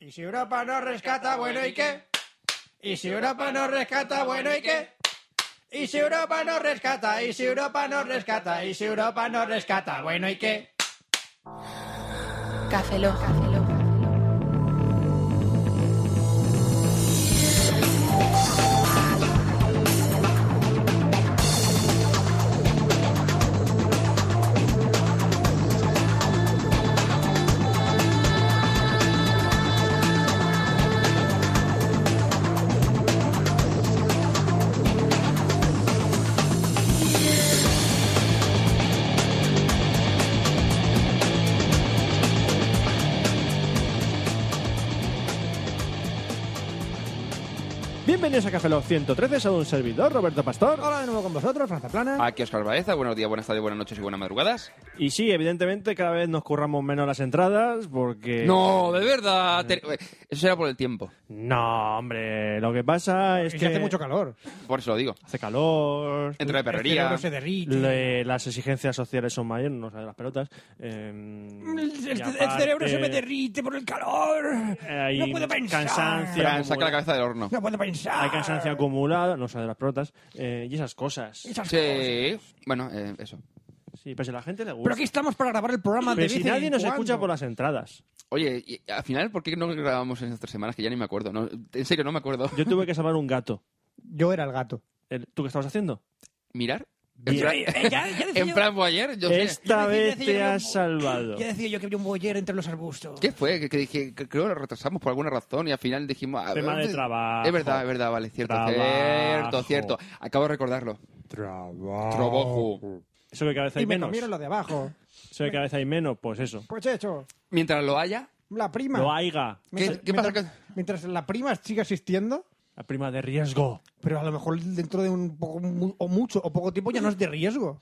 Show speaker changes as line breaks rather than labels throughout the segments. Y si Europa no rescata, bueno, ¿y qué? Y si Europa no rescata, bueno, ¿y qué? Y si Europa no rescata, y si Europa no rescata, y si Europa no rescata, bueno, ¿y qué?
Café Lock.
Bienvenidos a Café Lock 113, soy un servidor, Roberto Pastor. Ah,
Hola de nuevo con vosotros, Franza Plana.
Aquí Oscar Baeza, buenos días, buenas tardes, buenas noches y buenas madrugadas.
Y sí, evidentemente cada vez nos curramos menos las entradas porque...
No, de verdad. te- Eso será por el tiempo.
No, hombre, lo que pasa es
Y
que...
hace mucho calor.
Por eso lo digo.
Hace calor...
Entra de
El
perrería.
cerebro se derrite.
le- las exigencias sociales son mayores, no sé, las pelotas. eh,
El,
y
el
aparte,
cerebro se me derrite por el calor.
hay
no puedo pensar.
cansancio.
Fran, saca la cabeza del horno.
No puedo pensar.
Hay cansancio acumulado, no sé, de las pelotas, eh, y esas cosas.
Esas cosas.
Sí. Bueno, eh, eso.
Sí, pero si a la gente le gusta.
Pero aquí estamos para grabar el programa de
Pero si
vez en
nadie nos
cuando.
escucha por las entradas.
Oye, y al final, ¿por qué no grabamos en estas semanas? Que ya ni me acuerdo. No, en serio, no me acuerdo.
Yo tuve que salvar un gato.
Yo era el gato.
El- ¿Tú qué estabas haciendo?
¿Mirar? En
Bien.
plan,
Eh, eh, ya- ya decía
en
yo-
plan Boyer, yo sé.
Esta
Yo me quería
vez
decir
te
yo,
has
no-
salvado.
Ya decía yo que había un boyer entre los arbustos.
¿Qué fue? Que, que- que- que creo que lo retrasamos por alguna razón y al final dijimos... ah,
Tema de
eh,
trabajo.
Es verdad, es verdad, vale, cierto,
Trabajo.
cierto, cierto. Acabo de recordarlo. Trabajo.
Eso que cada vez hay
Y me
menos.
comieron lo de abajo.
Eso que cada vez hay menos, pues eso.
Pues hecho,
Mientras lo haya,
la prima.
Lo haiga.
¿qué, qué pasa?
mientras, mientras la prima siga existiendo,
La prima de riesgo.
pero a lo mejor dentro de un poco mu- o mucho o poco tiempo ya no es de riesgo.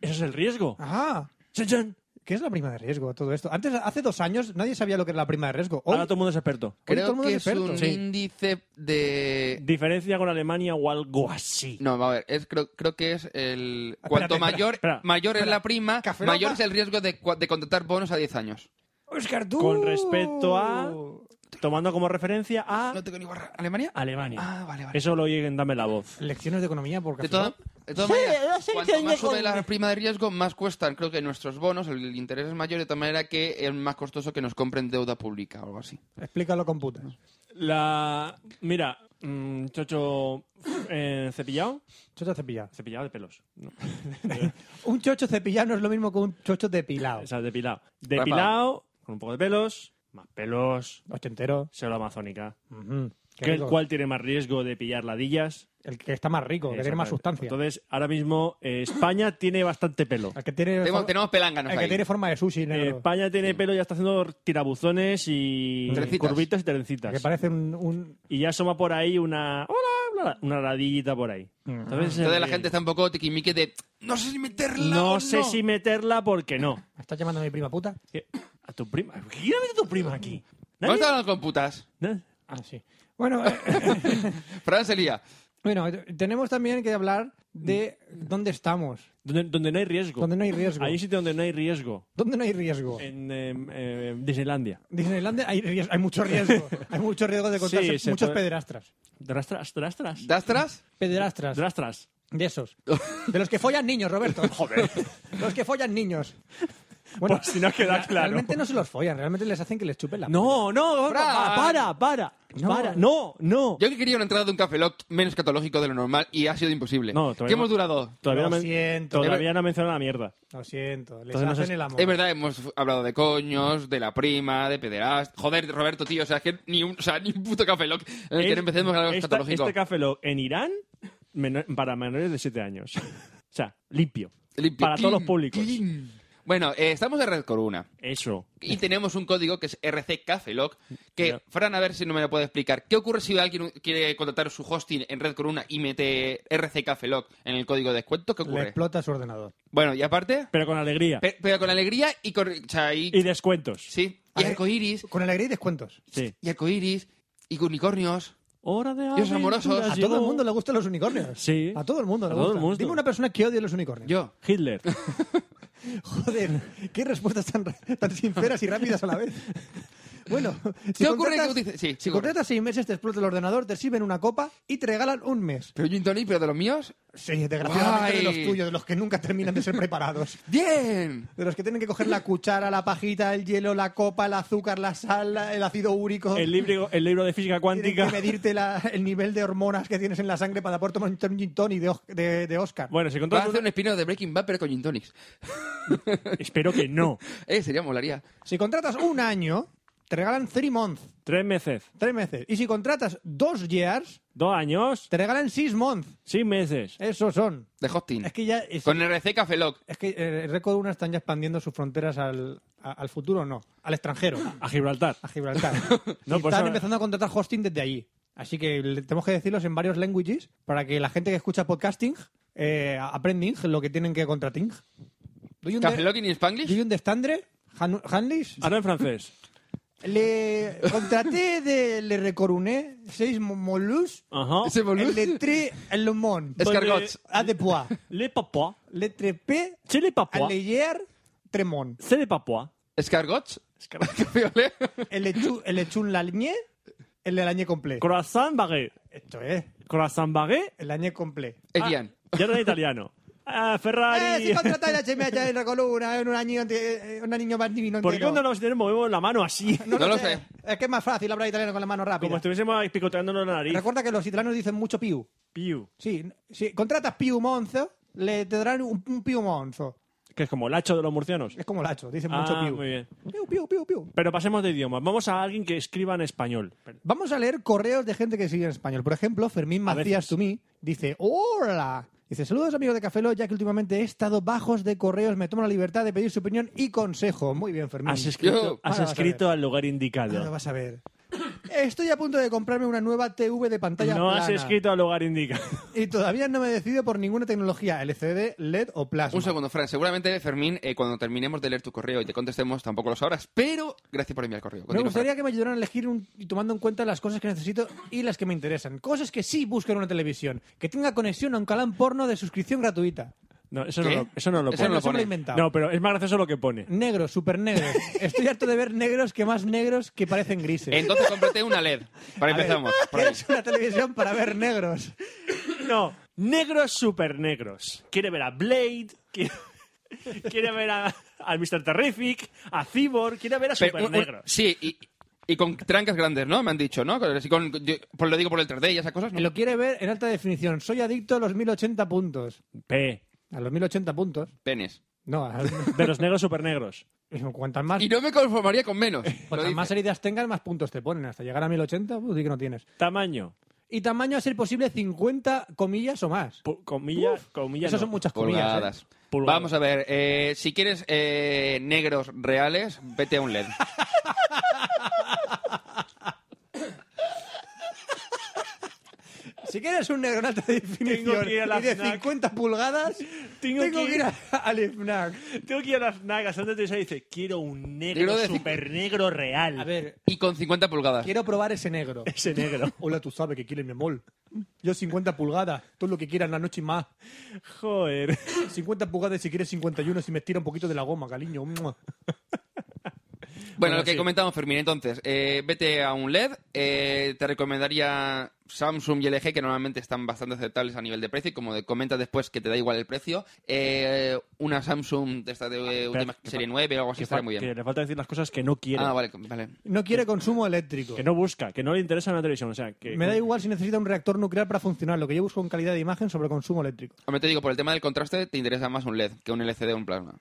Eso es el riesgo.
Ah.
Ajá.
Chan, chan.
¿Qué es la prima de riesgo todo esto? Antes, hace dos años, nadie sabía lo que era la prima de riesgo. Hoy,
Ahora todo el mundo es experto.
hoy todo el
Creo
mundo
que
es
es
experto.
un
Sí.
índice de...
Diferencia con Alemania o algo así.
No, a ver, es, creo, creo que es el... Cuanto
espera,
mayor
espera.
mayor es la prima,
Café
mayor
Lock.
es el riesgo de, cua- de contratar bonos a 10 años.
Oscar, tú.
Con respecto a. Tomando como referencia a.
No tengo ni barra. ¿Alemania?
Alemania.
Ah, vale, vale.
Eso lo oí en Dame la Voz.
Lecciones de economía por Café
De todas
Lock.
de todas
Sí,
maneras,
lo sé,
cuanto
señor.
más sube la prima de riesgo, más cuestan, creo que nuestros bonos, el el interés es mayor, de tal manera que es más costoso que nos compren deuda pública o algo así.
Explícalo con putas.
La. Mira, mm, chocho. eh, cepillado.
Chocho cepillado.
Cepillado de pelos. No,
Un chocho cepillado no es lo mismo que un chocho depilado.
o sea, depilado. Depilado, con un poco de pelos. Más pelos.
Ochentero.
Solo amazónica.
Ujú. Qué
¿Qué-
rico.
¿Cuál tiene más riesgo de pillar ladillas?
El que está más rico, que tiene más
Exactamente.
sustancia.
Entonces, ahora mismo eh, España tiene bastante pelo.
el que tiene,
Tenemos,
forma,
tenemos pelánganos
el que
ahí.
tiene forma de sushi
Eh,
negro.
España tiene pelo, ya está haciendo tirabuzones y
Trencitas.
curvitas y
que
trencitas.
parece un, un-
Y ya asoma por ahí una. ¡Hola! Una, una ladillita por ahí.
Mm.
Entonces,
Entonces
eh,
la gente está un poco tiquimique de... No sé si meterla o
No sé si meterla porque no.
¿Me ¿Estás llamando a mi prima puta?
¿Qué? A tu prima. ¿Quién ha metido a tu prima aquí?
Vamos a
¿Nadie?
estar hablando con putas.
¿Nadie?
Ah, sí. Bueno, eh,
Fran se lía.
bueno, tenemos también que hablar de dónde estamos,
Donde, donde no hay riesgo.
dónde no hay riesgo.
Hay un sitio donde no hay riesgo.
¿Dónde no hay riesgo?
En eh, eh, Disneylandia.
Disneylandia hay, ries- hay mucho riesgo. hay mucho riesgo de contarse
Sí, se
muchos
puede-
pederastras.
Drastras, drastras.
¿Dastras?
Pederastras.
Drastras.
de esos. De los que follan niños, Roberto. Joder. Los que follan niños. Bueno,
Por si no queda
ra-
claro.
Realmente no se los follan, realmente les hacen que les chupen la
No, no,
Ah, Fran.
para, para.
No.
Para, no, no.
Yo que quería una entrada de un café lock menos catológico de lo normal y ha sido imposible.
No,
¿Qué
todavía no.
hemos durado?
Todavía,
Lo
no men-
siento.
todavía no menciona la mierda.
Lo siento, les
Entonces no
hacen
sé-
el amor.
Es verdad, hemos hablado de coños, de la prima, de pederast. Joder, Roberto, tío, o sea, es que ni un, o sea, ni un puto café lock en el que
Es-
no empecemos con algo
esta-
escatológico.
Este café Lock en Irán menor- para menores de 7 años. o sea, limpio.
Limpio,
para
clean,
todos los públicos.
clean. Bueno, eh, estamos en Red Corona
Eso.
y tenemos un código que es RC Café Lock, que,
Ya.
Fran, a ver si no me lo puede explicar. ¿Qué ocurre si alguien quiere contratar su hosting en Red Corona y mete RC Café Lock en el código de descuento? ¿Qué
Le
ocurre?
explota su ordenador.
Bueno, y aparte...
Pero con alegría.
Pe- Pero con alegría y con. O sea, y,
y descuentos.
sí.
A
Y
ver.
arcoiris.
Con alegría y descuentos.
Sí.
Y arcoiris. Y unicornios.
Hora de
Dios amorosos,
aventuras
A
llegó.
todo el mundo le gustan los unicornios.
Sí.
A todo el mundo le
A todo el
gustan.
mundo.
Dime una persona que odie los unicornios.
Yo.
Hitler.
Joder, qué respuestas tan, tan sinceras y rápidas a la vez.
Bueno,
¿Qué ocurre que
contratas-
utilices- sí,
si
ocurre.
contratas seis meses, te explota el ordenador, te sirven una copa y te regalan un mes.
Pero Gin Tonic, pero de los míos,
Sí, desgraciadamente de
Guay.
los tuyos, de los que nunca terminan de ser preparados.
¡bien!
De los que tienen que coger la cuchara, la pajita, el hielo, la copa, el azúcar, la sal, la- el ácido úrico.
El libro, el libro de física
Tienen que
cuántica.
medirte la- el nivel de hormonas que tienes en la sangre para poder tomar un gin tonic de, Os- de- de Oscar.
Bueno, si
Va a
contratas
hacer un
una...
espino de Breaking Bad, pero con Gin Tonics.
Espero que no.
Eh, sería, molaría.
Si contratas un año, te regalan three months,
Tres meses.
tres meses. Y si contratas dos years,
Dos años.
te regalan six months.
Seis meses.
Esos son.
De Hosting.
Es que ya... es-
Con RC Café Lock.
Es que eh, Record 1 están ya expandiendo sus fronteras al, a- al futuro, no, al extranjero,
A Gibraltar.
a Gibraltar.
No,
Y
por
están
eso-
empezando a contratar hosting desde allí. Así que le- tenemos que decirlos en varios languages para que la gente que escucha podcasting eh, aprending lo que tienen que contrating. Do you,
Café
under-
Lock in Spanglish.
do you understand? Han- Hanlis?
Ahora en francés.
Le contraté de Le Recoruné seis mo- molus,
Ajá.
Ese boludo.
el letré el lomón,
Escargots.
Pues a de pois,
Le papua.
letre P,
C'est les
a
papua.
leyer, tremón.
C'est les papua.
Escargots. Café Olé.
El lechú, el lechún la ñe, el de la ñe complé.
Croissant barré.
Esto es,
Croissant barré.
el la ñe complé.
Evian.
Ya no en italiano. Ah,
Eh,
Ferrari.
si contratáis la chemia ya en la columna, en un año, ante- eh, un niño más divino
¿Por qué
entero.
cuando nos tenemos movemos la mano así?
No lo sé.
Es que es más fácil hablar italiano con la mano
Como
rápida.
estuviésemos ahí picoteándonos la nariz.
Recuerda que los italianos dicen mucho piu.
Piu.
Sí, si contratas piu monzo, le te darán un, un piu monzo.
Que es como lacho de los murcianos.
Es como lacho, dicen mucho
Ah,
piu.
muy bien.
Piu, piu, piu, piu.
Pero pasemos de idiomas. Vamos a alguien que escriba en español.
Vamos a leer correos de gente que sigue en español. Por ejemplo, Fermín
A
Macías
veces.
Tumí dice, hola. Dice, saludos amigos de Cafelo, ya que últimamente he estado bajos de correos, me tomo la libertad de pedir su opinión y consejo. Muy bien, Fermín.
Has escrito,
Yo-
has
Ahora vas a
escrito al lugar
Ahora
indicado.
vas a ver. Estoy a punto de comprarme una nueva TV de pantalla
No has
plana.
escrito al lugar indicado.
Y todavía no me decido por ninguna tecnología, LCD, LED E o plasma.
Un segundo, Fran. Seguramente, Fermín, eh, cuando terminemos de leer tu correo y te contestemos, tampoco lo sabrás. Pero gracias por enviar el correo.
Me
Continúa,
gustaría que me ayudaran a elegir un- y tomando en cuenta las cosas que necesito y las que me interesan. Cosas que sí busco en una televisión. Que tenga conexión a un canal porno de suscripción gratuita.
No, eso no
¿Qué?
lo, eso no lo
Eso
pone.
no lo
Eso me lo he
pone.
inventado.
No, pero es más gracioso lo que pone.
Negros, súper negros. Estoy harto de ver negros que más negros que parecen
Fran.
grises.
Entonces cómprate una LED. Para
A ver,
empezamos. por ahí.
¿Quieres una televisión para ver negros?
No, negros super negros. Quiere ver a Blade, quiere, quiere ver a, al Mr. Terrific, a Cyborg, quiere ver a
Pero,
super
un- un-
negros.
Sí, y, y con trancas grandes, ¿no? Me han dicho, ¿no? Con- así con- yo- por lo digo por el 3D y esas cosas. ¿no?
Lo quiere ver en alta definición. Soy adicto a los 1080 puntos.
P.
A los 1080 puntos.
Penes.
No, a
De los negros super negros.
cuantas más,
Y no me conformaría con menos. Lo
cuantas
dice.
más heridas tengas, más puntos te ponen. Hasta llegar a 1080, pues di que no tienes.
Tamaño.
Y tamaño a ser posible 50 comillas o más.
Pu- Comilla, comilla.
Esas
Pues no.
son muchas comillas.
Pulgadas.
¿eh?
Pulgadas.
Vamos a ver, eh, si quieres eh, negros reales, vete a un LED.
Si quieres un negro en alta definición
que ir a la
y de
FNAC.
50 pulgadas, tengo,
Tengo
que,
que
ir a- al FNAC.
Tengo que ir a las nagas. Antes de eso dice, quiero un
Negro
negro
de cincu-
super negro real.
A ver,
Y con 50 pulgadas.
quiero probar ese negro.
Ese negro.
Hola, tú sabes que quiere mi amor. Yo 50 pulgadas, todo lo que quieras, la noche y más.
Joder.
50 pulgadas si quieres 51, si me estira un poquito de la goma, cariño. Mua.
Bueno, lo que
sí.
comentamos, Fermín, entonces, eh, vete a un LED. eh, te recomendaría Samsung y LG, que normalmente están bastante aceptables a nivel de precio. Y como de- comentas después, que te da igual el precio. eh, una Samsung de esta de eh, última
que
serie
fa-
9 o algo así
Ah, Que,
estaría
fa-
muy
que
bien.
le falta decir las cosas que no quiere.
Ah, vale, vale.
No quiere consumo eléctrico.
Que no busca, que no le interesa la televisión. O sea, que
Me da igual si necesita un reactor nuclear para funcionar. Lo que yo busco en calidad de imagen sobre consumo eléctrico.
Hombre, te digo, por el tema del contraste, te interesa más un LED que un LCD o un plasma.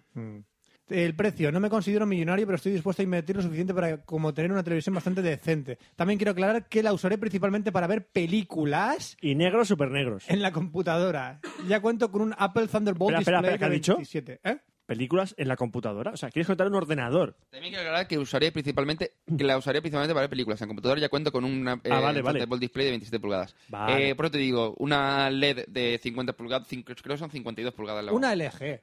El precio. No me considero millonario, pero estoy dispuesto a invertir lo suficiente para como tener una televisión bastante decente. También quiero aclarar que la usaré principalmente para ver películas
Y negros super negros.
en la computadora. Ya cuento con un Apple Thunderbolt
Espera, espera,
Display
espera, ¿qué ha
de
dicho?
27, ¿eh?
Películas en la computadora. O sea, quieres contar un ordenador.
También quiero aclarar que usaré principalmente, que la usaré principalmente para ver películas. En computadora ya cuento con una eh,
Ah, vale, vale.
Thunderbolt display de 27 pulgadas.
Vale.
E Eh, por eso te digo, una LED de 50 pulgadas, cinco- creo que son 52 pulgadas la
Una LG.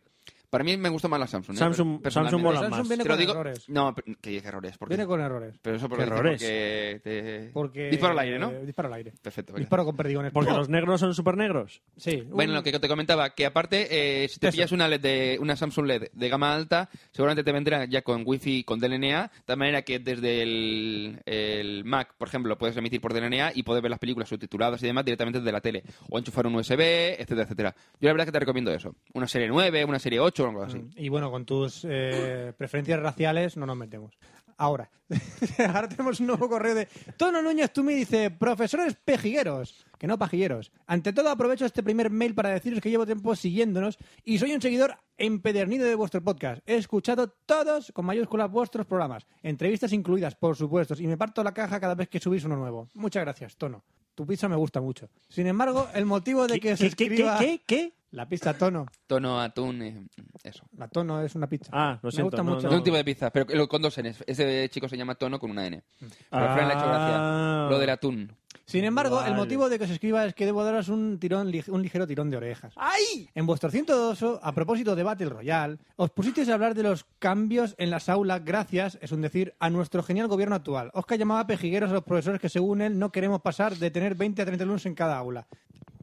Para mí me gusta más la Samsung. ¿eh?
Samsung-
Personalmente.
Samsung mola
Te
más.
Samsung viene
lo
con
digo-
errores.
No, pero- que dije errores. ¿por qué?
Viene con errores.
Pero eso porque,
¿Qué
errores?
errores?
porque te...
Porque...
Disparo al aire, ¿no?
eh, disparo al aire.
Perfecto. venga.
Disparo con perdigones.
Porque
¡Oh!
los negros son súper negros.
Sí.
Bueno,
un-
lo que te comentaba, que aparte, eh, si te
Eso.
pillas una LED de una Samsung LED de gama alta, seguramente te vendrá ya con Wi-Fi con DLNA, de tal manera que desde el, el Mac, por ejemplo, puedes emitir por DLNA y puedes ver las películas subtituladas y demás directamente desde la tele, o enchufar un USB, etcétera, etcétera. Yo la verdad que te recomiendo eso. Una serie 9, una serie 8 o algo así.
Y bueno, con tus eh, preferencias raciales no nos metemos. Ahora, ahora tenemos un nuevo correo de Tono Núñez Tumi dice, profesores pejigueros, que no pajilleros. Ante todo aprovecho este primer mail para deciros que llevo tiempo siguiéndonos y soy un seguidor empedernido de vuestro podcast. He escuchado todos, con mayúsculas, vuestros programas, entrevistas incluidas, por supuesto, y me parto la caja cada vez que subís uno nuevo. Muchas gracias, Tono. Tu pizza me gusta mucho. Sin embargo, el motivo de que se
qué,
escriba...
qué, qué?
La pista Tono.
Tono, atún, eh, eso.
La tono es una pizza.
Ah, lo siento,
Me gusta
no,
mucho.
Es un tipo de pizza, pero lo- con dos Ns. Ese chico se llama Tono con una N. Pero a Fran le ha hecho
Ah.
gracia. Lo del atún.
Sin embargo,
Vale.
el motivo de que os escriba es que debo daros un tirón, lig- un ligero tirón de orejas.
¡Ay!
En vuestro 102, a propósito de Battle Royale, os pusisteis a hablar de los cambios en las aulas gracias, es un decir, a nuestro genial gobierno actual. Oscar llamaba pejigueros a los profesores que según él no queremos pasar de tener 20 a 30 alumnos en cada aula.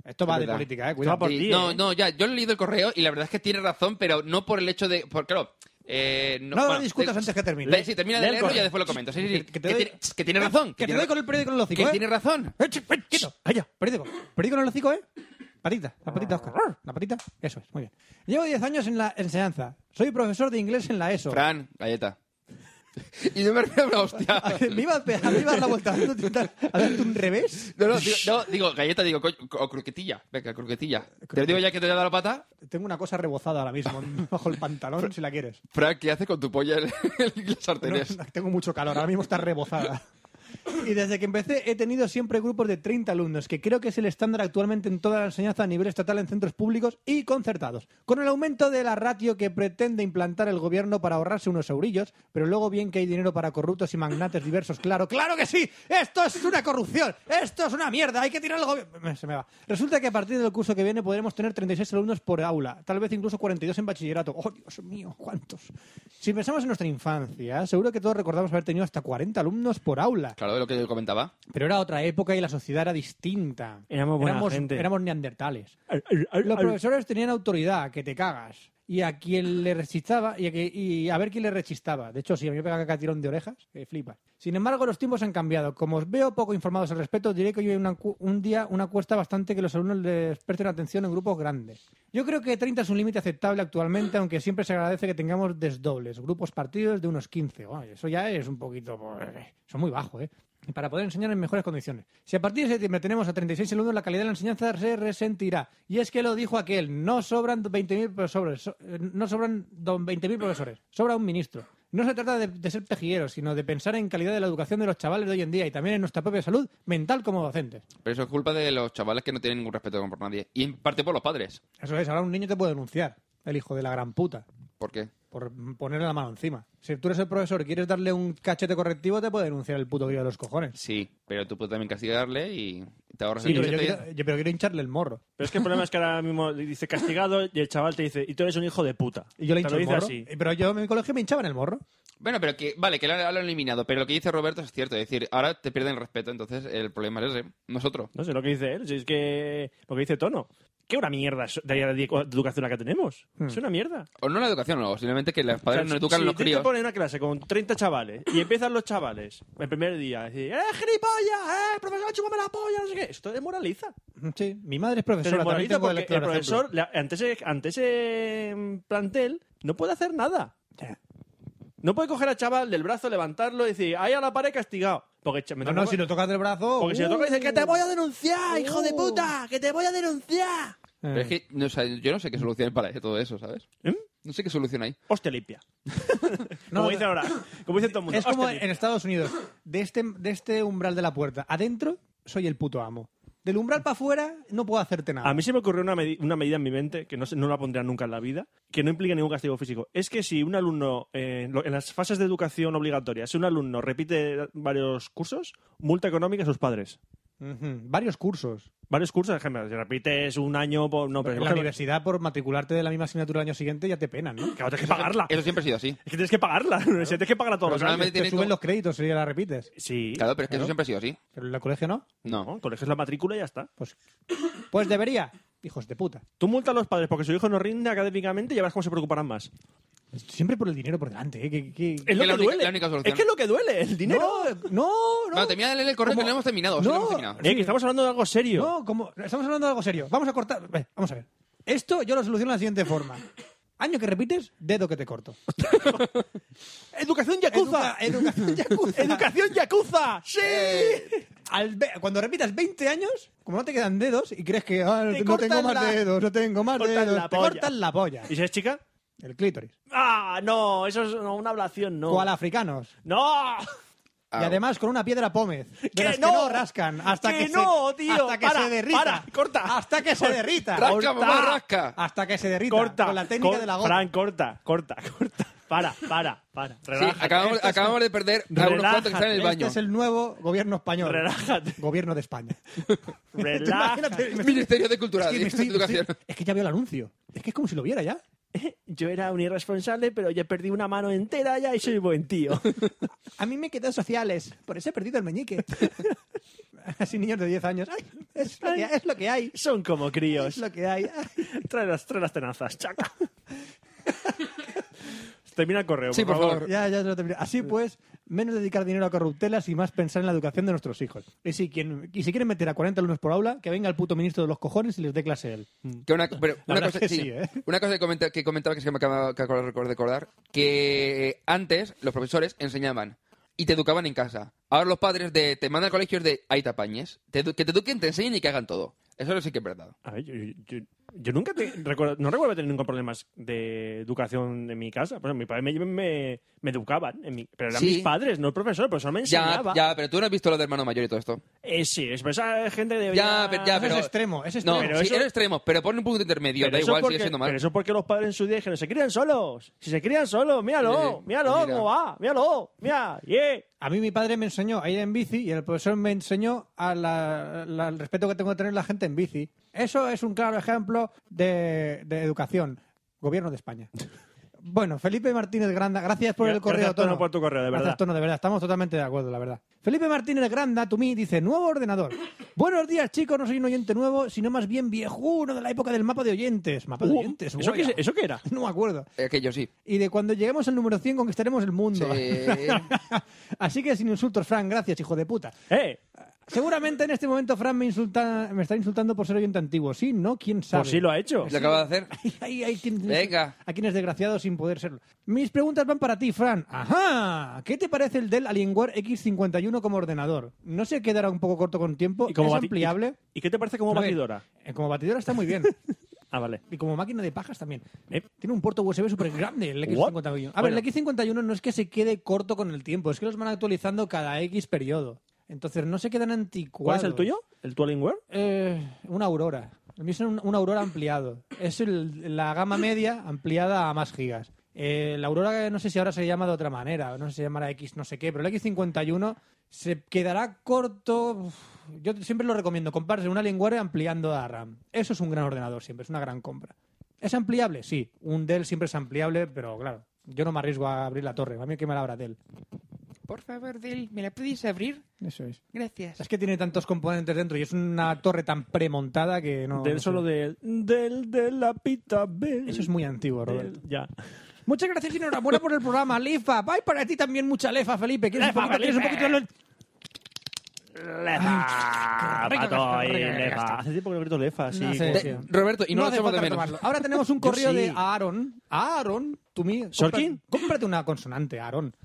Esto va
Es
de
verdad.
política, eh,
va
cuidado.
por
Sí,
ti,
no,
¿eh?
no, ya, yo le he leído el correo y la verdad es que tiene razón, pero no por el hecho de. Por, claro. Eh,
No lo discutas antes que termine.
Le- sí, termina
Lee
de
el
leerlo y
correo.
ya después lo comento. Sí, sí, sí.
Que-
Que,
que te doy- Ah,
tiene, que tiene razón.
Que te
tiene,
doy con el periódico en el hocico,
que
eh.
tiene razón.
¡Eh, ch- eh, quieto! ¡Allá! Periódico. Periódico en el hocico, ¿eh? Patita. La patita, Oscar. ¡Arr! La patita. Eso es. Muy bien. Llevo 10 años en la enseñanza. Soy profesor de inglés en la ESO.
Fran, galleta. y yo me refiero a una hostia.
me ibas a me iba a dar la vuelta dando- dando- a darte un revés.
No, no, digo, no, digo galleta, digo, coño, o croquetilla. Venga, croquetilla. Te digo ya que te he dado la pata.
Tengo una cosa rebozada ahora mismo bajo el pantalón, si la quieres.
Fran, ¿qué haces con tu polla en, en las
No,
sartenes?
tengo mucho calor, ahora mismo está rebozada. Y desde que empecé he tenido siempre grupos de 30 alumnos, que creo que es el estándar actualmente en toda la enseñanza a nivel estatal en centros públicos y concertados. Con el aumento de la ratio que pretende implantar el gobierno para ahorrarse unos eurillos, pero luego bien que hay dinero para corruptos y magnates diversos, claro, claro que sí, esto es una corrupción, esto es una mierda, hay que tirar al gobierno... Se me va. Resulta que a partir del curso que viene podremos tener 36 alumnos por aula, tal vez incluso 42 en bachillerato. ¡Oh, Dios mío, cuántos! Si pensamos en nuestra infancia, seguro que todos recordamos haber tenido hasta 40 alumnos por aula.
Claro, de lo que yo comentaba.
Pero era otra época y la sociedad era distinta.
Éramos buena gente.
Éramos neandertales.
Ay, ay, ay,
Los
ay.
profesores tenían autoridad, que te cagas. Y a quien le rechistaba, y a, que- y a ver quién le rechistaba. De hecho, si a mí me pega caca tirón de orejas, que flipas. Sin embargo, los tiempos han cambiado. Como os veo poco informados al respecto, os diré que hoy hay una cu- un día una cuesta bastante que los alumnos les presten atención en grupos grandes. Yo creo que 30 es un límite aceptable actualmente, aunque siempre se agradece que tengamos desdobles, grupos partidos de unos 15. Bueno, eso ya es un poquito... Son muy bajo, ¿eh? y para poder enseñar en mejores condiciones. Si a partir de septiembre tenemos a 36 alumnos, la calidad de la enseñanza se resentirá. Y es que lo dijo aquel, no sobran 20.000 profesores, so- eh, no sobran do- 20.000 profesores, sobra un ministro. No se trata de, de ser pejigueros, sino de pensar en calidad de la educación de los chavales de hoy en día y también en nuestra propia salud mental como docentes.
Pero eso es culpa de los chavales que no tienen ningún respeto por nadie. Y en parte por los padres.
Eso es, ahora un niño te puede denunciar, el hijo de la gran puta,
¿Por qué?
por ponerle la mano encima. Si tú eres el profesor y quieres darle un cachete correctivo, te puede denunciar el puto guía de los cojones.
Sí, pero tú puedes también castigarle y te ahorras
Sí,
el
pero yo,
billete y-
quiero, yo- pero quiero hincharle el morro.
Pero es que el problema es que ahora mismo le dice castigado y el chaval te dice, y tú eres un hijo de puta.
Y yo le
Te
hincho
lo
el
dice
morro.
así.
Eh, Pero yo en mi colegio me hinchaba en el morro.
Bueno, pero que, vale, que lo, han- lo han eliminado, pero lo que dice Roberto es cierto, es decir, ahora te pierden el respeto, entonces el problema es ese, nosotros.
No sé lo que dice él, si es que lo que dice Tono. Qué una mierda es de de educación la que tenemos.
Hmm.
Es una mierda.
O no la educación, o simplemente que los
O sea,
padres no educan
si
a los
tú te
críos.
pones una clase con 30 chavales y empiezan los chavales el primer día a decir, ¡eh, gilipollas! ¡eh, profesor, chúpame la polla! No sé qué. Esto desmoraliza.
Sí, mi madre es
Te
profesora. también
desmoraliza
tengo
porque el
claro ejemplo.
profesor, la- ante ese, ante ese mm, plantel, no puede hacer nada. No puede coger al chaval del brazo, levantarlo y decir, ¡ahí a la pared castigado! Porque, cha- me
No,
toca-
no, si lo tocas del brazo.
porque si lo toca, dice, ¡que te voy a denunciar, hijo de
Uh.
puta! ¡Que te voy a denunciar!
eh,
Pero es que no, o sea, yo no sé qué solución hay para todo eso, ¿sabes?
¿Eh?
No sé qué solución hay.
Hostia limpia.
¿Mm? No,
como
no.
dicen ahora. Como dice todo el mundo.
Es como
hostia
en
limpia.
Estados Unidos. De este, de este umbral de la puerta adentro, soy el puto amo. Del umbral para afuera, no puedo hacerte nada.
A mí se me ocurrió una, medi- una medida en mi mente, que no, sé- no la pondría nunca en la vida, que no implica ningún castigo físico. Es que si un alumno, eh, lo- en las fases de educación obligatoria, si un alumno repite varios cursos, multa económica a sus padres.
Ujú. Varios cursos.
Varios cursos, por ejemplo, si repites un año, por, no, pero
En la universidad, por matricularte de la misma asignatura el año siguiente, ya te penan, ¿no?
Claro, tienes que pagarla.
Ah.
Eso siempre ha sido así.
Es que tienes que pagarla. la universidad Tienes que pagarla todos los
Pero
años.
solamente-
Te
Tiene
suben
como-
los créditos si ya la repites.
Sí.
Claro, pero es que
Claro.
eso siempre ha sido así.
Pero en el colegio no.
No.
¿no? Coleges la matrícula y ya está.
Pues, pues debería. Hijos de puta.
Tú multas a los padres porque su hijo no rinde académicamente y ya verás cómo se preocuparán más.
Siempre por el dinero por delante. ¿eh? Que- que-
Es lo
la
que
única-
duele.
la única solución.
Es que es lo que duele. El dinero.
No, no, no.
No, termina de leer el correo que no hemos terminado. sí,
No.
No. hemos terminado.
Eh, que estamos hablando de algo serio.
No, como estamos hablando de algo serio. Vamos a cortar. Ve, Vamos a ver. Esto yo lo soluciono de la siguiente forma. Año que repites, dedo que te corto.
¡Educación yakuza!
Educa- educación yakuza. Eh,
¡Educación yakuza! ¡Sí!
Al ve- cuando repitas 20 años, como no te quedan dedos y crees que ah,
Te
no tengo
cortan
más
la-
dedos, no tengo más
cortan
dedos,
la
te
polla.
cortan la polla.
¿Y si es chica?
El clítoris.
¡Ah, no! Eso es no, una ablación, no.
O al africanos.
¡No!
Ah,
Y además con una piedra pómez. De
¡Que
las que
no!
no rascan. Hasta
¡Que
que,
no,
se,
tío!
Hasta que
Para,
se derrita.
para, corta.
Hasta que se derrita.
¡Rasca,
corta.
mamá,
Ah,
rasca!
Hasta que se derrita.
Corta.
Con la técnica
cor-
de la gota.
Fran, corta, corta, corta. Para, para, para.
Sí,
Relájate.
acabamos,
Esto es-
acabamos de perder a unos cuantos que están en el
Relájate,
baño.
Este es el nuevo gobierno español.
Relájate.
Gobierno de España.
Relájate.
me estoy-
Ministerio de Cultura
es que
y
me estoy-
Educación.
estoy- es que ya veo el anuncio. Es que es como si lo viera ya.
Yo era un irresponsable, pero ya perdí una mano entera ya y soy buen tío.
A mí me quedan sociales. Por eso he perdido el meñique. Así niños de 10 años. Ay, es, lo que, es lo que hay.
Son como
Es
críos.
lo que hay. Ay.
Trae las, trae las tenazas, chaca. Termina el correo,
Sí, por favor.
Ya, ya, ya lo terminé. Así pues, menos dedicar dinero a corruptelas y más pensar en la educación de nuestros hijos. Y si, quien, y si quieren meter a 40 alumnos por aula, que venga el puto ministro de los cojones y les dé clase él.
Que una, pero una
verdad
cosa,
es que
sí,
sí, ¿eh?
una cosa que, comenta- que comentaba que se me acaba que acabo de recor- recordar, que antes los profesores enseñaban y te educaban en casa. Ahora los padres de, te mandan al colegio es de ahí te apañes. Te edu- que te eduquen, te enseñen y que hagan todo. Eso sí que es verdad.
A ver, yo, yo- yo- yo nunca te- recuerdo, no recuerdo tener nunca problemas de educación en mi casa. Por ejemplo, mi padre me, me, me educaban, en mi- pero eran
Sí.
mis padres, no el profesor. El profesor me
Ya,
enseñaba.
ya, pero tú no has visto lo de hermano mayor y todo esto.
Eh, sí, es- pero esa gente debería...
Ya, pero, ya,
Eso es
pero
extremo, es
No,
extremo.
pero
Pero
sí,
eso-
era extremo, pero ponle un punto intermedio,
Pero
da
eso
igual,
porque,
sigue siendo mal.
pero eso porque los padres en su día dijeron, se crían solos. Si se crían solos, míralo,
Sí,
míralo
mira.
cómo va, míralo, mira, eh". yeah.
A mí mi padre me enseñó a ir en bici y el profesor me enseñó a la- la- al respeto que tengo que tener la gente en bici. Eso es un claro ejemplo de, de educación. Gobierno de España. Bueno, Felipe Martínez Granda, gracias por
Gra-
el correo.
gracias, Tono,
Tono.
por tu correo, de verdad.
Gracias, Tono, de verdad. Estamos totalmente de acuerdo, la verdad. Felipe Martínez Granda, tú mí, dice, nuevo ordenador. Buenos días, chicos. No soy un oyente nuevo, sino más bien viejuno de la época del mapa de oyentes. Mapa de
Uh,
oyentes.
¿eso, qué,
guaya.
es- ¿Eso qué era?
No me acuerdo.
Aquello sí.
Y de cuando lleguemos al número 100 conquistaremos el mundo.
Sí.
Así que sin insultos, Fran, gracias, hijo de puta.
Eh,
Seguramente en este momento Fran me, insulta, me está insultando por ser oyente antiguo. Sí, no, quién sabe.
pues sí lo ha hecho.
¿Lo acabas de hacer?
Ay, ay, ay, quién-
Venga.
A quienes desgraciados sin poder serlo. Mis preguntas van para ti, Fran. Ajá. ¿Qué te parece el Dell Alienware X51 como ordenador? No se quedará un poco corto con tiempo.
Y como
es
bati-
ampliable.
¿Y qué te parece como
No, que-
batidora?
eh, Como batidora está muy bien.
Ah, vale.
Y como máquina de pajas también.
Eh.
Tiene un puerto USB súper grande el X51. A ver,
Bueno.
el X51 no es que se quede corto con el tiempo, es que los van actualizando cada X periodo. Entonces no se quedan
¿Cuál
anticuados.
es el tuyo? ¿El Twillingware?
Eh, una Aurora. El mío es un, un Aurora ampliado. Es el- la gama media ampliada a más gigas. Eh, la Aurora eh, no sé si ahora se llama de otra manera, no sé si llamará X no sé qué, pero el X51 se quedará corto. Uf, Yo siempre lo recomiendo, comprarse una Alienware ampliando a RAM. Eso es un gran ordenador siempre, es una gran compra. ¿Es ampliable? Sí, un Dell siempre es ampliable, pero claro, yo no me arriesgo a abrir la torre, a mí que me la abra Dell.
Por favor, Dell, ¿me la podéis abrir?
Eso es.
Gracias.
Es que tiene tantos componentes dentro y es una torre tan premontada que no...
del
no sé.
solo del... Del de la pita bell.
Eso es muy antiguo, Roberto.
Del- Ya.
Muchas gracias y enhorabuena por el programa, Lefa. Bye para ti también, mucha Lefa, Felipe. ¿Quieres
Lefa,
un poquito? ¿Quieres un
Felipe.
poquito? de lo-
Lefa,
rico que
pato
está,
y
qué rico que
lefa.
está.
Hace tiempo que no grito lefa, sí.
No sé.
como-
Sí.
Te- Roberto, y no, lo
hace
hacemos de
falta
menos.
retomarlo. Ahora tenemos un
Yo
correo de
sí.
Aaron. Aaron, tú mí.
¿Sorkin?
Cómprate una consonante, Aaron.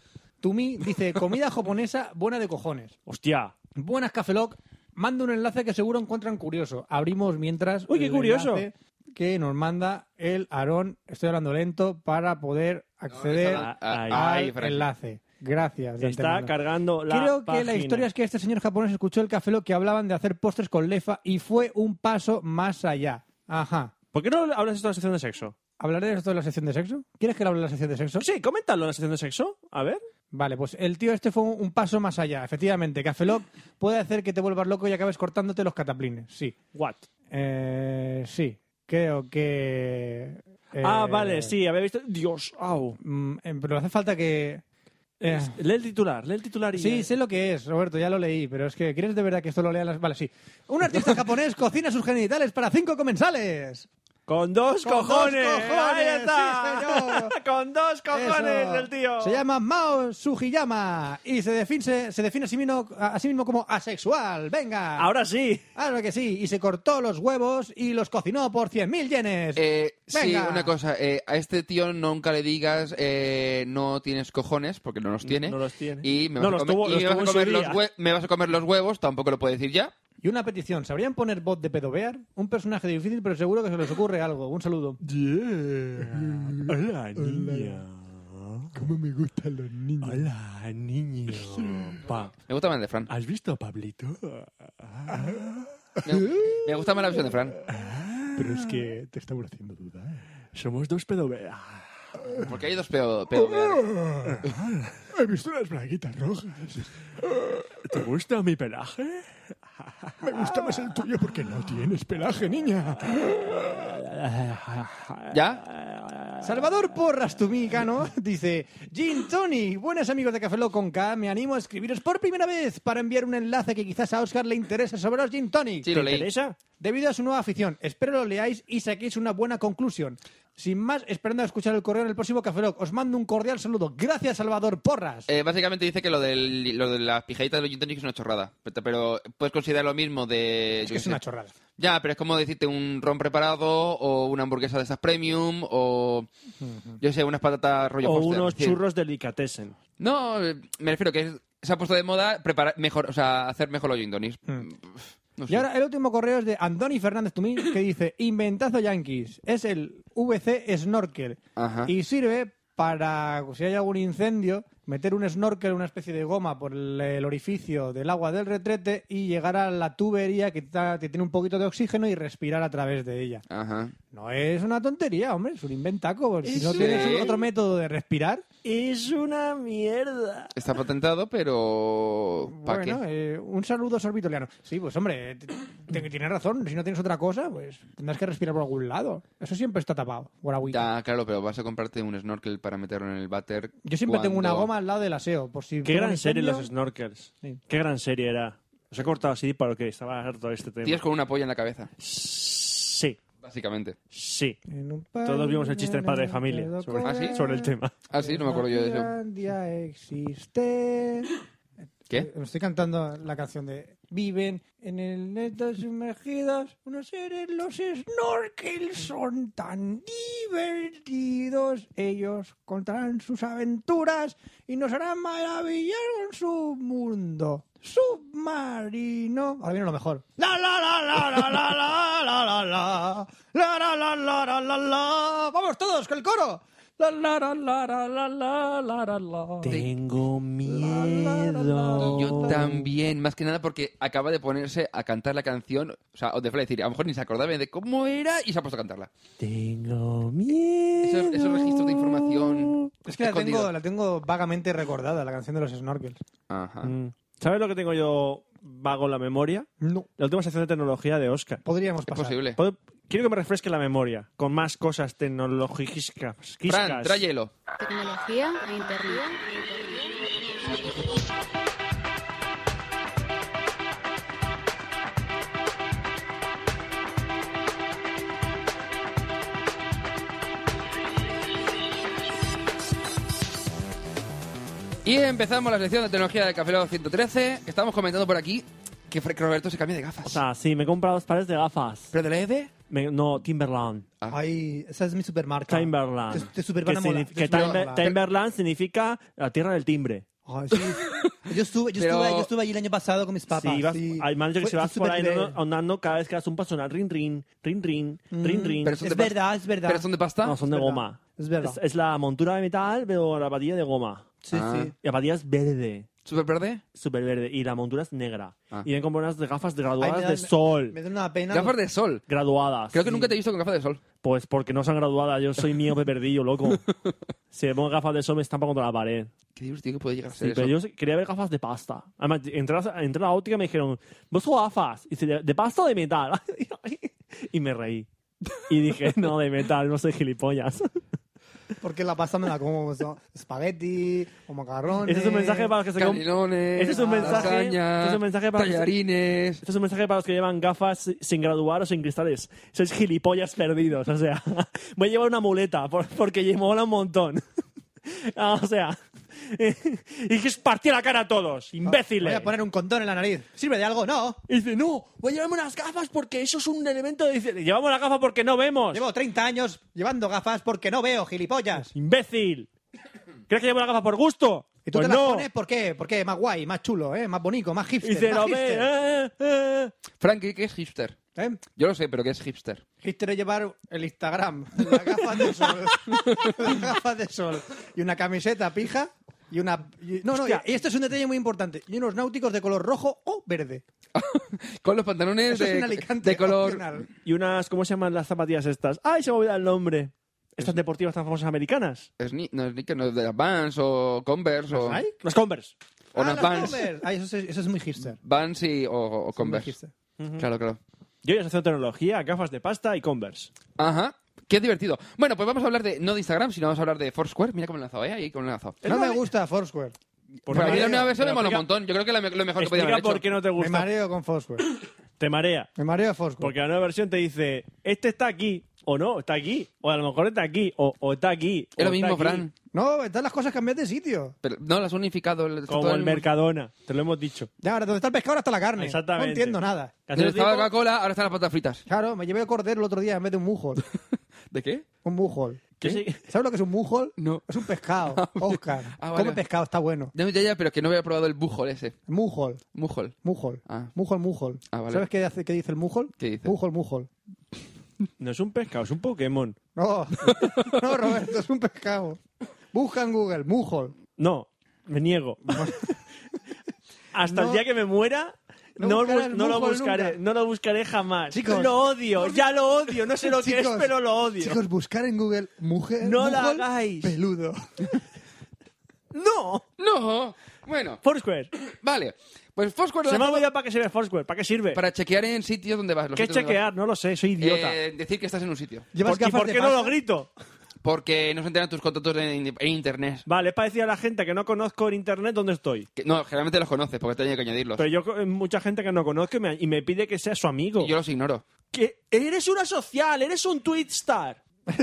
Tumi dice, comida japonesa buena de cojones.
Hostia.
Buenas, Cafeloc. Manda un enlace que seguro encuentran curioso. Abrimos mientras...
Uy, qué
el
curioso.
enlace que nos manda el Aaron. Estoy hablando lento para poder acceder
Ah,
ahí.
al
ahí, Fran.
enlace. Gracias. de
Está
antemano.
cargando la
Creo que
página.
la historia es que este señor japonés escuchó el café lo que hablaban de hacer postres con lefa y fue un paso más allá. Ajá.
¿Por qué no hablas esto de la sección de sexo?
¿Hablaré de esto de la sección de sexo? ¿Quieres que hable de la sección de sexo?
Sí, coméntalo en la sección de sexo. A ver.
Vale, pues el tío este fue un paso más allá. Efectivamente, Cafeloc puede hacer que te vuelvas loco y acabes cortándote los cataplines. Sí.
What?
Eh, sí. Creo que. eh,
Ah, vale, sí, había visto. Dios, au.
mm, eh, pero hace falta que. eh,
Lee el titular, lee el titular y.
Sí, sé lo que es, Roberto, ya lo leí, pero es que ¿quieres de verdad que esto lo lean las.? Vale, sí. Un artista japonés cocina sus genitales para cinco comensales.
Con dos
Con dos
cojones.
cojones,
Ahí está.
sí, señor.
Con dos cojones
Eso.
el tío.
Se llama Mao Sugiyama y se define, se define a, sí mismo, a sí mismo como asexual. Venga.
Ahora sí.
Ahora que sí. Y se cortó los huevos y los cocinó por 100.000 yenes.
Eh, sí,
Venga.
una cosa. eh, a este tío nunca le digas eh, no tienes cojones, porque no los tiene.
Mm, No los tiene.
Y me
No,
vas, a,
los
comer,
tuvo-
y me
los
vas a
tuvo en su
comer los
día.
hue- me vas a comer los huevos, tampoco lo puedo decir ya.
Y una petición. ¿Sabrían poner bot de pedobear? Un personaje difícil, pero seguro que se les ocurre algo. Un saludo.
Hola, niña.
¿Cómo me gustan los niños?
Hola, niño.
Me gusta más el de Fran.
¿Has visto a Pablito?
Me, me gusta más la versión de Fran.
Pero es que te estamos haciendo ¿eh? dudar.
Somos dos pedobeas.
Porque hay dos pedo, pedo-
He visto unas braguitas rojas. ¿Te gusta mi pelaje? Me gusta más el tuyo porque no tienes pelaje, niña. Ah,
¿Ya?
Salvador Porras Tumicano dice: Gin Tony, buenos amigos de Café Lock con K, me animo a escribiros por primera vez para enviar un enlace que quizás a Oscar le interese sobre los Gin Tony.
Sí, lo leí.
¿Teresa?
Debido a su nueva afición, espero lo leáis y saquéis una buena conclusión. Sin más, esperando a escuchar el correo en el próximo Café Lock. Os mando un cordial saludo. Gracias, Salvador Porras.
Eh, básicamente dice que lo, del, lo de las pijaditas de los gin tonic es una chorrada. Pero, pero puedes considerar lo mismo de... yo
es que
qué
es
sé.
una chorrada.
Ya, pero es como decirte un ron preparado o una hamburguesa de esas premium o, yo sé, unas patatas rollo
O
Foster,
unos
sí.
churros delicatessen.
No, eh, me refiero que es- se ha puesto de moda preparar mejor, o sea, hacer mejor los gin tonics. No sé.
Mm. Y ahora el último correo es de Andoni Fernández Tumí que dice Inventazo Yankees. Es el VC Snorkel
Ajá.
y sirve para, si hay algún incendio, meter un snorkel, una especie de goma por el, el orificio del agua del retrete y llegar a la tubería que, ta- que tiene un poquito de oxígeno y respirar a través de ella.
Ajá.
No es una tontería, hombre, es un inventaco. porque Si
Es
no
un-
tienes otro método de respirar,
Es una mierda.
Está patentado, pero... ¿Para
bueno,
qué?
eh, un saludo sorbitoliano. Sí, pues hombre, t- t- tienes razón. Si no tienes otra cosa, pues tendrás que respirar por algún lado. Eso siempre está tapado. por agüita.
Ya, claro, pero vas a comprarte un snorkel para meterlo en el váter.
Yo siempre tengo una
cuando-
goma al lado del aseo, por si.
Qué
tengo
gran
un
serie
incendio.
los snorkels.
Sí.
Qué gran serie era. Os he cortado así para que estaba harto de este tema.
Tíos con una polla en la cabeza,
Sí,
básicamente.
sí.
En un
Todos vimos el chiste del padre de familia
pañuelo
sobre,
¿Ah, sí?
sobre el tema.
Ah, sí, no me acuerdo yo de eso.
Finlandia existe.
¿Qué?
Me estoy cantando la canción de Viven en el neto sumergidos, unos seres los snorkels son tan divertidos. Ellos contarán sus aventuras y nos harán maravillar con su mundo submarino. Ahora viene lo mejor. La la la la la la la la la la la la la la la la la. Vamos todos con el coro. La la la la la la la la la la.
Tengo
miedo.
Yo también, más que nada porque acaba de ponerse a cantar la canción, o sea, os de decir, a lo mejor ni se acordaba de cómo era y se ha puesto a cantarla.
Tengo miedo.
Esos, esos registros de información
Es que la
escondidos.
tengo, la tengo vagamente recordada, la canción de los snorkels.
Ajá.
Mm. ¿Sabes lo que tengo yo vago en la memoria?
No.
La última sección de tecnología de Oscar.
Podríamos
Es
pasar.
posible.
Puedo- Quiero que me refresque la memoria con más cosas tecnológicas.
Fran, trae hielo.
Tecnología e internet.
Y empezamos la sección de tecnología de Café Lock 113. que Estamos comentando por aquí que Frank Roberto se cambia de gafas.
O sea, sí, me he comprado dos pares de gafas.
¿Pero de la ED?
Me- no, Timberland.
Ah.
Ay, esa es mi supermarca.
Timberland.
Te, te supervan
que
a mola,
signifi-
te
que
supervan a
Timber-
mola.
Timberland significa la tierra del timbre.
Ay, sí. Yo estuve, yo,
Pero-
estuve, yo estuve allí el año pasado con mis papás.
Sí, vas-
sí.
Hay manager que
Fue-
se vas
fue
por ahí
superviver.
andando- andando cada vez que das un paso, suena rin, rin, rin, rin, rin, rin.
Pero son
Es
de pas-
verdad, es verdad.
¿Pero son de pasta?
No, son de
Mm, Es verdad,
goma.
es verdad.
Es, la montura de metal, pero la patilla de goma.
Sí,
Ah.
sí.
Y la patilla es verde.
¿Super verde?
Súper verde. Y la montura es negra.
Ah.
Y vienen con unas gafas
Ay,
graduadas
me da-
de sol.
Me da una pena.
Gafas de sol.
Graduadas.
Creo que nunca te he visto con gafas de sol.
Pues porque no se han graduado. Yo soy mío perdillo, loco. si me pongo gafas de sol me estampa contra la pared.
Qué divertido que puede llegar a
Sí,
ser
pero
eso.
yo quería ver gafas de pasta. Además, entré a, entré a la óptica y me dijeron, ¿vos sos gafas? Y dice, ¿de, de pasta o de metal? y me reí. Y dije, no, de metal, no soy gilipollas.
Porque la pasta me da como eso, espagueti o macarrones.
Ese es un mensaje para los que se com-
Canelones,
Ese es un mensaje-
lasañas,
ese es un mensaje para-
tallarines.
Este es un mensaje para los que llevan gafas sin graduar o sin cristales. Sois gilipollas perdidos. O sea, voy a llevar una muleta por- porque me mola un montón. Ah, o sea, y que es partir la cara a todos,
Ah, Voy
imbéciles.
a poner un condón en la nariz. ¿Sirve de algo? No.
Y dice, no, voy a llevarme unas gafas porque eso es un elemento de... Dice, llevamos las gafas porque no vemos.
Llevo 30 años llevando gafas porque no veo, gilipollas.
¡Imbécil! ¿Crees que llevo la gafa por gusto?
¿Y tú
pues
te las
no.
pones por qué? Porque más guay, más chulo, ¿eh? más bonito, más
y
hipster.
se
más
lo ve.
hipster.
eh, eh,
Frankie, ¿qué es hipster?
¿Eh?
Yo lo sé, pero ¿qué es hipster?
Hipster es llevar el Instagram, las gafas de sol, las gafas de sol y una camiseta pija y una... y- no, no, y,
Hostia.
y esto es un detalle muy importante. Y unos náuticos de color rojo o verde.
Con los pantalones
Eso es
de,
un Alicante
de color.
opcional.
eh. Y unas, ¿cómo se llaman las zapatillas estas? ¡Ay, se me olvida el nombre! Estas deportivas tan famosas americanas.
Sni- no es Nike, no es de Vans o Converse
Pues
o,
Nike?
Las Converse.
o
Ah,
no,
los
Vans.
Converse. Ay, eso, es, eso es muy hipster.
Vans y, o, o
Eso es muy
Converse.
hipster.
Claro, claro.
Yo ya haciendo tecnología, gafas de pasta y Converse.
Ajá. Qué divertido. Bueno, pues vamos a hablar de, no de Instagram, sino vamos a hablar de Foursquare. Mira cómo he lanzado, ¿eh? Ahí cómo he lanzado.
No me gusta Foursquare.
Pero
Por favor.
aquí la nueva versión me
Pero
mola un
explica-
montón. Yo creo que la me- lo mejor que podía haber
Explica
hecho.
por qué no te
Me
gusta.
mareo con Foursquare.
Te marea.
Me mareo Foursquare.
Porque la nueva versión te dice, este está aquí, o no, está aquí, o a lo mejor está aquí, o, o está aquí. o
Es lo
está
mismo,
aquí.
Fran.
No, están las cosas cambiadas de sitio.
Pero no, las has unificado. el- todo
Como el
el-
Mercadona, te lo hemos dicho.
Ya, ahora, donde está el pescado, ahora está la carne.
Exactamente.
No entiendo nada.
Que hace
Donde estaba
tiempo-
Coca-Cola, ahora están las patatas fritas.
Claro, me llevé el cordero el otro día en vez de un mujol.
¿De qué?
Un mujol.
Yo sí-
¿Sabes lo que es un mujol?
No.
Es un pescado, Oscar.
Ah, vale.
Come pescado, está bueno.
Ya, ya, ya, pero que no había probado el bujol ese.
Mujol,
Mujol.
mujol.
Ah.
Mujol, mujol.
Ah, vale.
¿Sabes qué, hace, qué dice el mujol?
¿Qué dice?
Mujol, mujol.
No es un pescado, es un Pokémon.
No, no, Roberto, es un pescado. Busca en Google, mujol.
No, me niego. Hasta
No.
el día que me muera,
No
no,
buscarás
bus- no lo
Google
buscaré,
nunca.
no lo buscaré jamás.
Chicos.
lo odio, ya lo odio, no sé lo que es,
Chicos,
pero lo odio.
Chicos, buscar en Google mujer.
No la
mujol
hagáis.
Peludo.
No,
¡No! Bueno,
Foursquare.
vale. Pues Foursquare
Se me ha
lanzó
olvidado para qué sirve Foursquare, para qué sirve.
para chequear en sitios donde vas. los
¿Qué
sitios donde vas.
chequear? No lo sé, soy idiota.
Eh, decir que estás en un sitio.
Llevas
¿Por, qué-
gafas
por
de
qué no lo
pasta?
grito?
Porque no se enteran tus contactos en, en internet.
Vale, es para decir a la gente que no conozco en internet dónde estoy.
Que- no, generalmente los conoces porque tenía que añadirlos.
Pero yo, eh, mucha gente que no conozco y me, y me pide que sea su amigo.
Y yo los ignoro.
Que eres una social, eres un tweet star.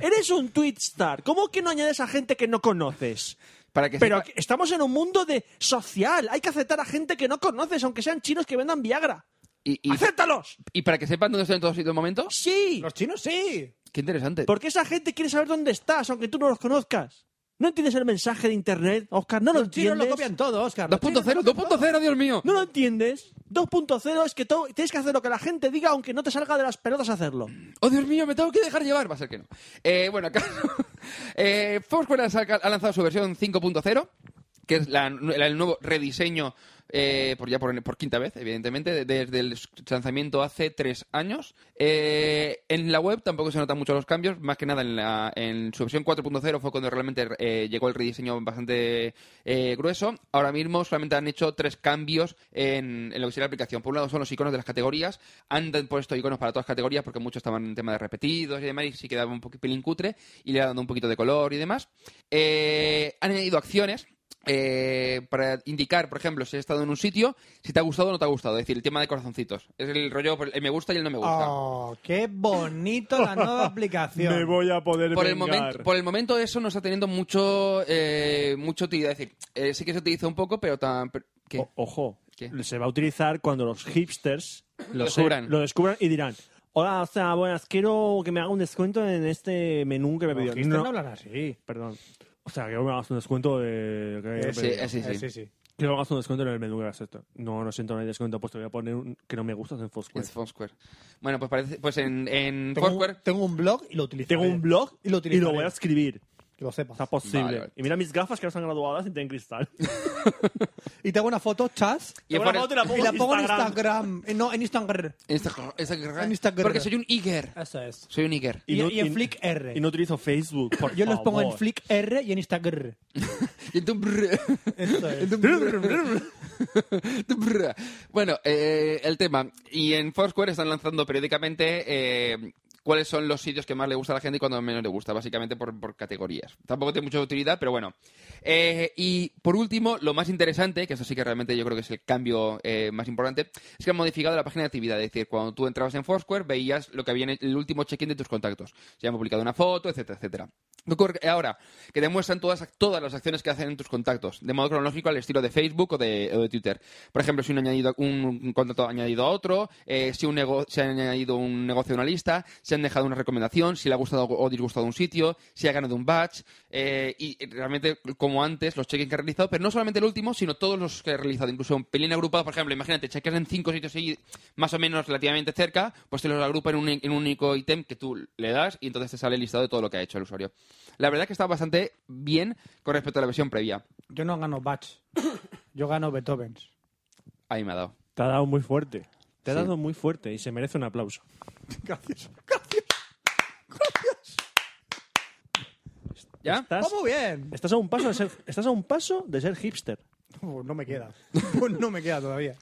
eres un tweet star. ¿Cómo que no añades a gente que no conoces?
Para que
Pero
sepa-
que- estamos en un mundo de social. Hay que aceptar a gente que no conoces, aunque sean chinos que vendan Viagra.
y, y-
¡Acéptalos!
y para que sepan dónde estoy en todos los momentos.
¡Sí!
Los chinos sí.
Qué interesante.
Porque esa gente quiere saber dónde estás, aunque tú no los conozcas. ¿No entiendes el mensaje de Internet, Oscar? ¿No lo
Los chinos lo
entiendes?
copian todo, Oscar. Los chinos
2.0,
lo copian todo.
2.0, Dios mío.
¿No lo entiendes? 2.0 es que to- tienes que hacer lo que la gente diga, aunque no te salga de las pelotas hacerlo.
Oh, Dios mío, me tengo que dejar llevar. Va a ser que no. Eh, bueno, acá. eh, Foursquare ha saca- ha lanzado su versión 5.0, que es la- la- el nuevo rediseño, eh, por ya por, por quinta vez, evidentemente, de- desde el lanzamiento hace tres años. Eh, en la web tampoco se notan mucho los cambios, más que nada en, la, en su versión 4.0 fue cuando realmente eh, llegó el rediseño bastante eh, grueso. Ahora mismo solamente han hecho tres cambios en, en lo que sería la aplicación. Por un lado son los iconos de las categorías. Han de- puesto iconos para todas las categorías porque muchos estaban en tema de repetidos y demás y sí quedaba un poquito pelín cutre y le han dado un poquito de color y demás. Eh, han añadido acciones. eh, para indicar, por ejemplo, si has estado en un sitio, si te ha gustado o no te ha gustado. Es decir, el tema de corazoncitos. Es el rollo, por el me gusta y el no me gusta.
Oh, qué bonito la nueva aplicación.
a poder
Por el, momento, por el momento eso no está teniendo mucho eh, mucha utilidad. Es decir, eh, sí que se utiliza un poco, pero tan... pero- ¿qué?
O- ojo,
¿Qué?
se va a utilizar cuando los hipsters
Lo
se-
descubran.
lo descubran y dirán. Hola, o sea, buenas, quiero que me haga un descuento en este menú que me pidió.
Los hipsters no hablan así.
Perdón. O sea, quiero que me hagas un descuento de... que-
Sí, eh, sí, sí.
Eh, sí, sí.
Quiero que me hagas un descuento en el menú que hagas esto. No, no siento, no hay descuento, pues te voy a poner un- que no me gustas en Foursquare.
Es Foursquare. Bueno, pues parece, pues en, en
Tengo,
Foursquare
un, tengo un blog y lo utilizo.
Tengo un blog
Y lo
y
utilizaré.
lo voy a escribir.
Que lo sepas.
Está posible.
Vale, vale.
Y mira mis gafas que no están graduadas y tienen cristal.
y te hago una foto, chas.
Y
Tengo una
Forest-
foto y la pongo
Y la
en
pongo en
Instagram.
Instagram. Eh, No, en Instagram.
Instagram- Instagram.
En Instagram.
Porque soy un Iger.
Eso es.
Soy un Iger.
Y,
Y no-
y en
y-
Flick R.
Y no utilizo Facebook, por
Yo los pongo en
favor.
Flick R y en Instagram.
Y tú, brr.
Eso es.
bueno, eh, el tema. Y en Foursquare están lanzando periódicamente eh, cuáles son los sitios que más le gusta a la gente y cuándo menos le gusta, básicamente por, por categorías. Tampoco tiene mucha utilidad, pero bueno. Eh, y por último, lo más interesante, que eso sí que realmente yo creo que es el cambio eh, más importante, es que han modificado la página de actividad. Es decir, cuando tú entrabas en Foursquare, veías lo que había en el- el último check-in de tus contactos. Se han publicado una foto, etcétera, etcétera. ¿Qué ocurre Ahora, que te muestran todas, todas las acciones que hacen en tus contactos, de modo cronológico al estilo de Facebook o de, o de Twitter. Por ejemplo, si un, añadido, un, un contacto ha añadido a otro, eh, si un nego- se ha añadido un negocio a una lista, si han dejado una recomendación, si le ha gustado o disgustado un sitio, si ha ganado un batch, eh, y realmente como antes los check-ins que ha realizado, pero no solamente el último, sino todos los que ha realizado, incluso un pelín agrupado, por ejemplo, imagínate, cheques en cinco sitios ahí, más o menos relativamente cerca, pues te los agrupa en un, en un único ítem que tú le das y entonces te sale el listado de todo lo que ha hecho el usuario. La verdad que está bastante bien con respecto a la versión previa.
Yo no gano Batch. Yo gano Beethoven's.
Ahí me ha dado.
Te ha dado muy fuerte. Te ha
Sí.
dado muy fuerte y se merece un aplauso.
Gracias.
¿Ya?
Estás,
¡Va muy bien!
estás a un paso de ser, estás a un paso de ser hipster.
Pues no me queda. Pues no me queda todavía.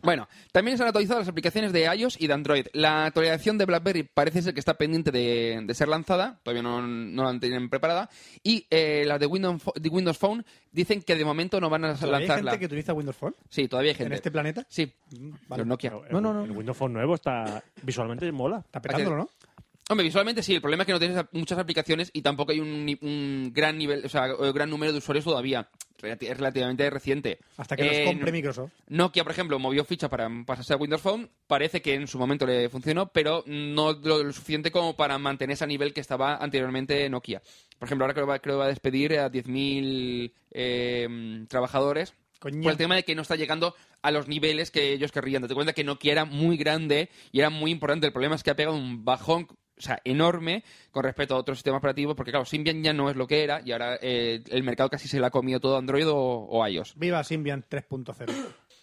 Bueno, también se han actualizado las aplicaciones de iOS y de Android. La actualización de BlackBerry parece ser que está pendiente de, de ser lanzada, todavía no, no la tienen preparada, y eh, las de Windows, Pho- de Windows Phone dicen que de momento no van a
¿Hay
lanzarla.
gente que utiliza Windows Phone
Sí, todavía hay
en
gente.
este planeta?
Sí,
vale.
los Nokia.
No, no, no.
El Windows Phone nuevo está visualmente mola.
Está petándolo, ¿no?
Hombre, visualmente sí, el problema es que no tienes muchas aplicaciones y tampoco hay un, ni- un gran nivel, o sea, eh, gran número de usuarios todavía. Relati- Es relativamente reciente.
Hasta que los
Eh,
compre Microsoft.
Nokia, por ejemplo, movió ficha para pasarse a Windows Phone. Parece que en su momento le funcionó, pero no lo, lo suficiente como para mantenerse a nivel que estaba anteriormente Nokia. Por ejemplo, ahora creo, va- creo que va a despedir a 10.000 eh, trabajadores.
Coño.
Por Pues el tema de que no está llegando a los niveles que ellos querrían. Date cuenta que Nokia era muy grande y era muy importante. El problema es que ha pegado un bajón o sea, enorme con respecto a otros sistemas operativos, porque claro, Symbian ya no es lo que era y ahora eh, el mercado casi se lo ha comido todo Android o- o iOS.
Viva Symbian 3.0.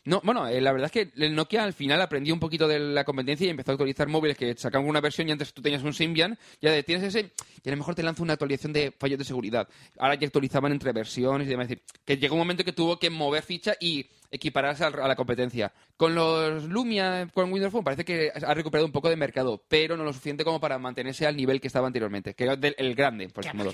No, bueno, eh, la verdad es que el Nokia al final aprendió un poquito de la competencia y empezó a actualizar móviles que sacaban una versión y antes tú tenías un Symbian, ya de tienes ese y a lo mejor te lanza una actualización de fallos de seguridad. Ahora ya actualizaban entre versiones y demás. Es decir, que llegó un momento que tuvo que mover ficha y equipararse al- a la competencia. Con los Lumia, con Windows Phone, parece que ha recuperado un poco de mercado, pero no lo suficiente como para mantenerse al nivel que estaba anteriormente, que era del- el grande, por ese modo.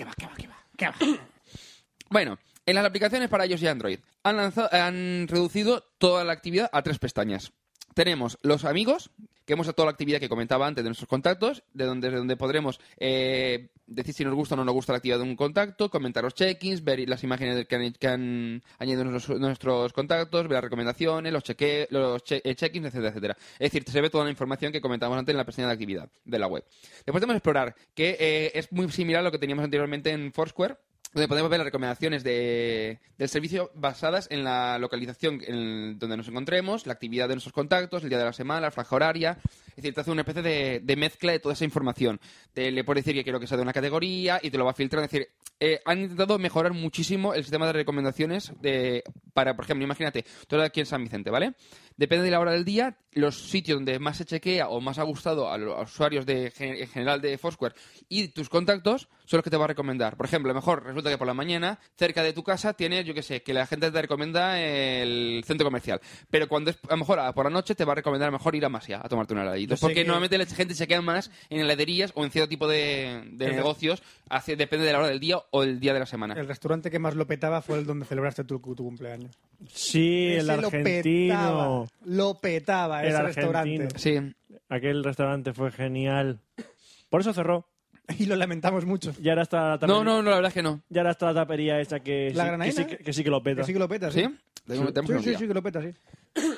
Bueno, en las aplicaciones para iOS y Android han, lanzado- han reducido toda la actividad a tres pestañas. Tenemos los amigos, que hemos toda la actividad que comentaba antes de nuestros contactos, de donde, de donde podremos eh, decir si nos gusta o no nos gusta la actividad de un contacto, comentar los check-ins, ver las imágenes que han, que han añadido nuestros, nuestros contactos, ver las recomendaciones, los, cheque, los che- eh, check-ins, etcétera, etcétera. Es decir, se ve toda la información que comentábamos antes en la pestaña de actividad de la web. Después tenemos explorar, que eh, es muy similar a lo que teníamos anteriormente en Foursquare, donde podemos ver las recomendaciones de- del servicio basadas en la localización en donde nos encontremos, la actividad de nuestros contactos, el día de la semana, la franja horaria. Es decir, te hace una especie de, de mezcla de toda esa información. Te, le puedes decir que quiero que sea de una categoría y te lo va a filtrar. Es decir, eh, han intentado mejorar muchísimo el sistema de recomendaciones de, para, por ejemplo, imagínate, tú eres aquí en San Vicente, ¿vale? Depende de la hora del día, los sitios donde más se chequea o más ha gustado a los usuarios de, gen- en general de Foursquare y tus contactos son los que te va a recomendar. Por ejemplo, a lo mejor resulta que por la mañana, cerca de tu casa, tienes, yo qué sé, que la gente te recomienda el centro comercial. Pero cuando es, a lo mejor a- por la noche, te va a recomendar a lo mejor ir a Masia a tomarte una heladito.
Yo sé
Porque
que-
normalmente la gente se queda más en heladerías o en cierto tipo de, de
Entonces-
negocios, hace- depende de la hora del día o el día de la semana.
El restaurante que más lo petaba fue el donde celebraste tu, tu cumpleaños.
Sí, el
Ese lo
argentino.
petaba, Lo petaba
El
ese
argentino.
restaurante.
Sí.
Aquel restaurante fue genial. Por eso cerró.
Y lo lamentamos mucho.
Y ahora está la tapería.
No, no, no, la verdad es que no.
Y ahora está la tapería esa que,
¿La
sí- que
granaína?
sí, que, que sí que lo peta.
Que sí que lo peta,
¿Sí?
sí.
Tenemos- tenemos
Sí,
un
sí,
día.
sí, que lo peta, sí.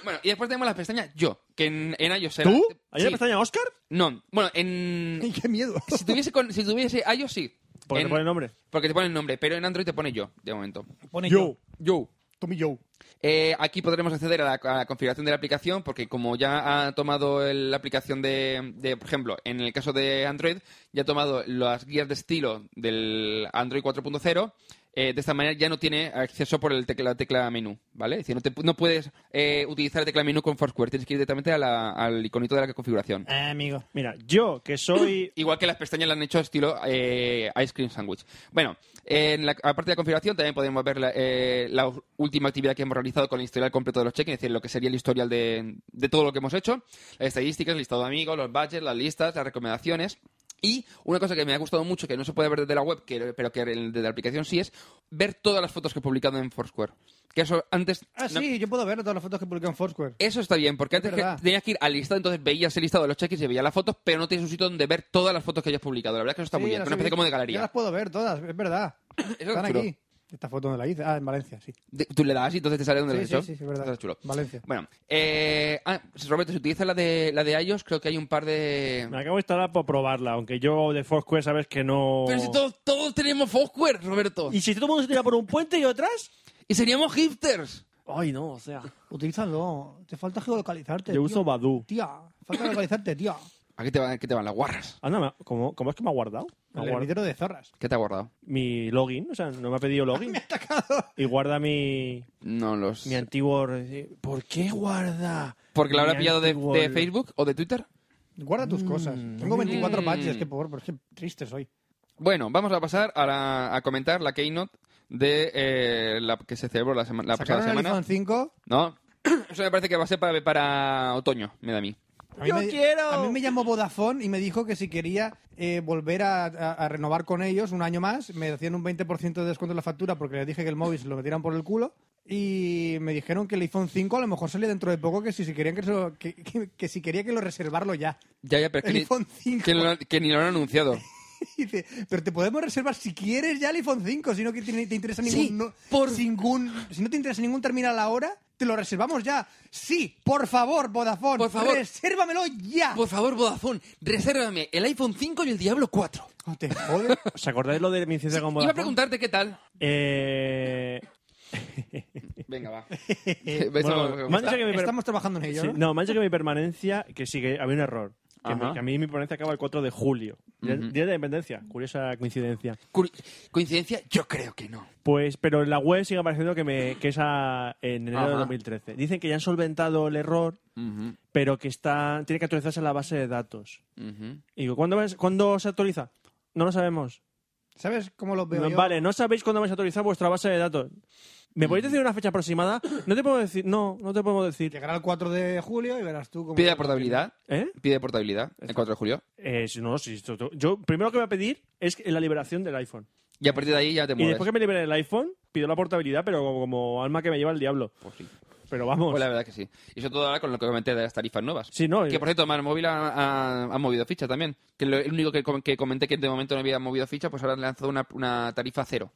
Bueno, y después tenemos las pestañas Yo, que en, en iOS era-
¿Tú? ¿Hay una
Sí.
pestaña Oscar?
No, bueno, en...
Y qué miedo.
si, tuviese con- si tuviese iOS, sí.
Porque
En-
te pone el nombre.
Porque te pone el nombre, pero en Android te pone yo, de momento.
Pone
Yo.
Yo.
Tommy Joe.
Eh, aquí podremos acceder a la, a la configuración de la aplicación porque como ya ha tomado el- la aplicación de, de, por ejemplo, en el caso de Android, ya ha tomado las guías de estilo del Android 4.0. eh, de esta manera ya no tiene acceso por el tecla, la tecla menú, ¿vale? Es decir, no, te pu- no puedes eh, utilizar la tecla menú con Foursquare, tienes que ir directamente a la- al iconito de la configuración.
Eh, amigo. Mira, yo que soy.
Igual que las pestañas las han hecho estilo eh, Ice Cream Sandwich. Bueno, en la, aparte de la configuración también podemos ver la, eh, la última actividad que hemos realizado con el historial completo de los check-ins, es decir, lo que sería el historial de, de todo lo que hemos hecho, las estadísticas, el listado de amigos, los badges, las listas, las recomendaciones. Y una cosa que me ha gustado mucho, que no se puede ver desde la web, que- pero que desde la aplicación sí es, ver todas las fotos que he publicado en Foursquare. Que eso antes...
Ah,
no- Eh,
sí, yo puedo ver todas las fotos que publicó en Foursquare.
eso está bien, porque antes que
verdad.
tenías que ir al listado, entonces veías el listado de los check-ins y veías las fotos, pero no tienes un sitio donde ver todas las fotos que hayas publicado. La verdad es que eso está muy
Sí,
bien,
las
una
he
especie
visto.
como de
Yo las
galería.
puedo ver todas, es verdad.
Eso
Están
es chulo.
aquí. Esta foto donde la hice. Ah, en Valencia, sí.
De- Tú le das y entonces te sale donde
Sí,
lo has hecho.
sí, sí, sí, es verdad.
Eso está chulo.
Valencia.
Bueno, eh, ah, Roberto, si utiliza la de, la de iOS, creo que hay un par de...
Me acabo de instalar por probarla, aunque yo de Foursquare sabes que no.
Pero si todos, todos tenemos Foursquare, Roberto.
¿Y si todo el mundo se tira por un puente y otras?
Y seríamos hipsters.
Ay, no, o sea.
Utilízalo. Te falta geolocalizarte.
Yo
tío.
uso Badu.
Tía, falta localizarte, tía.
¿A qué te, van, qué te van las guarras?
Anda, me- ¿cómo, cómo es que me ha guardado? Me ha
El
guardado
hervidero de zorras.
¿Qué te ha guardado?
mi login, o sea, no me ha pedido login.
Ah, Atacado.
Y guarda mi,
No los...
mi antiguo. eh, ¿Por qué guarda?
¿Porque la
mi
habrá pillado de,
antiguo-
de Facebook o de Twitter?
Guarda tus cosas. Tengo 24
Mm.
patches, que por, por qué triste soy.
Bueno, vamos a pasar a, la- a comentar la keynote de eh, la que se celebró la, sema- la pasada
Sacaron el
semana.
iPhone 5.
No, eso me parece que va a ser para, para otoño, me da a mí.
A mí
¡Yo
me-
quiero!
A mí me llamó Vodafone y me dijo que si quería eh, volver a, a- a renovar con ellos un año más, me hacían un 20% de descuento en la factura porque les dije que el móvil se lo metieran por el culo. Y me dijeron que el iPhone 5 a lo mejor salía dentro de poco, que si, si querían que, se lo- que, que- que si quería que lo reservarlo ya.
Ya, ya, pero es
El
que,
iPhone
ni,
5.
que lo- que ni lo han anunciado.
Y dice, pero te podemos reservar si quieres ya el iPhone 5, si no que tiene- te interesa ningún, no, ningún- si no te interesa ningún terminal ahora, te lo reservamos ya. Sí, por favor, Vodafone,
Por favor.
resérvamelo ya.
Por favor, Vodafone, resérvame el iPhone 5 y el Diablo 4.
No te jodes.
¿Os acordáis lo de mi ciencia con
Iba a
Vodafone?
preguntarte qué tal.
Eh,
Venga, va.
bueno, me han dicho que mi per-
Estamos trabajando en ello,
sí,
¿no?
no, me han dicho que mi permanencia, que sí, que había un error. Que,
Ajá.
mi- que a mí mi permanencia acaba el 4 de julio, Día- Día de la Independencia. Curiosa coincidencia.
Cur- ¿Coincidencia? Yo creo que no.
Pues, pero en la web sigue apareciendo que, me, que es a- en enero de
Ajá.
2013. Dicen que ya han solventado el error,
Ujú,
pero que está, tiene que actualizarse la base de datos.
ujú.
Y digo, ¿cuándo, vais- ¿cuándo se actualiza? No lo sabemos.
¿Sabes cómo lo veo
No,
yo?
vale, no sabéis cuándo vais a actualizar vuestra base de datos. ¿Me
Mm.
podéis decir una fecha aproximada? No te puedo decir, no, no te puedo decir.
Llegará el 4 de julio y verás tú cómo...
Pide portabilidad.
¿Eh?
Pide portabilidad el 4 de julio.
Eh, si no, si esto- yo primero que voy a pedir es la liberación del iPhone.
Y a partir de ahí ya te
Y
mueves.
después que me liberen el iPhone, pido la portabilidad, pero como, como alma que me lleva el diablo.
Pues sí.
Pero vamos.
Pues la verdad que sí. Y sobre todo ahora con lo que comenté de las tarifas nuevas.
Sí, no,
Que por cierto, Mar Móvil ha, ha- ha movido ficha también. Que lo, el único que, com- que comenté que de momento no había movido ficha, pues ahora han lanzado una, una tarifa cero.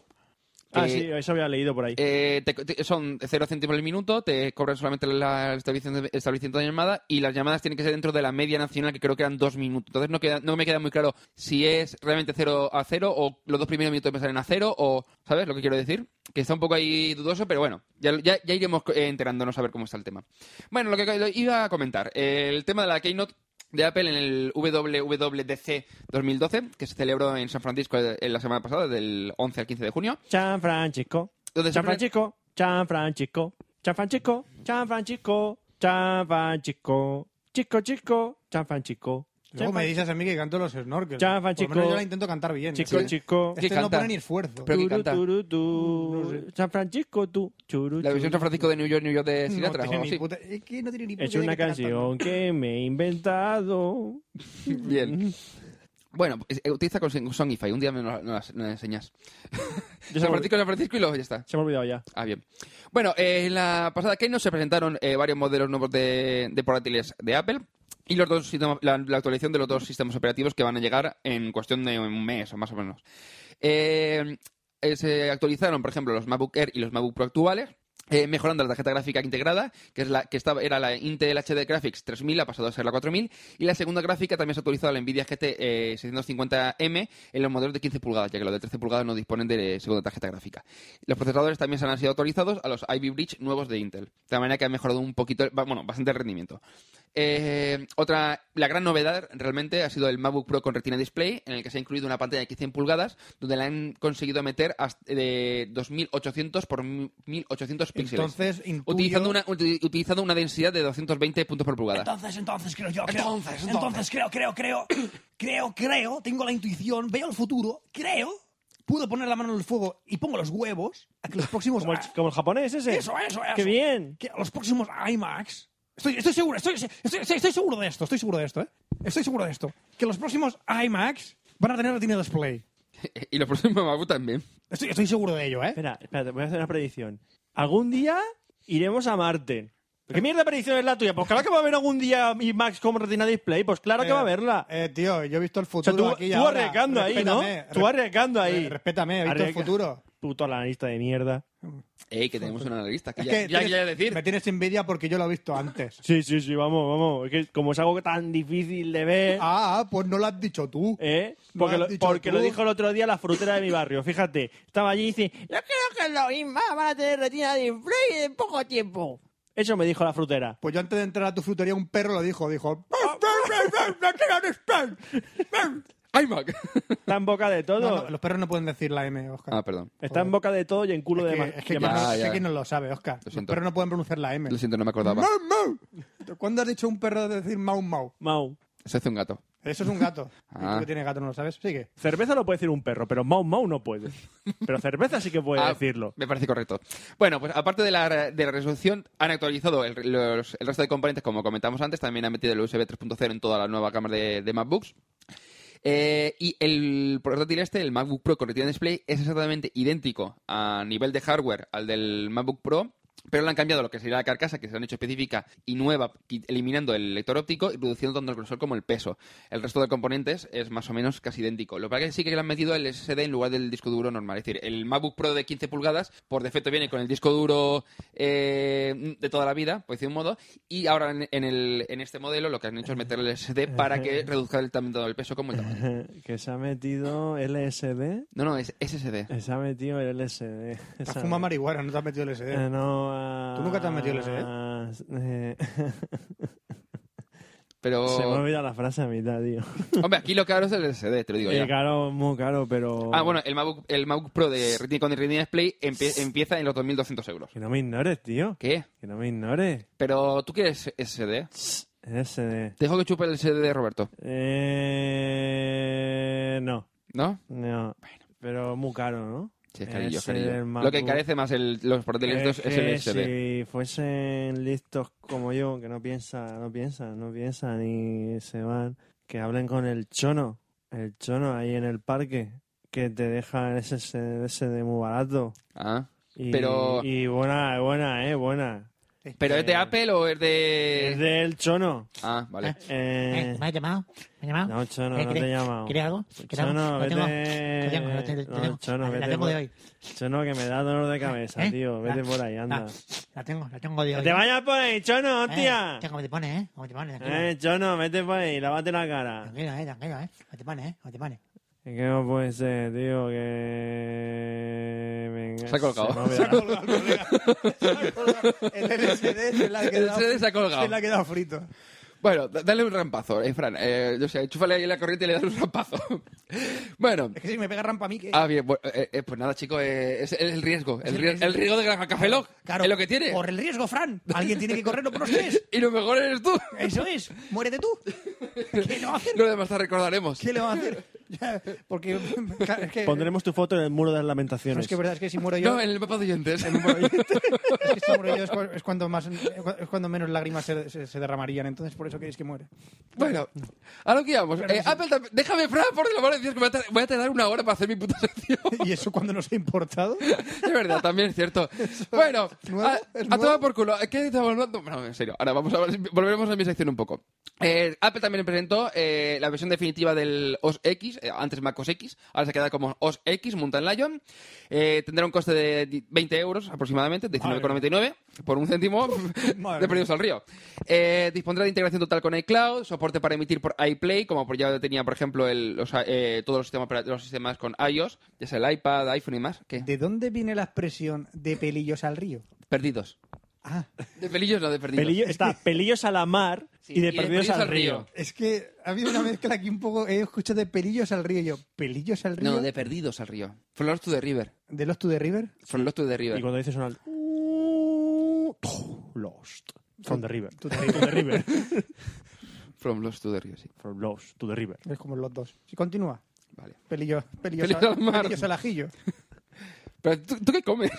ah,
Eh,
sí, eso había leído por ahí.
eh, te- te- son cero céntimos el minuto, te cobran solamente la el establecimiento, establecimiento de llamada y las llamadas tienen que ser dentro de la media nacional, que creo que eran dos minutos. Entonces no, queda, no me queda muy claro si es realmente cero a cero o los dos primeros minutos me salen a cero o, ¿sabes lo que quiero decir? Que está un poco ahí dudoso, pero bueno, ya, ya, ya iremos eh, enterándonos a ver cómo está el tema. Bueno, lo que lo iba a comentar, el tema de la Keynote de Apple en el WWDC 2012, que se celebró en San Francisco eh, en la semana pasada, del 11 al 15 de junio.
San Francisco.
Donde
San
siempre-
Francisco. San Francisco. San Francisco. San Francisco. San Francisco. Chico, chico. San Francisco.
Luego me dices a mí que canto los snorkels.
Chafa,
Por lo
chico.
menos yo la intento cantar bien.
Chico,
Sí.
chico.
Este
¿Qué
no
canta?
pone ni esfuerzo.
Pero- que
Turu,
canta.
turu, tu. San Francisco, tú. Churu,
La versión
churu.
San Francisco de New York, New York de
no
Sinatra. o
tiene
algo
ni
así.
puta- Es que no tiene ni puta
Es
idea
una
que está cantando.
canción que me he inventado.
Bien. Bueno, pues, eh, utiliza con Song- Songify. Un día me lo, no las- no las enseñas.
Ya se,
San
me
Francisco, San Francisco y luego ya está.
olvi- se me ha olvidado ya.
Ah, bien. Bueno, eh, en la pasada Keynote se presentaron eh, varios modelos nuevos de, de portátiles de Apple y los dos sistemas- la, la actualización de los dos sistemas operativos que van a llegar en cuestión de un mes o más o menos. Eh, eh, se actualizaron, por ejemplo, los MacBook Air y los MacBook Pro actuales. eh, mejorando la tarjeta gráfica integrada, que es la que estaba era la Intel HD Graphics 3000, ha pasado a ser la 4000, y la segunda gráfica también se ha actualizado la Nvidia GT eh, 650M en los modelos de 15 pulgadas, ya que los de 13 pulgadas no disponen de eh, segunda tarjeta gráfica. Los procesadores también se han sido actualizados a los Ivy Bridge nuevos de Intel, de tal manera que han mejorado un poquito, va- bueno, bastante el rendimiento. Eh, otra, la gran novedad realmente ha sido el MacBook Pro con Retina Display, en el que se ha incluido una pantalla de 15 pulgadas, donde le han conseguido meter hasta- eh, de 2800 por 1800 píxeles.
Entonces, intuyo-
Utilizando una, uti- utilizando una densidad de 220 puntos por pulgada.
Entonces, entonces creo yo. Creo, entonces, creo, creo, creo. Creo, creo. Tengo la intuición. Veo el futuro. Creo. Puedo poner la mano en el fuego y pongo los huevos a que los
Pues,
próximos.
ah.
Como el, como el japonés ese.
Eso, eso, eso.
¡Qué bien!
Que a los próximos IMAX. Estoy, estoy seguro, estoy, estoy, estoy- estoy seguro de esto, estoy seguro de esto, ¿eh? Estoy seguro de esto. Que los próximos IMAX van a tener Retina Display.
Y los próximos Mabu también.
Estoy, estoy seguro de ello, ¿eh?
Espera, espérate, voy a hacer una predicción. Algún día iremos a Marte. ¿Qué mierda de predicción es la tuya? Pues claro que va a haber algún día mi Max con retina display. Pues claro que va a haberla.
Eh, tío, yo he visto el
O sea,
futuro
tú,
aquí y
tú
ahora.
arriesgando ahí, ¿no?
Respétame,
Tú
re-
arriesgando ahí.
re- Respétame, he visto
Arriesga.
el futuro.
Puto analista de mierda.
Ey, que tenemos una analista. Que
Es
ya, ya
que tienes-
quería decir.
Me tienes envidia porque yo lo he visto antes.
Sí, sí, sí, vamos, vamos. Es que como es algo tan difícil de ver,
Ah, ah, pues no lo has dicho tú.
¿eh?
Lo
Porque,
has
lo,
dicho
porque
tú.
lo dijo el otro día la frutera de mi barrio, fíjate. Estaba allí y dice, yo creo que los IMAX van a tener retina display en poco tiempo. Eso me dijo la frutera.
Pues yo antes de entrar a tu frutería, un perro lo dijo. Dijo,
¡Ay, Mac!
Está en boca de todo.
No, no, los perros no pueden decir la M, Oscar.
ah, perdón.
Está en boca de todo y en culo
es
de
que,
ma-
es que
de
ya
ma-
no-
Ah,
es
ya.
que quién no lo sabe, Oscar. Los
siento.
perros no pueden pronunciar la M.
Lo siento, no me acordaba.
Mau, mau. ¿Cuándo has dicho un perro de decir mau, mau?
Mau.
Se hace un gato.
Eso es un gato.
Ah.
Tú que tienes gato no lo sabes. Sigue.
Cerveza lo puede decir un perro, pero Mau Mau no puede. Pero cerveza sí que puede
Ah,
decirlo.
Me parece correcto. Bueno, pues aparte de la, de la resolución, han actualizado el, los- el resto de componentes, como comentamos antes. También han metido el USB 3.0 en toda la nueva cámara de, de MacBooks. Eh, y el portátil este, el MacBook Pro con Retina Display, es exactamente idéntico a nivel de hardware al del MacBook Pro, pero le han cambiado lo que sería la carcasa, que se han hecho específica y nueva, qui- eliminando el lector óptico y reduciendo tanto el grosor como el peso. El resto de componentes es más o menos casi idéntico. Lo que pasa es que sí que le han metido el SSD en lugar del disco duro normal. Es decir, el MacBook Pro de 15 pulgadas, por defecto viene con el disco duro eh, de toda la vida, por decir un modo, y ahora en, en el, en este modelo lo que han hecho es meter el SSD para que reduzca el, tanto el peso como el tamaño.
Que se ha metido LSD.
No, no, es SSD.
Se ha metido el LSD.
Te has fumado marihuana, no te has metido el
Eh.
SD.
no, ah,
¿Tú nunca te has metido
LSD?
Oh.
Pero.
Se me ha olvidado la frase a mitad, tío.
Hombre, aquí lo caro es el SD, te lo digo
Eh,
ya.
caro, muy caro, pero...
Ah, bueno, el MacBook, el MacBook Pro de Retina con Retina Display empie- empieza en los 2.200 euros.
Que no me ignores, tío.
¿Qué?
Que no me ignores.
Pero tú quieres SD.
LSD.
Te dejo que chupe el SD de Roberto,
Eh... No.
¿no?
No. Pero muy caro, ¿no?
Sí, es carillo, es
Ese
carillo.
del
Lo que
MacBook.
encarece más el- los portátiles
Es
estos es
que
el SD.
Si fuesen listos como yo, que no piensan, no piensan, no piensan y se van, que hablen con el chono, el chono ahí en el parque, que te deja ese SD muy barato.
Ah.
Y,
Pero-
y buena, buena, eh, buena.
¿Pero es de Apple o es de...?
Es del chono.
Ah, vale.
Eh,
¿Me has llamado? ¿Me has llamado?
no, chono,
Eh,
no te he
¿quieres-
llamado.
¿Quieres algo? ¿Quieres algo?
Pues Chono,
Lo
vete.
tengo. Lo tengo, lo tengo, lo
No,
tengo.
Chono,
La- la
vete
tengo de
por-
hoy.
Chono, que me da dolor de cabeza,
¿Eh?
tío. Vete
La-
por ahí, anda.
La, la tengo, la tengo de
¡Que
hoy.
te vayas por ahí, chono,
Eh,
hostia!
hostia, ¿Cómo te pones, eh? ¿Cómo te pones? Tranquilo,
Eh, Chono, vete por ahí, lávate la cara.
tranquilo, eh, tranquilo, eh. ¿Cómo te pones, eh? ¿Cómo te pones?
Es que no puede ser, tío, que... Venga,
Se ha colgado.
me ha olvidado.
Se ha colgado el colega. Se ha colgado. El LSD se le ha quedado,
LSD se ha colgado.
se le ha quedado frito.
Bueno, da- dale un rampazo, eh, Fran. Eh, o sea, enchúfale ahí la corriente y le das un rampazo. bueno.
Es que si me pega rampa a mí, ¿qué?
Ah, bien. bueno, eh, eh, pues nada, chicos, eh, es el riesgo. El, ries- el riesgo de Granja Café Lock.
Claro.
Es lo que tiene.
Corre el riesgo, Fran. Alguien tiene que correrlo por los tres.
Y lo mejor eres tú.
Eso es. Muérete tú. ¿Qué no hacer?
Lo demás te recordaremos.
¿Qué le va a hacer? Ya, Porque claro, es que,
Pondremos tu foto en el muro de las
no,
lamentaciones.
es que es verdad es que si muero yo,
No, en el mapa de oyentes.
es que si muero yo es, cu- es cuando más es cuando menos lágrimas se, se- se derramarían, entonces por eso queréis que muere.
bueno, a lo que íbamos. Eh, Apple también- Déjame, Fran, por el amor de Dios, que voy a, tar- voy a tardar una hora para hacer mi puta sección.
Y eso cuando nos ha importado.
Es verdad, también es cierto. Bueno,
nuevo,
a,
es
a
nuevo.
tomar por culo. ¿Qué estamos hablando? Bueno, en serio. Ahora vamos a volveremos a mi sección un poco. Eh, Apple también presentó eh, la versión definitiva del OS X eh, antes Mac OS X, ahora se queda como OS X, Mountain Lion. Eh, tendrá un coste de di- 20 euros aproximadamente, 19,99 por un céntimo de perdidos al río. Eh, dispondrá de integración total con iCloud, soporte para emitir por iPlay, como por- ya tenía, por ejemplo, el- los, eh, todos los sistemas, opera- los sistemas con iOS, ya sea el iPad, iPhone y más. ¿Qué?
¿De dónde viene la expresión de pelillos al río?
Perdidos.
Ah,
De pelillos no, de perdidos.
Pelillo- está pelillos a la mar
Sí,
y de perdidos al río.
es que ha habido una mezcla aquí un poco. He escuchado de pelillos al río. y Yo, ¿pelillos al río?
No, de perdidos al río. From Lost to the River.
¿De Lost to the River?
From Lost to the River.
Y cuando dices un alto. Lost. From the river. To the river.
From Lost to the River, sí.
From lost to the river.
Es como los dos. Si continúa.
Vale.
Pelillos, pelillos,
Pelillos al
al,
mar.
pelillos al ajillo.
Pero ¿tú, tú qué comes?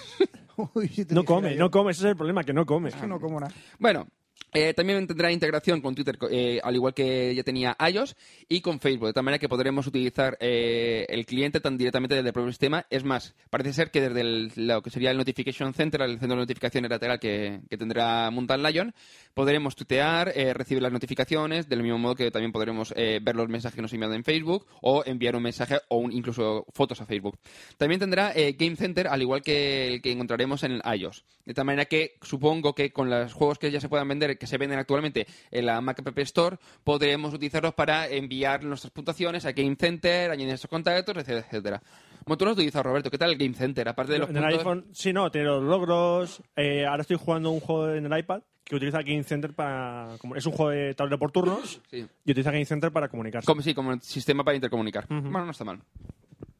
Uy, si te
No
dijera
come,
yo.
no come. Ese es el problema, que no come.
Es que no como nada.
bueno, eh, también tendrá integración con Twitter, co- eh, al igual que ya tenía iOS, y con Facebook, de tal manera que podremos utilizar eh, el cliente tan directamente desde el propio sistema. Es más, parece ser que desde el- lo que sería el Notification Center, el centro de notificaciones lateral que, que tendrá Mountain Lion, podremos tutear, eh, recibir las notificaciones, del mismo modo que también podremos eh, ver los mensajes que nos envían en Facebook o enviar un mensaje o un- incluso fotos a Facebook. También tendrá eh, Game Center, al igual que el que encontraremos en iOS. De tal manera que supongo que con los juegos que ya se puedan vender, que se venden actualmente en la Mac App Store, podremos utilizarlos para enviar nuestras puntuaciones a Game Center, añadir nuestros contactos, etcétera, etcétera. Como tú lo has utilizado, Roberto, ¿qué tal el Game Center? Aparte de los
en el
puntos-
iPhone, sí, no, tiene los logros. Eh, ahora estoy jugando un juego en el iPad que utiliza Game Center para. como- es un juego de tablero por turnos
Sí.
y utiliza Game Center para comunicarse.
Como, sí, como el sistema para intercomunicar. Bueno, no está mal.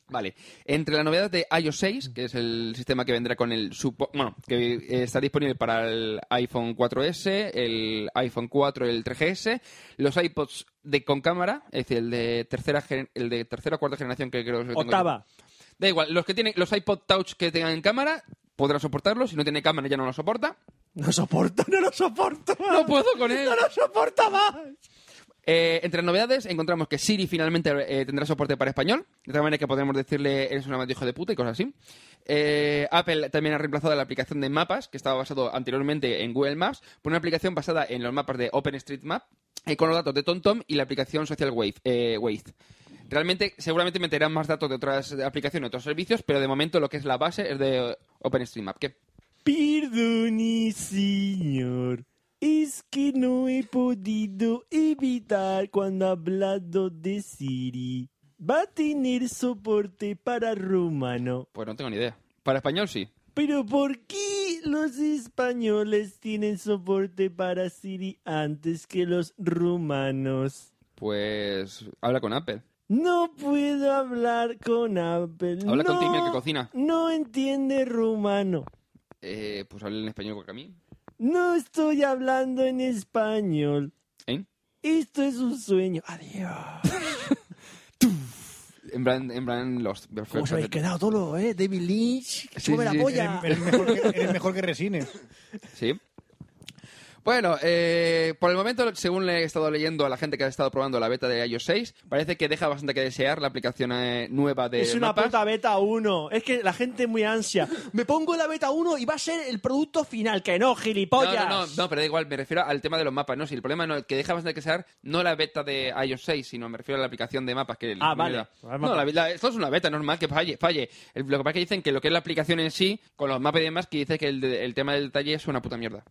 Vale. Entre las novedades de iOS 6, que es el sistema que vendrá con el... supo- Bueno, que eh, está disponible para el iPhone 4S, el iPhone 4, el 3GS, los iPods de con cámara, es decir, el de tercera gen- el de tercera o cuarta generación que creo que tengo yo.
Octava.
Da igual, los que tienen los iPod Touch que tengan cámara podrán soportarlo, si no tiene cámara ya no lo soporta.
No soporto, no lo soporto.
No puedo con él.
No lo soporto más.
Eh, entre las novedades encontramos que Siri finalmente eh, tendrá soporte para español, de tal manera que podremos decirle eres un amante hijo de puta y cosas así. Eh, Apple también ha reemplazado la aplicación de mapas, que estaba basado anteriormente en Google Maps, por una aplicación basada en los mapas de OpenStreetMap, eh, con los datos de TomTom y la aplicación Social Wave, eh, Waze. Realmente, seguramente meterán más datos de otras aplicaciones, otros servicios, pero de momento lo que es la base es de OpenStreetMap. ¿Qué?
Perdone, señor. Es que no he podido evitar cuando ha hablado de Siri. Va a tener soporte para rumano.
Pues no tengo ni idea. Para español sí.
Pero ¿por qué los españoles tienen soporte para Siri antes que los rumanos?
Pues habla con Apple.
No puedo hablar con Apple.
Habla con
no,
Timmy, el que cocina.
No entiende rumano.
Eh, pues habla en español igual que a mí.
No estoy hablando en español.
¿Eh?
Esto es un sueño. Adiós.
En plan, en plan Lost.
¿Cómo se habéis quedado todo, eh? David
Sí,
Lynch. Sube
sí,
la polla.
Eres mejor que, eres mejor que Resines.
Sí. Bueno, eh, por el momento, según le he estado leyendo a la gente que ha estado probando la beta de iOS 6, parece que deja bastante que desear la aplicación eh, nueva de
Es una
mapas.
puta beta 1. Es que la gente es muy ansia. Me pongo la beta 1 y va a ser el producto final. Que no,
No,
gilipollas.
no, no, no, pero da igual, me refiero al tema de los mapas, ¿no? Si el problema no, que deja bastante que desear, no la beta de iOS 6, sino me refiero a la aplicación de mapas. Que
Ah, vale.
No, la- la- esto es una beta, normal que falle. falle. El- lo que pasa es que dicen que lo que es la aplicación en sí, con los mapas y demás, que dice que el, de- el tema del detalle es una puta mierda.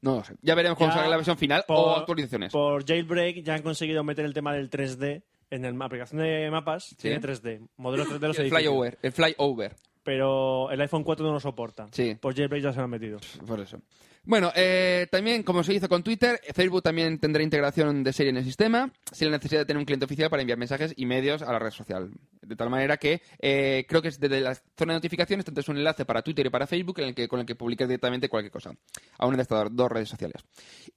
No lo sé. Ya veremos cuando
Ya,
salga la versión final o
por-
actualizaciones.
Por jailbreak ya han conseguido meter el tema del 3D en el- la aplicación de mapas. Tiene 3D, modelo 3D de los
el
edificios.
flyover, el flyover.
Pero el iPhone 4 no lo soporta.
Sí.
Por jailbreak ya se lo han metido.
Pues, Por eso. Bueno, eh, también, como se hizo con Twitter, Facebook también tendrá integración de serie en el sistema, sin la necesidad de tener un cliente oficial para enviar mensajes y medios a la red social. De tal manera que eh, creo que es desde la zona de notificaciones tendrás un enlace para Twitter y para Facebook en el que, con el que publicas directamente cualquier cosa a una de estas dos redes sociales.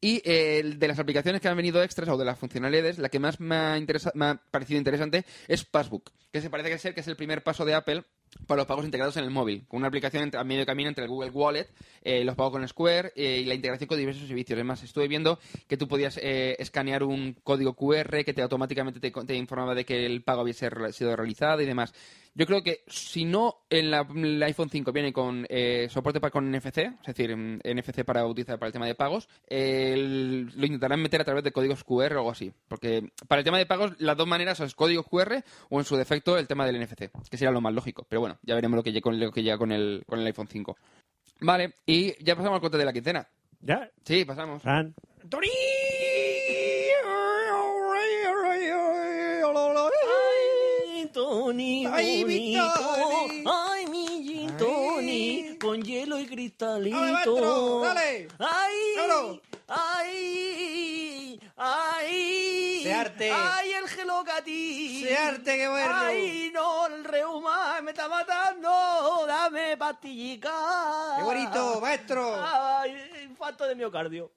Y eh, de las aplicaciones que han venido extras o de las funcionalidades, la que más me ha, interesa- me ha parecido interesante es Passbook, que se parece que ser que es el primer paso de Apple para los pagos integrados en el móvil, con una aplicación entre- a medio camino entre el Google Wallet, eh, los pagos con Square eh, y la integración con diversos servicios. Además, estuve viendo que tú podías eh, escanear un código QR que te automáticamente te, te informaba de que el pago había ser- sido realizado y demás. Yo creo que si no en la, el iPhone 5 viene con eh, soporte para, con NFC, es decir, mm, NFC para utilizar para el tema de pagos, eh, el- lo intentarán meter a través de códigos QR o algo así. Porque para el tema de pagos, las dos maneras es código QR o en su defecto el tema del NFC, que sería lo más lógico. Pero bueno, ya veremos lo que llega con, lo que llega con, el, con el iPhone 5. Vale, y ya pasamos al corte de la quincena.
¿Ya?
Sí, pasamos.
Fran. Tony,
Ay, mi Tony.
Ay, mi gin
Tony,
Con hielo y cristalito.
Dale, maestro, dale.
Ay,
Claro.
ay, ay.
De arte.
Ay, el gelocatín.
¡Qué arte, qué bueno!
Ay, no, el reuma me está matando. Dame pastillica.
¡Qué bonito, maestro!
Ah.
Ay, infarto de miocardio.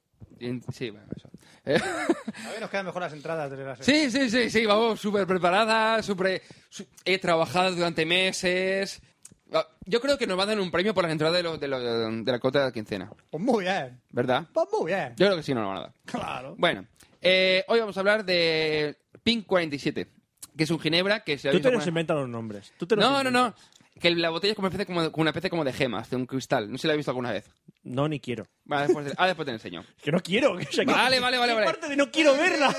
Sí, bueno, eso. Eh,
A ver, nos quedan mejor las entradas de la
Sí, sí, sí, sí, vamos, súper preparada, súper... su- He trabajado durante meses... Ah, Yo creo que nos van a dar un premio por las entradas de, los- de, los- de la cota de la quincena,
Pues muy bien.
¿verdad?
Pues muy bien.
Yo creo que sí, no nos van a dar.
Claro.
Bueno, eh, hoy vamos a hablar de Pink 47, que es un ginebra que se...
Tú
realiza
te los
con-
inventas los nombres. Tú te los
No, no, no.
inventas.
Que la botella es como, una especie como, como una especie como de gemas, de un cristal. No sé si la he visto alguna vez.
No, ni quiero.
Vale, después te- ah, después te la enseño.
Que no quiero. que- o sea, que-
Vale, vale, vale,
que
vale.
parte de no quiero verla.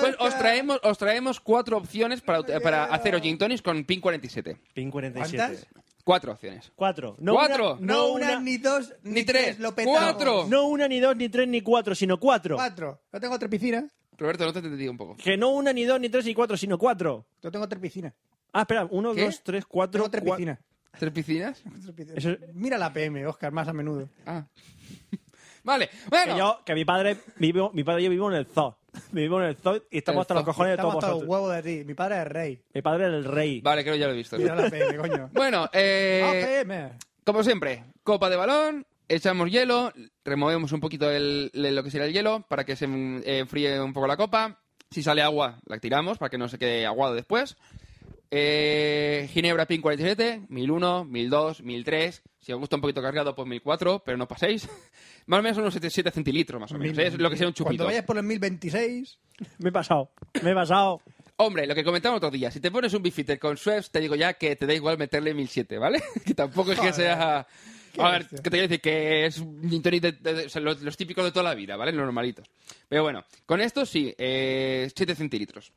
Pues os traemos, os traemos cuatro opciones para, eh, para hacer gin tonics con Pink 47.
Pin 47.
Cuatro opciones.
Cuatro. No
Cuatro.
Una, no, una,
ni dos,
Ni tres. cuatro.
no una, ni dos, ni tres, ni cuatro, sino cuatro.
Cuatro. Yo tengo tres piscinas.
Roberto, no te he entendido un poco.
Que no una, ni dos, ni tres, ni cuatro, sino cuatro.
Yo tengo tres piscinas.
Ah, espera. Uno,
¿Qué?
dos, tres, cuatro.
Tengo tres
cua-
piscinas.
¿Tres piscinas?
Tres piscinas.
Eso es-
Mira la PM, Oscar, más a menudo.
Ah. Vale,
Que,
bueno.
yo, que mi padre vivo, mi padre y yo vivimos en el zoo. Vivimos en el zoo y
El
estamos hasta los
zoo.
cojones de todos
Estamos hasta los
vosotros.
huevos de ti. Mi padre es rey.
Mi padre era el rey.
Vale, creo que ya lo he visto.
Mira la PM, coño. Ah,
Bueno, eh,
APM.
como siempre, copa de balón, echamos hielo, removemos un poquito el, el- lo que será el hielo para que se mm, eh, enfríe un poco la copa. Si sale agua, la tiramos para que no se quede aguado después. Eh, Ginebra Pin 47, 1001, 1002, 1003. Si os gusta un poquito cargado, pues 1004, pero no paséis. más o menos unos 7, centilitros, más o menos. ¿eh? Es lo que sea un chupito.
Cuando vayas por el 1026,
Me he pasado. Me he pasado.
Hombre, lo que comentamos otro día, si te pones un bifitter con Schweppes, te digo ya que te da igual meterle 1007, ¿vale? que tampoco es que sea... A ver, que te quiero decir que es un gin tonic de- de- de- o sea, los, los típicos de toda la vida, ¿vale? Los normalitos. Pero bueno, con esto sí, eh, 7 centilitros.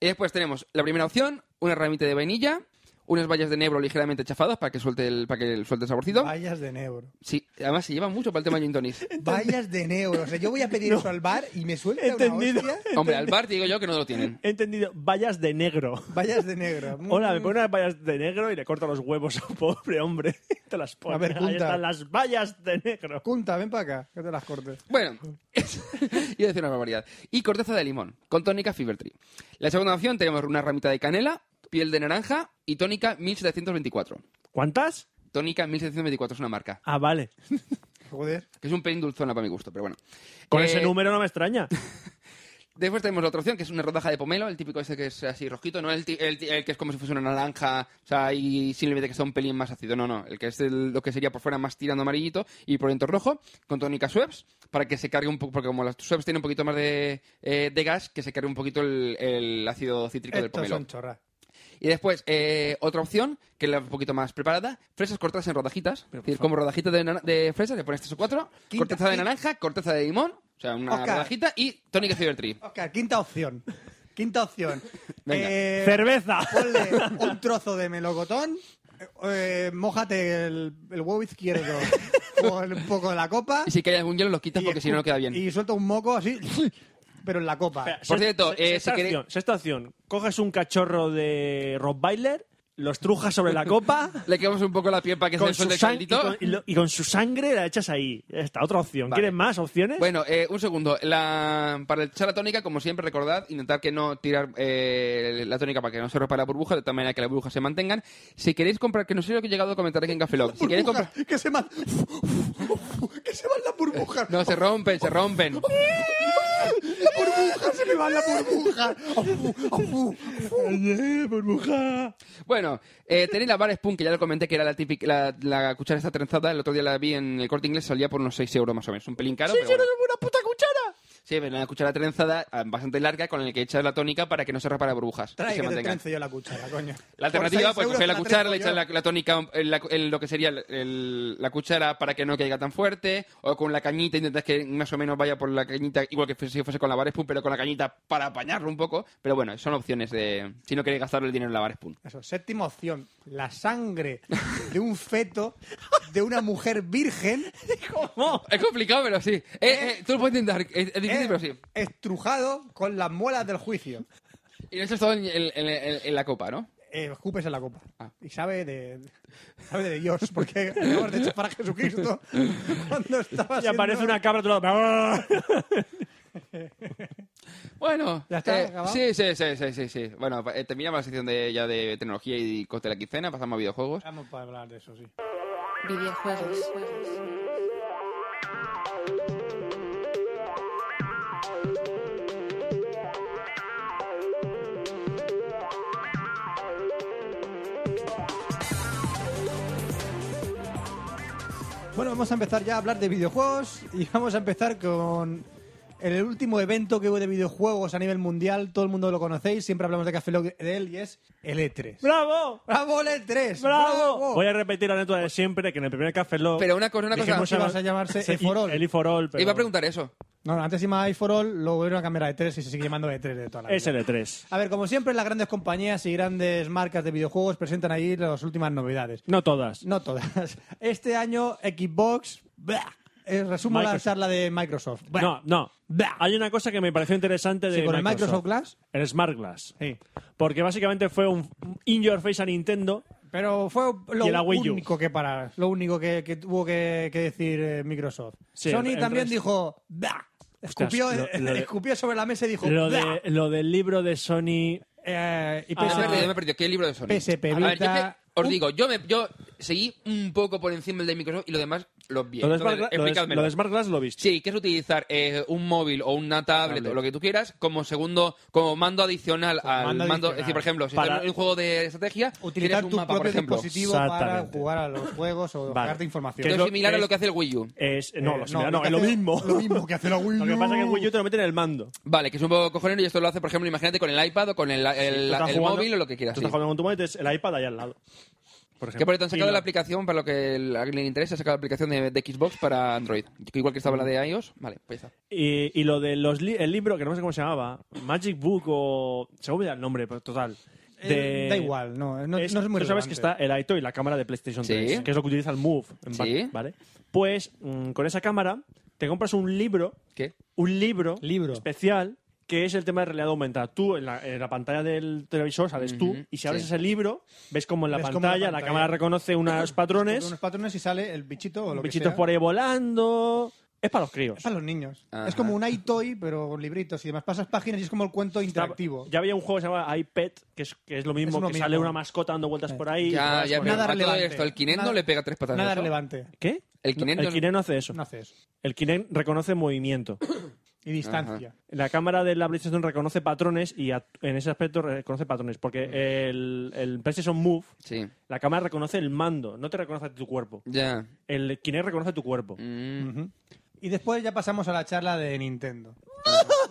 Y después tenemos la primera opción, una ramita de vainilla, unas vallas de negro ligeramente chafadas para que suelte el, para que suelte el saborcito.
vallas de negro.
Sí, además se lleva mucho para el tema gin tonics.
Vallas de negro. O sea, yo voy a pedir eso al bar y me suelta
Entendido.
una hostia.
Hombre, al bar te digo yo que no lo tienen.
He entendido. Vallas de negro.
Vallas de negro. Mm.
Hola, me pone unas vallas de negro y le corta los huevos a un pobre hombre. Te las pone.
A ver,
Ahí
punta.
están las vallas de negro.
Cunta, ven para acá, que te las cortes.
Bueno, iba a decir una barbaridad. Y corteza de limón, con tónica Fever Tree. La segunda opción tenemos una ramita de canela, piel de naranja y tónica 1724.
¿Cuántas?
Tónica 1724 es una marca,
Ah, vale.
Joder.
que es un pelín dulzona para mi gusto, pero bueno.
Con
Eh,
ese número no me extraña.
Después tenemos la otra opción, que es una rodaja de pomelo, el típico ese que es así rojito, no el, ti- el ti- el que es como si fuese una naranja, o sea, y simplemente que está un pelín más ácido, no, no, el que es el- lo que sería por fuera más tirando amarillito y por dentro rojo, con tónica Schweppes, para que se cargue un poco, porque como las Schweppes tienen un poquito más de, eh, de gas, que se cargue un poquito el, el ácido cítrico del
Estos
pomelo.
son chorras.
Y después, eh, otra opción, que es la un poquito más preparada, fresas cortadas en rodajitas. Es decir, como rodajitas de, nana- de fresas, le pones tres o cuatro, corteza de naranja, corteza de limón, o sea, una
Oscar.
rodajita y tónica Fever Tree.
Oscar, quinta opción. Quinta opción.
Venga.
Eh,
Cerveza.
ponle un trozo de melocotón, eh, mójate el, el huevo izquierdo con un poco de la copa
Y si cae algún hielo, los quitas porque si no, no queda bien.
y suelta un moco así, pero en la copa.
Espera,
Por
se-
cierto,
se-
eh,
sexta,
si queréis-
opción, sexta opción. Coges un cachorro de Rottweiler, lo estrujas sobre la copa
Le quedamos un poco la piel para que se
con
le
su
suelte el
sang- y,
caldito.
con, y lo- y con su sangre la echas ahí. Esta otra opción.
Vale.
¿Quieres más opciones?
Bueno, eh, un segundo. La- Para echar la tónica, como siempre, recordad intentar que no tirar eh, la tónica para que no se rompa la burbuja, de tal manera que las burbujas se mantengan. Si queréis comprar, que no sé lo que he llegado a comentar aquí en Café Lock. Si queréis comprar...
Burbuja, que se van que se van las burbujas.
No, se rompen, se rompen.
burbuja, se me van las burbujas.
Bueno, eh, tenéis la Bar Spoon, que ya lo comenté, que era la típica, la, la cuchara esta trenzada. El otro día la vi en el corte inglés, salía por unos 6 euros más o menos. Un pelín caro. pero bueno.
una puta cuchara!
Sí, Sí, ven una cuchara trenzada ah, bastante larga con la que echas la tónica para que no se repara burbujas. y
Trae
se
que te
mantenga.
trence yo la cuchara, coño.
La alternativa, pues coger la cuchara, le echas la, la tónica en, la- en lo que sería el- el- la cuchara para que no caiga tan fuerte, o con la cañita intentas que más o menos vaya por la cañita, igual que si fuese con la bar spoon, pero con la cañita para apañarlo un poco. Pero bueno, son opciones de si no queréis gastar el dinero en la bar spoon.
Eso, séptima opción, la sangre de un feto de una mujer virgen
Es complicado, pero sí. Eh, eh, tú lo puedes intentar, es, es difícil,
eh,
pero sí.
estrujado con las muelas del juicio.
Y eso es todo en, en- en- en- en la copa, ¿no?
Eh, escupes en la copa.
Ah.
Y sabe de, sabe de Dios, porque acabas de chafar a Jesucristo cuando estaba
Y aparece una cabra a tu lado.
Bueno,
¿Ya está,
eh,
acabado?
sí, sí, sí, sí, sí, sí. Bueno, eh, terminamos la sección de, ya de tecnología y coste de la quincena, pasamos a videojuegos.
Vamos para hablar de eso, sí.
videojuegos,
Bueno, vamos a empezar ya a hablar de videojuegos y vamos a empezar con el último evento que hubo de videojuegos a nivel mundial. Todo el mundo lo conocéis, siempre hablamos de Café Lock de él y es el E3.
¡Bravo!
¡Bravo el E E3!
¡Bravo! Voy a repetir la anécdota de siempre, que en el primer Café Lock...
Pero una cosa, una cosa.
dijimos
Ibas a llamarse
Sí,
E4all.
El E4all, pero...
Iba a preguntar eso.
No, no, antes se llamaba iForall, luego era una cámara de 3 y se sigue llamando de 3 de toda la vida.
Es el E3.
A ver, como siempre, las grandes compañías y grandes marcas de videojuegos presentan ahí las últimas novedades.
No todas.
No todas. Este año, Xbox... blah, eh, resumo
Microsoft.
la charla de Microsoft. Blah.
No, no. Hay una cosa que me pareció interesante de
Sí, con el
Microsoft.
Microsoft Glass.
El Smart Glass.
Sí.
Porque básicamente fue un in your face a Nintendo.
Pero fue lo
Y la Wii U.
único que para, lo único que, que tuvo que, que decir eh, Microsoft.
Sí,
Sony
el- el
también
resto.
dijo, "Bah". escupió, eh,
lo- lo de-
escupió sobre la mesa y dijo,
Lo,
"Bah".
de, lo del libro de Sony... Ah,
Eh, y
Me he
PSP,
perdido, Ah, me he perdido. ¿Qué libro de Sony?
PSP
A ver, yo es que
Vita.
os digo, yo, me, yo seguí un poco por encima del de Microsoft y lo demás los vi.
Lo de,
Entonces,
Smart Glass- lo de-
explicadmelo.
lo de Smart Glass lo viste.
Sí, que es utilizar eh, un móvil o una tablet,
Tablet.
o lo que tú quieras como segundo, como mando adicional al
mando
mando.
adicional.
Es decir, por ejemplo, si
Para-
estás en un juego de estrategia,
utilizar
tienes un
tu
mapa, por
propio
ejemplo.
dispositivo para
Exactamente.
jugar a los juegos o
Vale.
darte información.
Que
Que es
es
lo-
similar a
es-
lo que hace el Wii U.
Es, no,
Eh,
lo similar
lo
no,
que
es lo
hace-
mismo.
Lo mismo que hace la Wii
Lo que pasa es que el Wii U te lo meten en el mando.
Vale, que es un poco cojonero y esto lo hace, por ejemplo, imagínate con el iPad o con el, el-
Tú
el
estás jugando-
móvil o lo que quieras.
Tú
sí.
estás jugando con tu móvil, tienes el iPad ahí al lado. Por
Que por cierto han sacado la
Y lo-
aplicación para lo que el- a alguien le interesa, han sacado la aplicación de, de Xbox para Android. Igual que estaba la de iOS, vale, pues ya está.
Y, y lo de los li- el libro, que no sé cómo se llamaba, Magic Book o... Se me olvida el nombre, pero total. de-
Eh, Da igual, no, no
Es-
no es muy
Tú sabes que está
relevante.
el Aito y la cámara de PlayStation
Sí.
3, que es lo que utiliza el Move. en back,
Sí.
¿vale? Pues mm, con esa cámara te compras un libro,
¿Qué?
un libro,
Libro.
especial que es el tema de realidad aumentada. Tú en la, en la pantalla del televisor sales
Ujú,
tú y si abres
sí.
ese libro, ves como en la,
Ves
pantalla,
cómo la
la
pantalla-
cámara reconoce unos
Con
patrones,
unos patrones y sale el bichito o lo que
bichitos
sea.
por ahí volando. Es para los críos.
Es para los niños.
Ajá.
Es como un iToy, pero con libritos y demás. Pasas páginas y es como el cuento interactivo.
Ya había un juego que se llama iPet, que es, que es lo mismo,
lo
que
mismo. Eh,
sale una mascota dando vueltas por
Ya,
ahí. y
ya,
juegas
pero
con
nada
a todo
relevante.
esto, el Kinect no
Nada-
le pega tres patadas.
Nada
¿no?
relevante.
él. ¿Qué?
El Kinect
no,
no-
hace eso.
No hace eso.
El Kinect reconoce movimiento.
Y distancia.
La cámara de la PlayStation reconoce patrones y a- en ese aspecto reconoce patrones. Porque el, el PlayStation Move,
Sí,
la cámara reconoce el mando, no te reconoce a tu cuerpo.
ya.
El Kinect reconoce tu cuerpo.
Mm.
Ujú. Y después ya pasamos a la charla de Nintendo.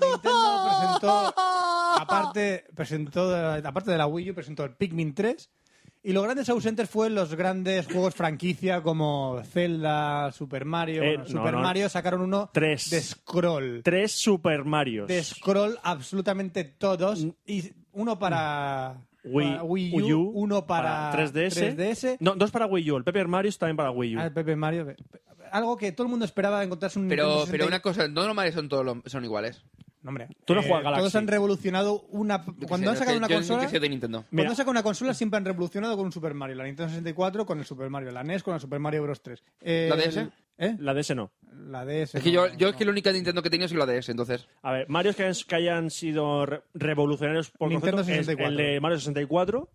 Nintendo presentó, aparte, presentó, eh, aparte de la Wii U, presentó el Pikmin 3. Y los grandes ausentes fueron los grandes juegos franquicia como Zelda, Super Mario.
Eh,
Bueno,
no,
Super
no.
Mario sacaron uno
Tres.
de scroll.
Tres Super Marios.
De scroll absolutamente todos. Y uno para
Mm. Wii,
para Wii U, uno para,
3DS.
3DS.
No, dos para Wii U. El Paper Mario también para Wii U.
Ah, el Pepe Mario. Algo que todo el mundo esperaba encontrarse un
Pero,
Nintendo
pero
64.
una cosa, no normales son todos los, son iguales.
No, hombre.
Tú no juegas Galaxy.
Todos han revolucionado una.
Yo qué sé,
Cuando han
no
sacado
sé,
una
yo
consola.
que soy de Nintendo.
Mira.
Cuando han sacado una consola siempre han revolucionado con un Super Mario. La Nintendo 64 con el Super Mario. La NES con el Super Mario Bros. 3. Eh,
¿La DS?
¿Eh?
La DS no.
La DS.
Es que yo,
no,
yo es
no.
que la única Nintendo que he tenido es la DS, entonces.
A ver, Marios que, hayan- que hayan sido re- revolucionarios por
Nintendo
concepto es
64.
el de Mario 64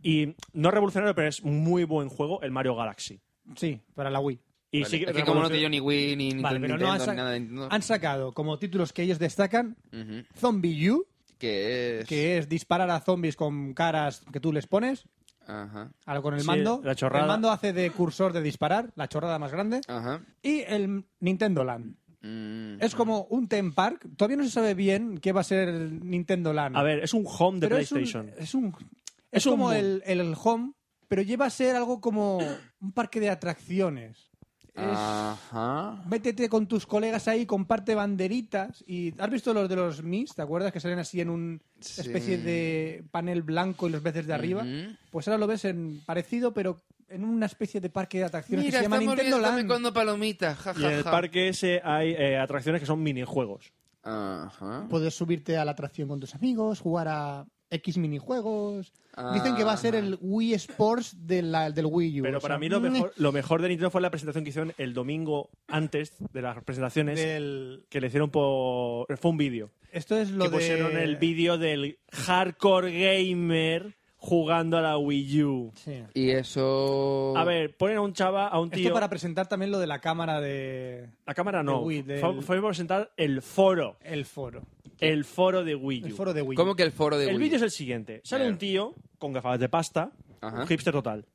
y no revolucionario, pero es muy buen juego el Mario Galaxy.
Sí, para la Wii.
Y
Vale.
sí que
es que como no
revolucion-
te dio ni Wii, ni Nintendo,
Vale, pero no han,
ni
sa-
nada de Nintendo.
han sacado como títulos que ellos destacan
Ujú.
Zombie U,
Que es...
que es disparar a zombies con caras que tú les pones.
Ajá,
ahora con el
Sí,
mando.
la chorrada.
El mando hace de cursor de disparar, la chorrada más grande.
ajá.
Y el Nintendo Land.
Mm.
Es como un Theme Park. Todavía no se sabe bien qué va a ser el Nintendo Land.
A ver, es un home de
pero es un-
PlayStation.
Es un, es
Es un
como
boom.
el, el home, pero lleva a ser algo como un parque de atracciones. Es-
Ajá.
Métete con tus colegas ahí, comparte banderitas. y ¿Has visto los de los Mis? ¿Te acuerdas que salen así en una
Sí. Mm,
especie de panel blanco y los ves desde arriba?
Ujú.
Pues ahora lo ves en parecido, pero en una especie de parque de atracciones que
Mira,
se llama
estamos
Nintendo
viendo
Land.
comiendo palomitas. Ja,
Y
ja,
en el
ja.
parque ese hay eh, atracciones que son minijuegos.
Ajá.
Puedes subirte a la atracción con tus amigos, jugar a X minijuegos.
Pues
Ah,
Dicen que va a ser el Wii Sports de la- del Wii U.
Pero
o sea,
para mí lo
mm,
mejor, lo mejor de Nintendo fue la presentación que hicieron el domingo antes de las presentaciones
Del-
que le hicieron por... Fue un vídeo.
Esto es lo
que
de...
pusieron el vídeo del hardcore gamer jugando a la Wii U.
Sí.
Y eso.
A ver, ponen a un chava, a un tío...
Oh. Esto para presentar también lo de la cámara de
La cámara
de
no.
Wii, del-
Fue, fue para presentar el foro.
el foro.
El foro de Wii U.
El foro de Wii.
¿Cómo que el foro de
El
Wii?
vídeo es el siguiente. Sale
Claro.
un tío con gafas de pasta,
Ajá.
un hipster total,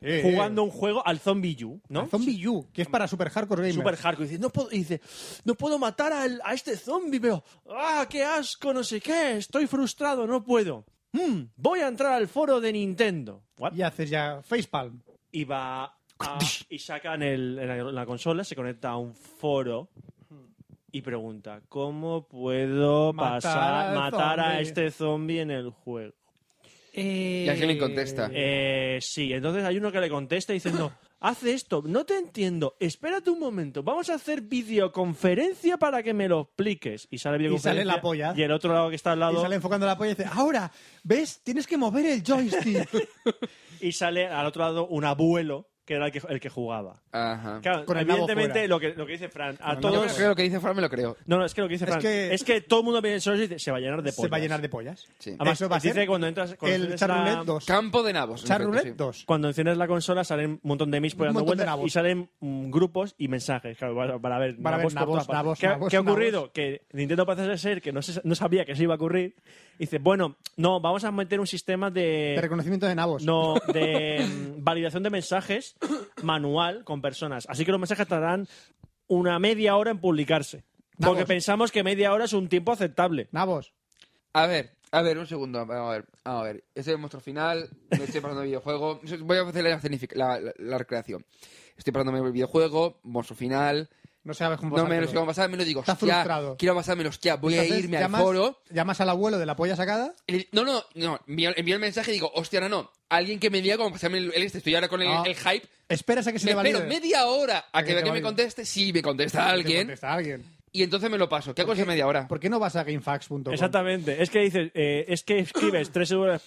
Eh, eh.
jugando un juego al Zombie U, ¿no?
El Zombie U, que es para super hardcore gamers.
Super hardcore. Y dice, no puedo, y dice, no puedo matar al- a este zombie, pero ¡ah, qué asco, no sé qué! Estoy frustrado, no puedo. Mm, voy a entrar al foro de Nintendo. What?
Y haces ya facepalm.
Y va a- y sacan el, en la- en la consola, se conecta a un foro y pregunta, ¿cómo puedo
Matar
pasar,
al
matar a
zombie".
este zombie en el juego?
Y alguien le contesta.
Eh, sí, entonces hay uno que le contesta diciendo, hace esto, no te entiendo, espérate un momento, vamos a hacer videoconferencia para que me lo expliques. Y sale videoconferencia.
sale la polla.
Y el otro lado que está al
Y
lado, y
sale
sale,
enfocando la polla y dice, ahora, ¿ves? Tienes que mover el joystick.
al otro lado un abuelo, que era el que, el que jugaba.
Ajá.
Claro,
Con el nabo
evidentemente
fuera.
lo que, lo que dice Fran, a
Yo
todos...
creo que lo que dice Fran me lo creo.
No, no, es que lo que dice
Es
Fran, es que,
que-
todo el mundo viene en Sony y dice, se va a llenar de pollas.
Se va a llenar de pollas.
Sí.
Además,
Eso va a
dice
ser
que cuando entras... cuando
El
enciendes la-
Charroulette 2.
Campo de nabos. en efecto,
Charroulette
sí.
2.
cuando enciendes la consola salen un montón de mis por
Un
dando
montón de
vueltas
nabos.
y salen mm, grupos y mensajes claro, para, para ver
Para
nabos
ver
por
nabos,
todas partes.
nabos,
¿Qué, ha-
nabos,
qué ha
nabos.
ocurrido? Que Nintendo parece ser que no, se- no sabía que se iba a ocurrir. Y dice, bueno, no, vamos a meter un sistema
De
de...
reconocimiento de nabos.
No, de mm, validación de mensajes manual con personas. Así que los mensajes tardarán una media hora en publicarse. Porque
Nabos.
pensamos que media hora es un tiempo aceptable.
Nabos.
A ver, a ver, un segundo. Vamos a ver. Vamos a ver. Ese es el monstruo final. Me estoy parando el videojuego. Voy a hacer la, escenific- la, la- la recreación. Estoy parándome el videojuego. Monstruo final.
No sabes cómo
No me lo
pasártelo.
sé cómo pasar, me lo digo.
Está
hostia,
frustrado.
Quiero pasármelo, hostia. Voy a
Entonces,
irme
llamas-
al foro.
Llamas al abuelo de la polla sacada.
El- No, no, no. Envío, envío el mensaje y digo, hostia, no, no. Alguien que me diga cómo pasarme el, el este. Estoy ahora con el,
Ah.
el hype.
Esperas a que se
Me
le valide.
espero media hora a
A
que,
que
vea
te
que me
valide.
conteste. Si me contesta
Que
alguien.
contesta alguien.
Y entonces me lo paso. ¿Qué hago esa media hora?
¿Por qué no vas a gamefax.com?
Exactamente. Es que dices, eh, es que escribes
Google.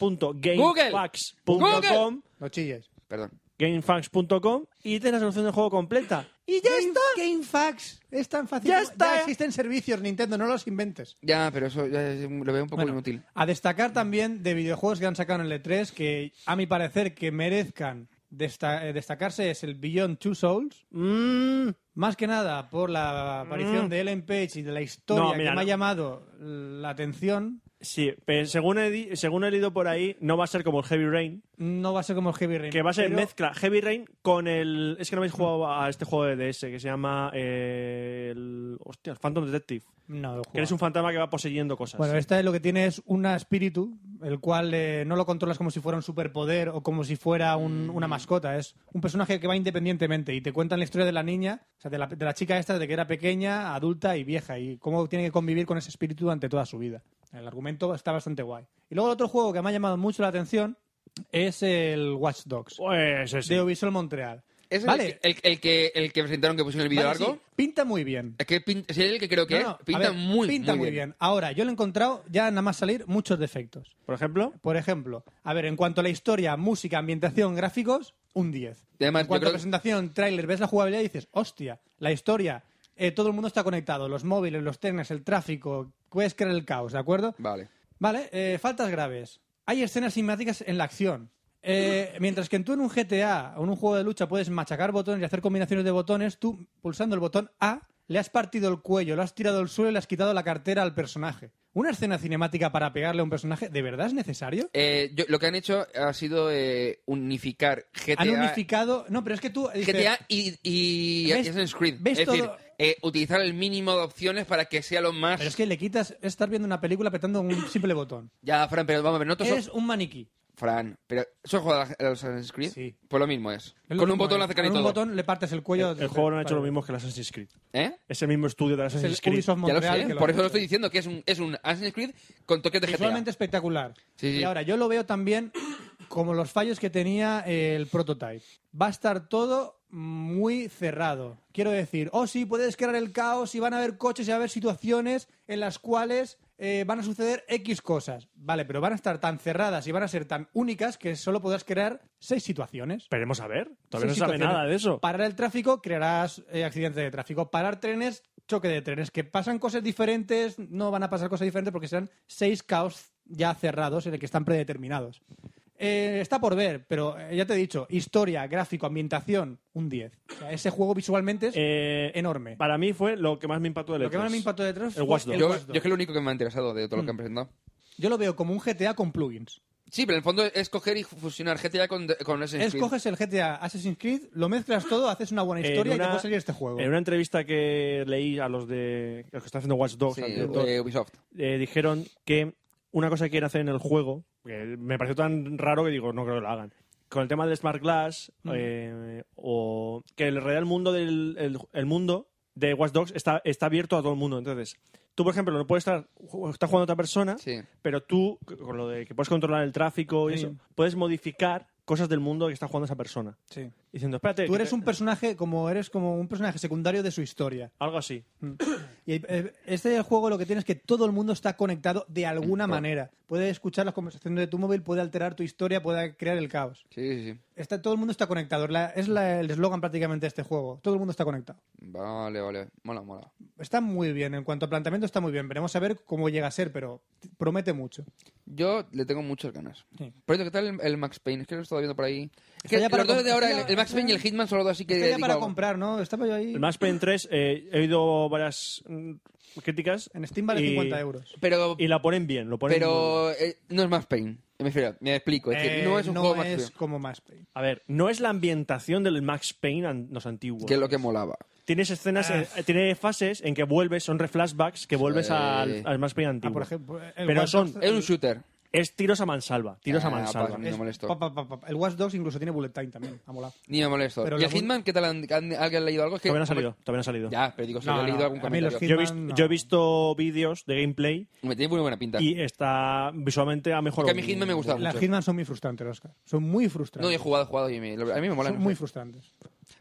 www.gamefax.com
No chilles.
Perdón.
gamefax.com y tienes la solución del juego completa. Y ya está.
GameFAX. Es tan fácil.
Ya
como-
Ah,
está.
existen servicios, Nintendo. No los inventes.
Ya, pero eso ya es- lo veo un poco
Bueno,
inútil.
A destacar también de videojuegos que han sacado en el E3 que, a mi parecer, que merezcan desta- eh, destacarse es el Beyond Two Souls.
Mm,
Más que nada por la aparición
Mm.
de Ellen Page y de la historia
No, mira,
que me
no.
ha llamado la atención.
sí, pero según he, di- según he leído por ahí, no va a ser como el Heavy Rain,
No va a ser como el Heavy Rain.
que va a ser
pero
mezcla Heavy Rain con el... Es que no habéis jugado a este juego de DS que se llama eh, el... Hostia, el Phantom Detective.
No, lo he
Que eres un
jugado.
fantasma que va poseyendo cosas.
Bueno, esta es lo que tiene es un espíritu, el cual eh, no lo controlas como si fuera un superpoder o como si fuera un- una mascota. Es un personaje que va independientemente y te cuentan la historia de la niña, o sea, de la, de la chica esta, de que era pequeña, adulta y vieja, y cómo tiene que convivir con ese espíritu durante toda su vida. El argumento está bastante guay. Y luego el otro juego que me ha llamado mucho la atención es el Watch Dogs,
Pues ese.
de Ubisoft Montreal.
Oh, ¿Es el
vale.
que- el, el que, el que presentaron que pusieron el vídeo
Vale,
largo?
sí, pinta muy bien.
Es que pin- es el que creo que
No, no, a
es. Pinta
ver,
muy,
pinta
muy, bien.
Ahora, yo lo he encontrado ya nada más salir muchos defectos.
Por ejemplo...
Por ejemplo, a ver, en cuanto a la historia, música, ambientación, gráficos, un 10.
Y además,
en
yo
cuanto
creo
a
que-
presentación, tráiler, ves la jugabilidad y dices, hostia, la historia, eh, todo el mundo está conectado, los móviles, los trenes, el tráfico, puedes crear el caos, ¿de acuerdo?
Vale.
Vale, eh, faltas graves. Hay escenas cinemáticas en la acción. Eh, mientras que tú en un GTA o en un juego de lucha puedes machacar botones y hacer combinaciones de botones, tú pulsando el botón A le has partido el cuello, lo has tirado al suelo y le has quitado la cartera al personaje. ¿Una escena cinemática para pegarle a un personaje de verdad es necesario?
Eh, yo- lo que han hecho ha sido eh, unificar GTA,
Han unificado. No, pero es que tú. dices,
GTA y, y
¿Ves-
Assassin's Creed.
ves
es decir,
todo-
eh, utilizar el mínimo de opciones para que sea lo más...
Pero es que le quitas estar viendo una película apretando un simple botón.
Ya, Fran, pero vamos a ver, nosotros...
Es un maniquí.
Fran, pero ¿eso has jugado a los Assassin's Creed?
Sí.
Pues lo mismo es.
Es lo
Con un
mismo,
botón
eh.
lo hace casi
Con
todo.
un botón le partes el cuello.
El juego no ha hecho lo mismo que el Assassin's Creed.
¿Eh?
Es el mismo estudio del
Es el
Assassin's Creed.
Ubisoft
Ya lo
Montreal.
sé,
que lo
por
ha
eso lo
hecho.
estoy diciendo, que es un, es un Assassin's Creed con toques de GTA.
Visualmente espectacular.
Sí, sí.
Y ahora, yo lo veo también como los fallos que tenía eh, el prototype. Va a estar todo muy cerrado. Quiero decir, oh sí, puedes crear el caos y van a haber coches y va a haber situaciones en las cuales eh, van a suceder X cosas. Vale, pero van a estar tan cerradas y van a ser tan únicas que solo podrás crear seis situaciones.
Esperemos a ver. Todavía
Seis
no se sabe
situaciones.
nada de eso.
Parar el tráfico, crearás eh, accidentes de tráfico. Parar trenes, choque de trenes. Que pasan cosas diferentes, no van a pasar cosas diferentes porque serán seis caos ya cerrados en el que están predeterminados. Eh, está por ver, pero eh, ya te he dicho, historia, gráfico, ambientación, un 10. O sea, ese juego visualmente es
Eh,
enorme.
Para mí fue lo que más me impactó del
Lo que
E3.
más me impactó de tres
El
fue
Watch Dogs.
el Mm.
Yo,
Watch
yo es que lo único que me ha interesado de todo lo que han presentado.
Yo lo veo como un GTA con plugins.
Sí, pero en el fondo es coger y fusionar GTA con, con Assassin's Creed.
Escoges el GTA Assassin's Creed, lo mezclas todo, haces una buena
En
historia y
una-
te puede salir este juego.
En una entrevista que leí a los de los que están haciendo Watch Dogs,
Sí,
al director,
eh, Ubisoft.
eh, dijeron que una cosa que quieren hacer en el juego, que me pareció tan raro que digo, no creo que lo hagan. Con el tema del Smart Glass,
Mm.
eh, o que en realidad el mundo, del, el, el mundo de Watch Dogs está, está abierto a todo el mundo. Entonces, tú, por ejemplo, no puedes estar, ju- está jugando a otra persona,
Sí.
pero tú, con lo de que puedes controlar el tráfico y
Sí.
eso, puedes modificar cosas del mundo que está jugando esa persona.
Sí.
Diciendo, espérate.
Tú
que
eres
te-
un personaje como eres como un personaje secundario de su historia.
Algo así.
Y eh, este juego lo que tiene es que todo el mundo está conectado de alguna manera. Puede escuchar las conversaciones de tu móvil, puede alterar tu historia, puede crear el caos.
Sí, sí, sí.
Está, todo el mundo está conectado. La- es la- el eslogan prácticamente de este juego. Todo el mundo está conectado.
Vale, vale. Mola, mola.
Está muy bien. En cuanto a planteamiento está muy bien. Veremos a ver cómo llega a ser, pero t- promete mucho.
Yo le tengo muchas ganas.
Sí.
Por cierto, ¿qué tal el, el Max Payne? Es que lo he estado viendo por ahí. Es que
Está ya para
los dos de
comp-
ahora,
está
el, el Max Payne y el Hitman son los dos así que...
Está ya
digo,
para comprar, ¿no? Estaba yo ahí.
El Max Payne 3, eh, he oído varias mm, críticas.
En Steam vale
y-
50 euros.
Pero,
Y la ponen bien, lo ponen bien.
pero eh, no es Max Payne. Me, refiero, me explico. Es decir,
Eh,
no es un juego Max
es
Payne.
como más Payne.
A ver, no es la ambientación del Max Payne an- los antiguos.
Que es lo que molaba.
Tienes escenas,
Ah.
eh, tiene fases en que vuelves, son reflashbacks que vuelves
Sí.
al, al Max Payne
Ah,
antiguo.
por ejemplo, el
Pero
Watch
son-
Dogs-
Es un shooter.
Es tiros a mansalva, tiros
Ah,
a mansalva.
pues, eh, no. me molestó.
pa, pa, pa, pa, pa. El Watch Dogs incluso tiene bullet time también. Ha molado.
Ni me molesto.
Pero
¿Y
la
el
mu-
Hitman? ¿Qué tal? ¿Han- han- ¿Alguien ha leído algo? Es que-
Todavía no ha salido, todavía no ha salido.
Ya, pero digo, si
No,
yo he
no,
leído algún
a mí los
comentario.
Hitman-
Yo he, visto,
no.
yo he visto vídeos de gameplay
Me tiene muy buena pinta.
y está visualmente ha mejorado.
Que a mí Hitman me gustaba
mucho.
Las Hitman son muy frustrantes, Oscar. Son muy frustrantes.
No, yo he jugado, he jugado y me- lo- a mí me mola.
son muy frustrantes.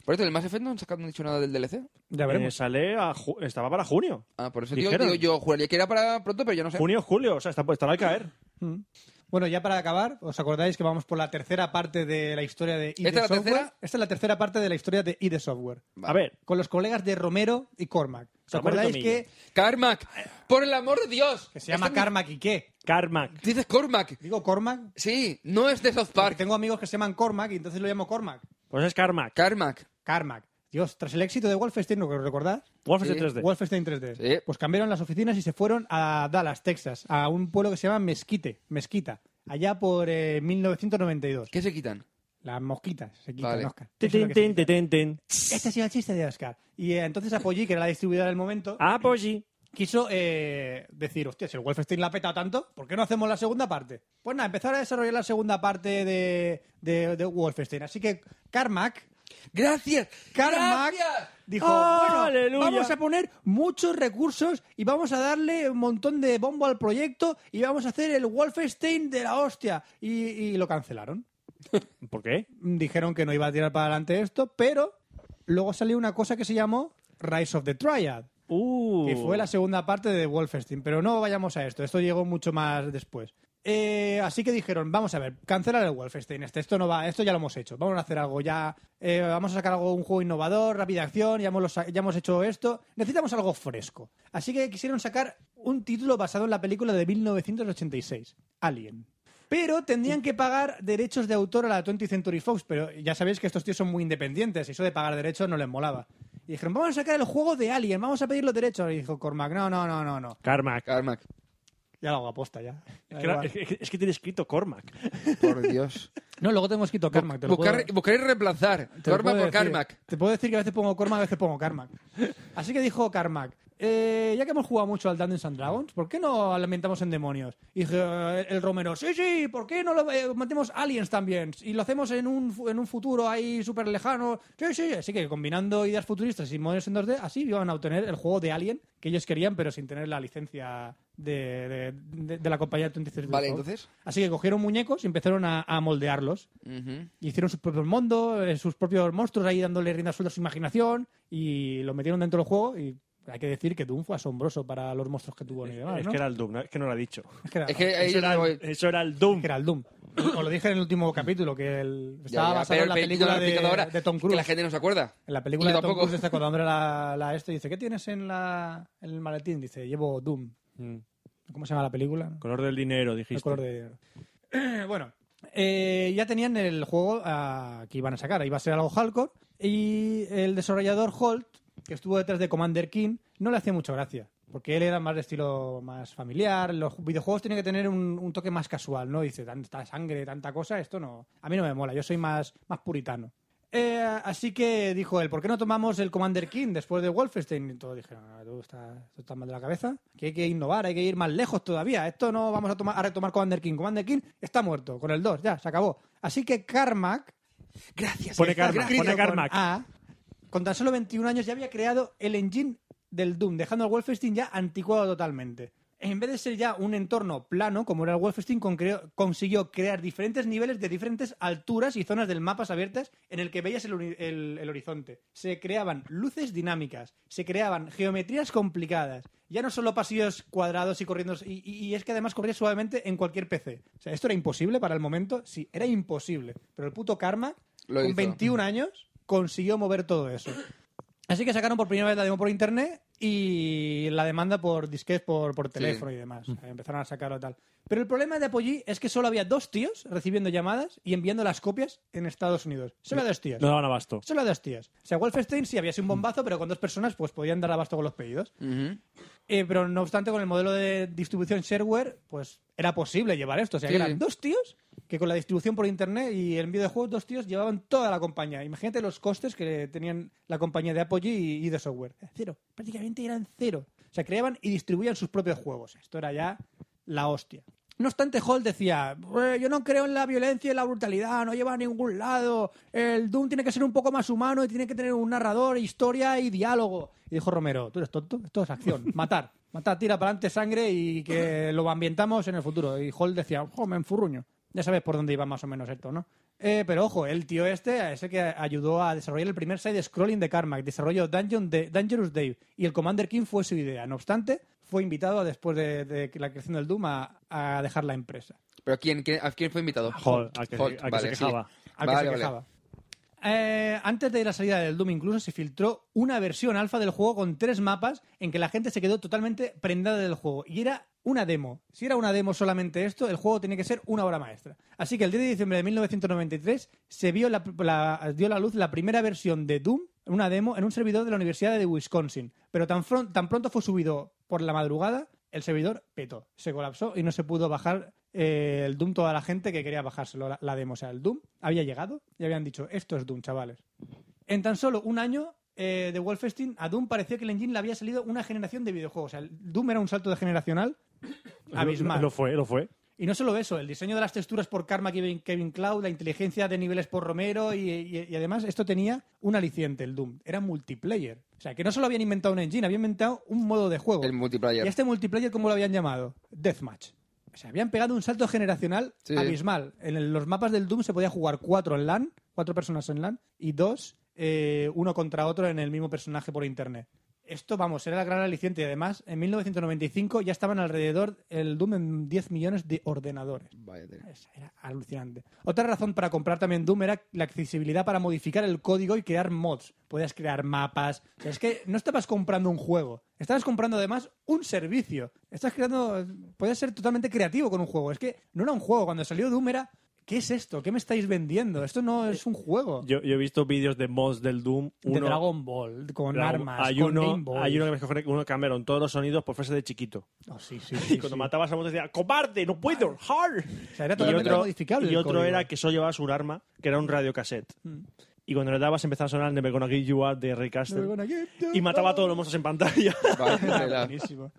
Por eso, el Mass Effect no han sacado, no han dicho nada del DLC.
Ya
Eh,
veremos.
sale a ju- estaba para junio.
Ah, por eso digo,
Dijeron.
digo, yo juraría que era para pronto, pero yo no sé.
Junio, julio, o sea, está, pues, estará al caer.
Mm. Bueno, ya para acabar, ¿os acordáis que vamos por la tercera parte de la historia de ID
¿Esta es la
Software?
tercera?
Esta es la tercera parte de la historia de ID Software.
A ver,
Con los colegas de Romero y Cormac. ¿Os
Romero y
acordáis
Tomillo.
que,
Carmack, por el amor de Dios.
que se llama
Este-
Carmack y qué?
Carmack.
Dices Cormac.
Digo Cormac.
Sí, no es de South
Porque
Park.
tengo amigos que se llaman Cormac y entonces lo llamo Cormac.
Pues es Carmack.
Carmack.
Carmac. Dios, tras el éxito de Wolfenstein, ¿no que recordás?
Wolfenstein
Sí.
3D.
Wolfenstein 3D.
Sí.
Pues cambiaron las oficinas y se fueron a Dallas, Texas, a un pueblo que se llama Mesquite, Mesquita, allá por eh, 1992.
¿Qué se quitan?
Las mosquitas se quitan,
Vale.
Oscar.
Tin,
Eso es lo
tin,
que se
tin, tin, tin, tin.
quita. Este ha sido el chiste de Oscar. Y eh, entonces Apogee, que era la distribuidora del momento,
Ah, pues sí.
quiso eh, decir, hostia, si el Wolfenstein la ha petado tanto, ¿por qué no hacemos la segunda parte? Pues nada, empezaron a desarrollar la segunda parte de, de- de Wolfenstein. Así que Carmack
Gracias.
Carmack
Gracias.
dijo,
¡Oh,
bueno,
aleluya!
vamos a poner muchos recursos y vamos a darle un montón de bombo al proyecto y vamos a hacer el Wolfenstein de la hostia. Y, y lo cancelaron.
¿Por qué?
Dijeron que no iba a tirar para adelante esto, pero luego salió una cosa que se llamó Rise of the Triad,
Uh.
que fue la segunda parte de Wolfenstein. Pero no vayamos a esto, esto llegó mucho más después. Eh, así que dijeron, vamos a ver, cancelar el Wolfenstein. Este, esto no va, esto ya lo hemos hecho. Vamos a hacer algo ya, eh, vamos a sacar algo, un juego innovador, rápida acción. Ya hemos, lo sa- ya hemos hecho esto. Necesitamos algo fresco. Así que quisieron sacar un título basado en la película de 1986, Alien. Pero tendrían que pagar derechos de autor a la 20th Century Fox. Pero ya sabéis que estos tíos son muy independientes. Y eso de pagar derechos no les molaba. Y dijeron, vamos a sacar el juego de Alien, vamos a pedir los derechos. Y dijo Cormac, no, no, no, no, no.
Carmack.
Carmack.
Ya lo hago aposta ya. Da
Claro,
igual.
es, que- es que tiene escrito Cormac.
Por Dios.
No, luego tengo escrito Carmack. Te lo
Buscar,
puedo-
buscar y reemplazar.
te lo puedo
Cormac por
decir.
Carmack.
Te puedo decir que a veces pongo Cormac, a veces pongo Carmack. Así que dijo Carmack, eh, ya que hemos jugado mucho al Dungeons and Dragons, ¿por qué no alimentamos en demonios? Y dije, eh, el Romero, sí, sí, ¿por qué no lo eh, metemos aliens también? Y lo hacemos en un, fu- en un futuro ahí súper lejano. Sí, sí, así que combinando ideas futuristas y demonios en 2D, así iban a obtener el juego de Alien que ellos querían, pero sin tener la licencia de, de- de- de la compañía 20th Century
Vale,
Fox.
entonces.
Así que cogieron muñecos y empezaron a- a moldearlos.
Ujú.
Y Hicieron sus propios mundos, eh, sus propios monstruos ahí dándole rienda suelta a su imaginación y lo metieron dentro del juego y hay que decir que Doom fue asombroso para los monstruos que tuvo ni demás,
es
¿no?
que era el Doom, ¿no? es que no lo ha dicho.
Es que era-
Es que ahí
Eso
yo
era,
no
el,
voy-
eso era el Doom.
que era el Doom. Os lo dije en el último capítulo, que el-
Ya,
estaba
ya,
basado
pero
en la
el película
película
lo he explicado ahora,
de, de Tom
Que la
Cruise.
gente no se acuerda.
En la película de
Yo
Tom
tampoco.
Cruise está cuando abre la, la esto y dice, ¿qué tienes en, la, en el maletín? Dice, llevo Doom.
Mm.
¿Cómo se llama la película?
Color del dinero, dijiste.
El color de dinero. bueno, eh, ya tenían el juego ah, que iban a sacar. Iba a ser algo hardcore. Y el desarrollador Holt, que estuvo detrás de Commander King, no le hacía mucha gracia. Porque él era más de estilo más familiar. Los videojuegos tienen que tener un, un toque más casual, ¿no? Dice, tanta sangre, tanta cosa, esto no... A mí no me mola, yo soy más, más puritano. Eh, así que dijo él, ¿por qué no tomamos el Commander King después de Wolfenstein? Y todos dijeron, "Ah, tú estás, tú estás mal de la cabeza, que hay que innovar, hay que ir más lejos todavía. Esto no vamos a, tomar, a retomar Commander King. Commander King está muerto, con el 2, ya, se acabó. Así que Carmack,
Gracias.
Pone
está
Carmack,
escrito
pone
con-
Carmack.
A, con tan solo 21 años ya había creado el engine del Doom, dejando al Wolfenstein ya anticuado totalmente. En vez de ser ya un entorno plano, como era el Wolfenstein, con- creó- consiguió crear diferentes niveles de diferentes alturas y zonas del mapas abiertas en el que veías el, uni- el- el horizonte. Se creaban luces dinámicas, se creaban geometrías complicadas, ya no solo pasillos cuadrados y corriendo. Y, y- y es que además corría suavemente en cualquier PC. O sea, esto era imposible para el momento, sí, era imposible. Pero el puto Karma,
Lo
con
hizo.
21 años, consiguió mover todo eso. Así que sacaron por primera vez la demo por internet y la demanda por disquets, por, por teléfono y demás. Empezaron a sacarlo tal. Pero el problema de Apogee es que solo había dos tíos recibiendo llamadas y enviando las copias en Estados Unidos. Solo dos tíos.
No daban abasto.
Solo dos tíos. O sea, Wolfenstein sí había sido un bombazo, pero con dos personas pues podían dar abasto con los pedidos.
Ujú.
Eh, pero no obstante, con el modelo de distribución shareware, pues era posible llevar esto. O sea,
Sí,
que eran
sí.
dos tíos que con la distribución por internet y el envío de juegos, dos tíos llevaban toda la compañía. Imagínate los costes que tenían la compañía de Apogee y, y de software. Cero. Prácticamente eran cero. O sea, creaban y distribuían sus propios juegos. Esto era ya la hostia. No obstante, Hall decía, "Eh, yo no creo en la violencia y la brutalidad, no lleva a ningún lado. El Doom tiene que ser un poco más humano y tiene que tener un narrador, historia y diálogo. Y dijo Romero, tú eres tonto, esto es acción, matar. Matar, tira para adelante sangre y que lo ambientamos en el futuro. Y Hall decía, jo, me enfurruño. Ya sabes por dónde iba más o menos esto, ¿no? Eh, pero ojo, el tío este es el que ayudó a desarrollar el primer side-scrolling de Carmack, desarrollo Dungeon de Dangerous Dave, y el Commander King fue su idea. No obstante, fue invitado después de, de la creación del Doom a, a dejar la empresa.
Pero ¿quién, quién- ¿a quién fue invitado?
Hall, al que se- al que se
vale, sí.
quejaba.
Al que
Vale,
se
vale.
quejaba. Eh, antes de la salida del Doom incluso se filtró una versión alfa del juego con tres mapas en que la gente se quedó totalmente prendada del juego y era una demo. Si era una demo solamente esto, el juego tenía que ser una obra maestra. Así que el 10 de diciembre de 1993 se vio la, la- dio a la luz la primera versión de Doom, una demo, en un servidor de la Universidad de Wisconsin. Pero tan, fron- tan pronto fue subido por la madrugada, el servidor petó, se colapsó y no se pudo bajar eh, el Doom toda la gente que quería bajárselo, la, la demo. O sea, el Doom había llegado y habían dicho, esto es Doom, chavales. En tan solo un año eh, de Wolfenstein, a Doom parecía que el engine le había salido una generación de videojuegos. O sea, el Doom era un salto de generacional abismal.
Lo, lo fue, lo fue.
Y no solo eso, el diseño de las texturas por Karma Kevin, Kevin Cloud, la inteligencia de niveles por Romero y, y- y además esto tenía un aliciente, el Doom. Era multiplayer. O sea, que no solo habían inventado un engine, habían inventado un modo de juego.
El multiplayer.
¿Y este multiplayer cómo lo habían llamado? Deathmatch. O sea, habían pegado un salto generacional
Sí.
abismal. En el- los mapas del Doom se podía jugar cuatro en LAN, cuatro personas en LAN, y dos, eh, uno contra otro en el mismo personaje por internet. Esto, vamos, era la gran aliciente. Y además, en 1995 ya estaban alrededor el Doom en 10 millones de ordenadores.
Vaya tela.
Es- Era alucinante. Otra razón para comprar también Doom era la accesibilidad para modificar el código y crear mods. Podías crear mapas. O sea, es que no estabas comprando un juego. Estabas comprando además un servicio. Estás creando. Podías ser totalmente creativo con un juego. Es que no era un juego. Cuando salió Doom era.
¿Qué es esto? ¿Qué me estáis vendiendo? Esto no es un juego.
Yo, yo he visto vídeos de mods del Doom. Uno,
de Dragon Ball, con
Dragon-
armas,
hay
con
uno,
Game Boys.
hay uno que me coge- uno que cambiaron todos los sonidos por frase de chiquito.
Oh, sí, sí, sí,
y cuando
sí.
matabas a uno decía, ¡cobarde! ¡No puedo! ¡Hard!
O sea, era
Y
totalmente
otro,
modificable.
y
el
otro
código.
era que solo llevabas un arma, que era un radiocassette. Y cuando le dabas empezaba a sonar Never Gonna Give You Up de Rick Astley. Y mataba a todos los monstruos en pantalla.
Vale, la-
Buenísimo.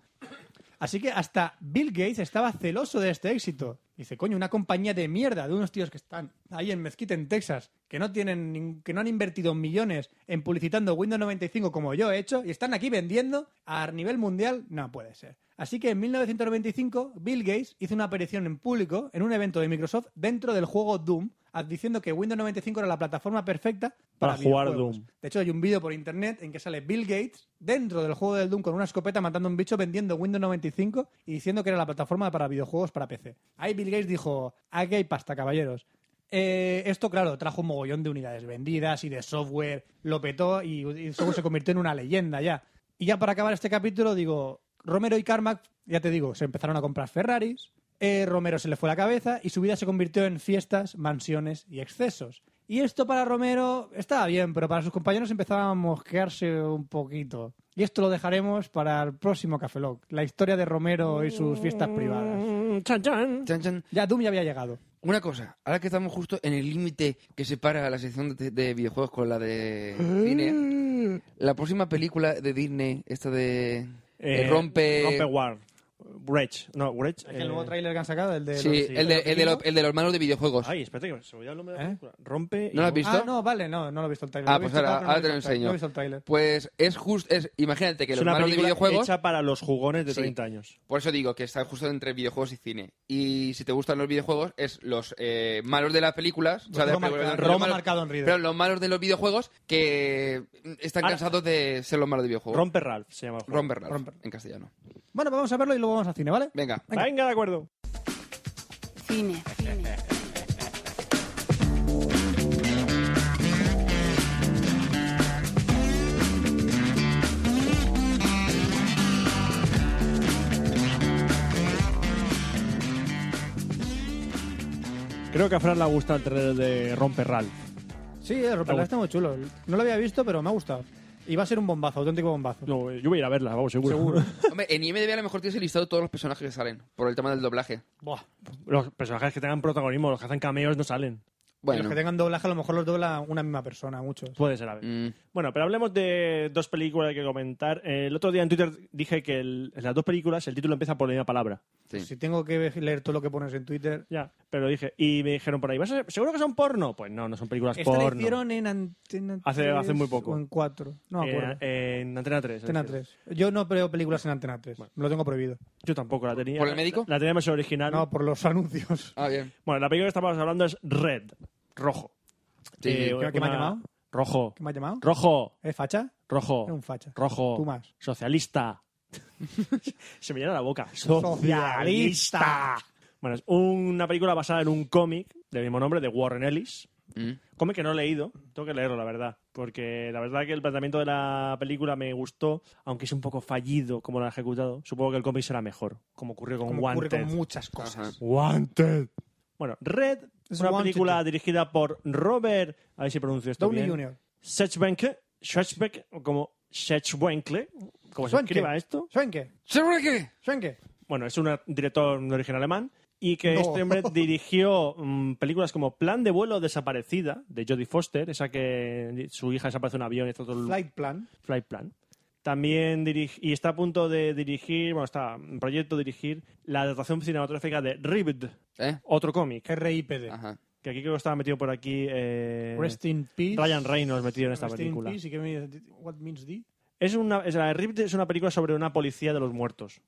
Así que hasta Bill Gates estaba celoso de este éxito. Dice, coño, una compañía de mierda de unos tíos que están ahí en Mezquite, en Texas, que no tienen, nin- que no han invertido millones en publicitando Windows 95 como yo he hecho y están aquí vendiendo a nivel mundial. No puede ser. Así que en 1995 Bill Gates hizo una aparición en público en un evento de Microsoft dentro del juego Doom, ad- diciendo que Windows 95 era la plataforma perfecta para,
Para jugar
videojuegos.
Doom.
De hecho, hay un vídeo por internet en que sale Bill Gates dentro del juego del Doom con una escopeta matando a un bicho vendiendo Windows 95 y diciendo que era la plataforma para videojuegos para PC. Ahí Bill Gates dijo, aquí hay pasta, caballeros. Eh, esto, claro, trajo un mogollón de unidades vendidas y de software, lo petó y, y según se convirtió en una leyenda ya. Y ya para acabar este capítulo, digo, Romero y Carmack, ya te digo, se empezaron a comprar Ferraris, eh, Romero se le fue la cabeza y su vida se convirtió en fiestas, mansiones y excesos. Y esto para Romero estaba bien, pero para sus compañeros empezaba a mosquearse un poquito. Y esto lo dejaremos para el próximo Café Lock, la historia de Romero y sus fiestas privadas.
Chan, chan.
Chan, chan.
Ya Doom ya había llegado.
Una cosa, ahora que estamos justo en el límite que separa la sección de, de videojuegos con la de cine, la próxima película de Disney, esta de
Eh,
eh, rompe,
Rompe War. Wretch. No, Wretch.
El
eh,
nuevo tráiler que han sacado, el de...
sí,
los-
el de, el de lo- el de los malos de videojuegos.
Ay, espérate que se me olvidó el nombre de
¿Eh?
la película. Rompe. y
¿No la has
War.
visto?
Ah, no, vale, no, no lo he visto el tráiler.
Ah,
Lo he
pues
visto,
ahora,
pero no
ahora
lo
te
he
lo
visto el tráiler,
enseño.
No he visto el tráiler.
Pues es justo, es, imagínate que
Es
los
una
malos de
película
videojuegos,
hecha para los jugones de
Sí.
30 años.
por eso digo que está justo entre videojuegos y cine. Y si te gustan los videojuegos, es los eh, malos de las películas, o sea, de
Roma
las películas-
marcado-
los
Roma
malos-
marcado en Riddle.
pero los malos de los videojuegos que mm,
Ah.
están
Ahora-
cansados de ser los malos de videojuegos.
Rompe Ralph se llama el juego.
Romper Ralph,
Romper.
en castellano.
Bueno, pues vamos a verlo y luego vamos al cine, ¿vale?
Venga.
Venga. de acuerdo.
Cine. Cine.
Creo que a Fran le gusta el trailer de Rompe Ralph.
Sí, el rompedor está muy chulo. No lo había visto, pero me ha gustado. Y va a ser un bombazo, auténtico bombazo.
No, eh, yo voy a ir a verla, vamos, seguro.
Hombre, en IMDb a lo mejor tienes listado todos los personajes que salen por el tema del doblaje.
Buah.
los personajes que tengan protagonismo, los que hacen cameos, no salen.
Y
Bueno,
los que tengan doblaje a lo mejor los dobla una misma persona, muchos.
Puede ser, a ver.
mm,
Bueno, pero hablemos de dos películas que comentar. Eh, El otro día en Twitter dije que el- en las dos películas el título empieza por la misma palabra.
sí.
Si tengo que leer todo lo que pones en Twitter.
Ya, pero dije, y me dijeron por ahí, ¿Vas a ser- ¿seguro que son porno? Pues no, no son películas
Esta la
porno.
hicieron en Antena
Hace-
3
hace muy poco.
O en 4. No me acuerdo.
Eh, eh, en Antena 3.
Antena 3. Yo no veo películas en Antena 3. Me lo tengo prohibido.
Yo tampoco la tenía.
¿Por el médico?
La, tenía en versión original.
No, por los anuncios.
Ah, bien.
Bueno, la película que estábamos hablando es Red, rojo. Eh,
Sí, sí.
¿Qué- qué me ha llamado?
Rojo,
¿Qué me ha llamado?
rojo,
¿Es facha?
rojo.
Es un facha.
Rojo.
Tú más.
Socialista. Se me llena la boca.
Socialista.
Bueno, es una película basada en un cómic del mismo nombre de Warren Ellis.
Mm.
Cómic que no he leído, tengo que leerlo, la verdad. Porque la verdad que el planteamiento de la película me gustó, aunque es un poco fallido como lo ha ejecutado. Supongo que el cómic será mejor, como ocurrió con
Como ocurre
Wanted.
con muchas
Ajá.
cosas.
Wanted. Bueno, Red es
Es
una
Wanted.
película dirigida por Robert. A ver si pronuncio esto
Downey
bien.
Jr.
Schwarzbeck, Schwarzbeck, o como Schwarzbenkle, como se
Schwanke.
escriba esto.
Schwenke.
¿Seguro que?
Schwenke.
Bueno, es un director de origen alemán y que
No.
este hombre dirigió mm, películas como Plan de vuelo desaparecida de Jodie Foster, esa que su hija desaparece en un avión y está todo el-
Flight Plan.
Flight Plan. También dirige, y está a punto de dirigir, bueno, está en proyecto de dirigir la adaptación cinematográfica de Ribbed,
¿Eh?
otro cómic,
RIPD.
Ajá.
que aquí creo que estaba metido por aquí eh,
Rest in Peace.
Ryan Reynolds metido en esta
Rest in
película.
Peace y que me- What means D?
Es una, es, la de Ripped es una película sobre una policía de los muertos.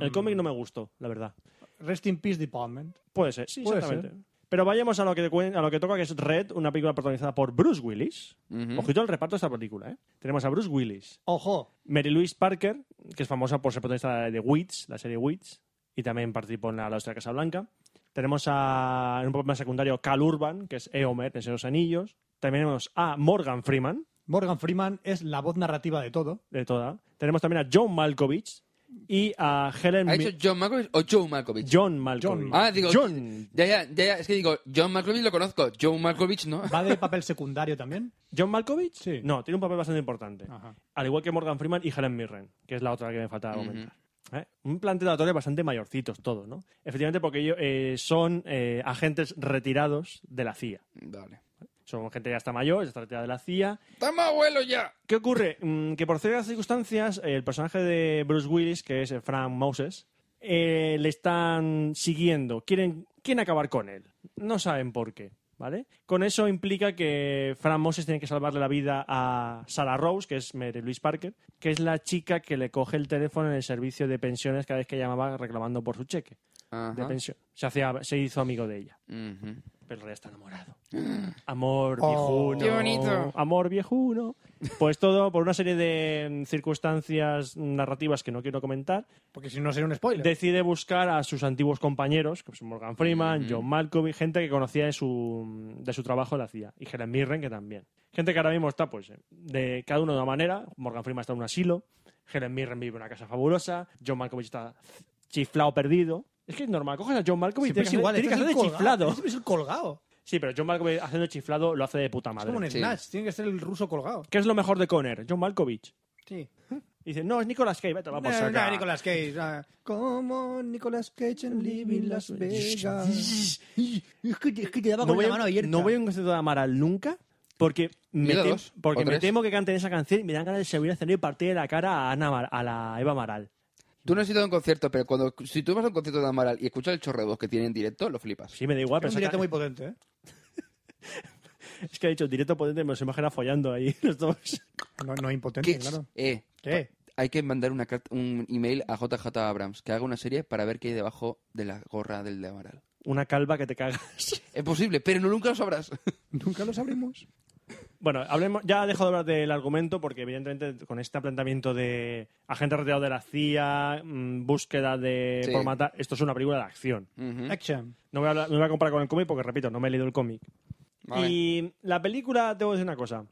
El cómic no me gustó, la verdad.
Mm. Rest in Peace Department.
Puede ser, sí,
Puede
exactamente. Pero vayamos a lo, que, cuen- a lo que toca, que es Red, una película protagonizada por Bruce Willis.
Ujú.
Ojito al reparto de esta película, ¿eh? Tenemos a Bruce Willis,
Ojo,
Mary Louise Parker, que es famosa por ser protagonista de Wits, la serie Wits, y también participó en la Los de la Casa Blanca. Tenemos a, en un papel más secundario, Cal Urban, que es Eomer, de los Anillos. También tenemos a Morgan Freeman,
Morgan Freeman es la voz narrativa de todo.
de toda. Tenemos también a John Malkovich, y a Helen
¿Ha
Mi-
dicho John Malkovich o Joe Malkovich?
John Malkovich.
Ah, digo.
John.
Ya, ya, ya, ya, Es que digo, John Malkovich lo conozco. Joe Malkovich no.
¿Va de papel secundario también?
¿John Malkovich?
Sí.
No, tiene un papel bastante importante.
Ajá.
Al igual que Morgan Freeman y Helen Mirren, que es la otra que me faltaba comentar. ¿Eh? Un planteo de actores bastante mayorcitos todos, ¿no? Efectivamente, porque ellos eh, son eh, agentes retirados de la CIA.
Vale.
Son gente ya está mayor, ya está retirada de la CIA.
¡Toma, abuelo, ya!
¿Qué ocurre? Mm, que por ciertas circunstancias, eh, el personaje de Bruce Willis, que es eh, Frank Moses, eh, le están siguiendo. Quieren, quieren acabar con él. No saben por qué. ¿Vale? Con eso implica que Frank Moses tiene que salvarle la vida a Sarah Rose, que es Mary Louise Parker, que es la chica que le coge el teléfono en el servicio de pensiones cada vez que llamaba reclamando por su cheque de
Ajá.
pensión. Se, hacía, se hizo amigo de ella.
Ujú.
Pero ya está enamorado. Amor
Oh.
viejuno.
Qué bonito.
Amor viejuno. Pues todo por una serie de mm, circunstancias narrativas que no quiero comentar.
Porque si no sería un spoiler.
Decide buscar a sus antiguos compañeros, que son Morgan Freeman,
Ujú.
John Malkovich, gente que conocía de su, de su trabajo en la CIA. Y Helen Mirren, que también. Gente que ahora mismo está, pues, de cada uno de una manera. Morgan Freeman está en un asilo. Helen Mirren vive en una casa fabulosa. John Malkovich está chiflado perdido. Es que es normal, coges a John Malkovich y tiene
Siempre es
que hacer-
igual.
tiene que
este
hacer
es
de
el colgado,
chiflado.
este Es el colgado.
Sí, pero John Malkovich haciendo chiflado lo hace de puta
Es
madre.
como un
Sí.
Snatch. Tiene que ser el ruso colgado.
¿Qué es lo mejor de Conner? John Malkovich.
Sí.
Dice, no, es Nicolas Cage, vete, vamos
No,
a
no, Nicolas Cage. ah. Como Nicolas Cage en Living Las Vegas.
Es que, es que te daba
No
con
voy,
la
a,
mano abierta.
no voy a un concierto de Amaral nunca porque me,
Mira
tem-
dos,
porque
o
me
tres.
temo que canten esa canción y me dan ganas de subir al escenario y partir la cara a, Ana Amar- a la Eva Amaral.
Tú no has ido a un concierto, pero cuando si tú vas a un concierto de Amaral y escuchas el chorro de voz que tiene en directo, lo flipas.
Sí, me da igual,
Es
pero
un
esa
directo
ca-
muy potente, ¿eh?
es que ha dicho directo potente, me los imagina follando ahí los dos.
No, no impotente,
¿Qué?
claro.
Eh,
¿Qué?
hay que mandar una carta- un email a JJ Abrams que haga una serie para ver qué hay debajo de la gorra del de Amaral.
Una calva que te cagas.
Es posible, pero no, nunca lo sabrás.
Nunca lo sabremos.
Bueno, hablemos, ya dejo de hablar del argumento porque evidentemente con este planteamiento de agente retirado de la CIA, mm, búsqueda de
Sí.
por matar, esto es una película de acción.
Ujú.
Action.
No voy, a hablar- no voy a comparar con el cómic porque, repito, no me he leído el cómic.
Vale.
Y la película, debo decir una cosa,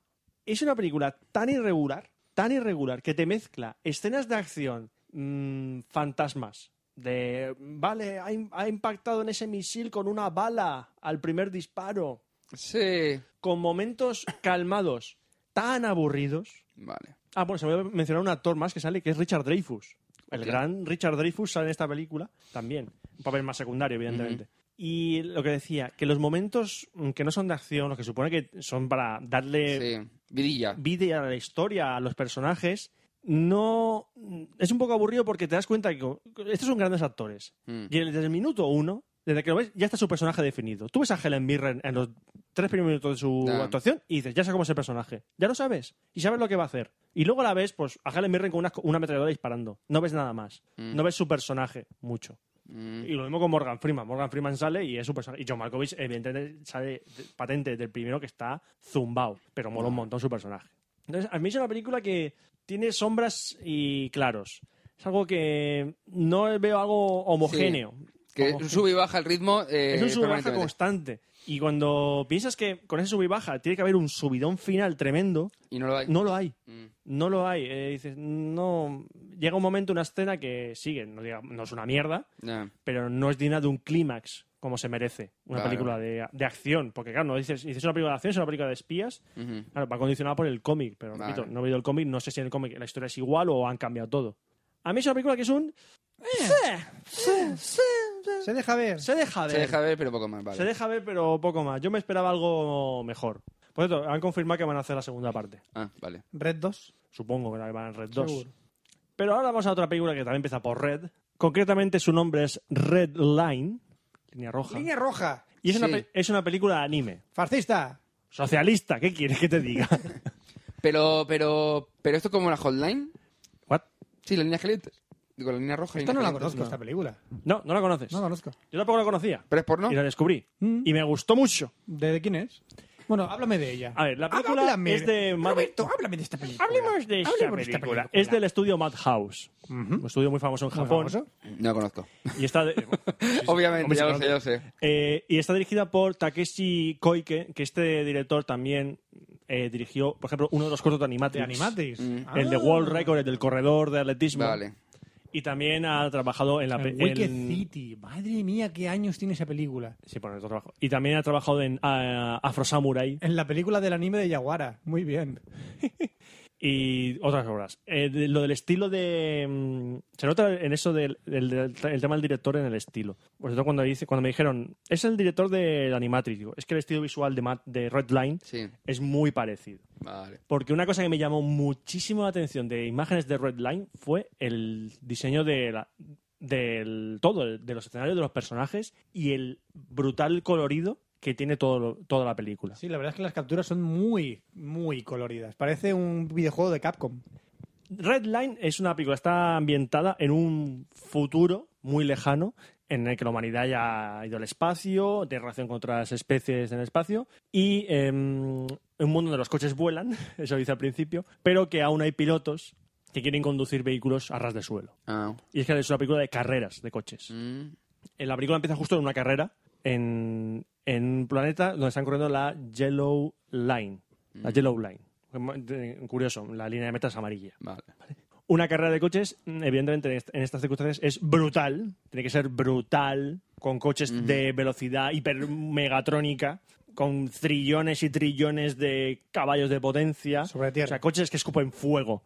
es una película tan irregular, tan irregular, que te mezcla escenas de acción, mm, fantasmas, de, vale, ha, im- ha impactado en ese misil con una bala al primer disparo,
Sí.
con momentos calmados, tan aburridos.
Vale.
Ah, bueno, se me olvidó mencionar un actor más que sale, que es Richard Dreyfus. El
Ok.
gran Richard Dreyfus sale en esta película también. Un papel más secundario, evidentemente. Y lo que decía, que los momentos mm, que no son de acción, los que supone que son para darle
Sí. Vidilla.
vida a la historia, a los personajes, no. mm, Es un poco aburrido porque te das cuenta que co- estos son grandes actores.
Mm.
Y desde el minuto uno, desde que lo ves, ya está su personaje definido. Tú ves a Helen Mirren en los tres primeros minutos de su
Ya.
actuación y dices, ya sé cómo es el personaje. Ya lo sabes. Y sabes lo que va a hacer. Y luego la ves, pues, a Helen Mirren con una, una ametralladora disparando. No ves nada más.
Mm.
No ves su personaje mucho.
Mm.
Y lo mismo con Morgan Freeman. Morgan Freeman sale y es su personaje. Y John Malkovich, evidentemente, sale de- patente desde el primero que está zumbao. Pero mola un montón su personaje. Entonces, a mí es una película que tiene sombras y claros. Es algo que no veo algo homogéneo.
Que
Homogéneo.
sube y baja el ritmo. eh,
Es un sub y baja
permanentemente.
constante. Y cuando piensas que con ese sub y baja tiene que haber un subidón final tremendo,
Y no lo hay.
no lo hay.
Mm.
No lo hay. Eh, dices, no. Llega un momento, una escena que sigue, no, diga- no es una mierda,
Ya.
pero no es digna de un clímax como se merece una
Claro.
película de, de acción. Porque, claro, no dices, dices una película de acción, es una película de espías.
Ujú.
Claro, va condicionada por el cómic, pero
Vale.
repito, no he leído el cómic, no sé si en el cómic la historia es igual o han cambiado todo. A mí es una película que es un.
Se deja ver.
Se deja ver.
Se deja ver, pero poco más. Vale.
Se deja ver, pero poco más. Yo me esperaba algo mejor. Por cierto, han confirmado que van a hacer la segunda parte.
Ah, vale.
Red 2.
Supongo que la van a Red 2.
Seguro.
Pero ahora vamos a otra película que también empieza por Red. Concretamente su nombre es Red Line, línea roja.
Línea roja.
Y es, una,
Sí.
pe- es una película de anime.
Fascista.
Socialista, ¿qué quieres que te diga?
Pero, pero, pero esto es como la hotline.
What?
Sí, la línea calientes. Digo, la línea roja.
Esta no
líneas
la
calientes.
conozco, esta película.
No, no la conoces.
No la conozco.
Yo tampoco la conocía.
¿Pero es porno?
Y la descubrí.
Mm.
Y me gustó mucho.
¿De, de quién es? Bueno, háblame de ella.
A ver, la película
Háblame.
es de Mad-
Roberto, háblame de esta película.
Hablemos de esta,
Hablemos
película.
de esta película.
Es del estudio Madhouse. Un estudio muy famoso en
Muy
Japón.
famoso.
No la conozco.
Y está de-
Obviamente,
Hombre,
ya
sí,
lo sé, ya lo sé.
Eh, y está dirigida por Takeshi Koike, que este director también eh, dirigió, por ejemplo, uno de los cortos de Animatrix.
De Animatis.
Mm.
Ah.
El de World Record, el del corredor de atletismo.
Vale.
Y también ha trabajado en la... pe-
En Wicked
en-
City. Madre mía, qué años tiene esa película.
Sí, bueno, otro trabajo. Y también ha trabajado en ah, Afro Samurai
En la película del anime de Yaguara. Muy bien.
y otras obras. Eh, de- lo del estilo de... mm, Se nota en eso del, del- del- el tema del director en el estilo. Por cierto, cuando, dice, cuando me dijeron, es el director de Animatrix, digo, es que el estilo visual de, Matt- de Red Line
Sí,
es muy parecido.
vale.
Porque una cosa que me llamó muchísimo la atención de imágenes de Red Line fue el diseño de la- del todo, el- de los escenarios, de los personajes y el brutal colorido que tiene todo, lo- toda la película.
Sí, la verdad es que las capturas son muy, muy coloridas. Parece un videojuego de Capcom.
Red Line es una película, está ambientada en un futuro muy lejano en el que la humanidad ya ha ido al espacio, tiene relación con otras especies en el espacio y eh, un mundo donde los coches vuelan, eso dice al principio, pero que aún hay pilotos que quieren conducir vehículos a ras de suelo.
Ah,
Y es que es una película de carreras de coches.
mm,
En La película empieza justo en una carrera en, en un planeta donde están corriendo la Yellow Line. La Yellow Line. Eh, Curioso, la línea de meta es amarilla.
vale.
Una carrera de coches, mm, evidentemente, en est- en estas circunstancias es brutal. Tiene que ser brutal, con coches de velocidad hiper megatrónica, con trillones y trillones de caballos de potencia.
Sobre tierra.
O sea, coches que escupen fuego.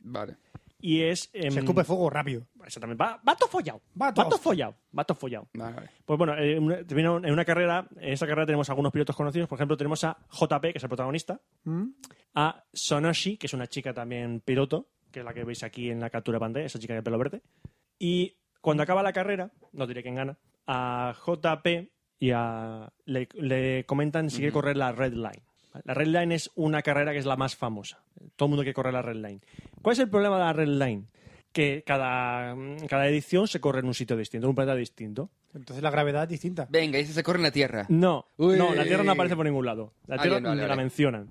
Vale.
Y es. em,
Se escupe fuego rápido.
Exactamente. Va, va todo follado.
Va
Va
todo.
todo follado. Va todo follado.
Vale, vale.
Pues bueno, eh, en una- termina un- en una carrera, en esa carrera tenemos algunos pilotos conocidos. Por ejemplo, tenemos a JP, que es el protagonista, a Sonoshi, que es una chica también piloto, que es la que veis aquí en la captura de pantalla, esa chica de pelo verde. Y cuando acaba la carrera, no diré quién gana, a JP y a, le, le comentan si quiere correr la Red Line. La Red Line es una carrera que es la más famosa. Todo el mundo quiere correr la Red Line. ¿Cuál es el problema de la Red Line? Que cada, cada edición se corre en un sitio distinto, en un planeta distinto.
Entonces la gravedad es distinta.
Venga, y ese se corre en la Tierra.
No,
Uy.
no, la Tierra no aparece por ningún lado. La
Ah,
Tierra
bien, vale,
ni la
vale.
mencionan.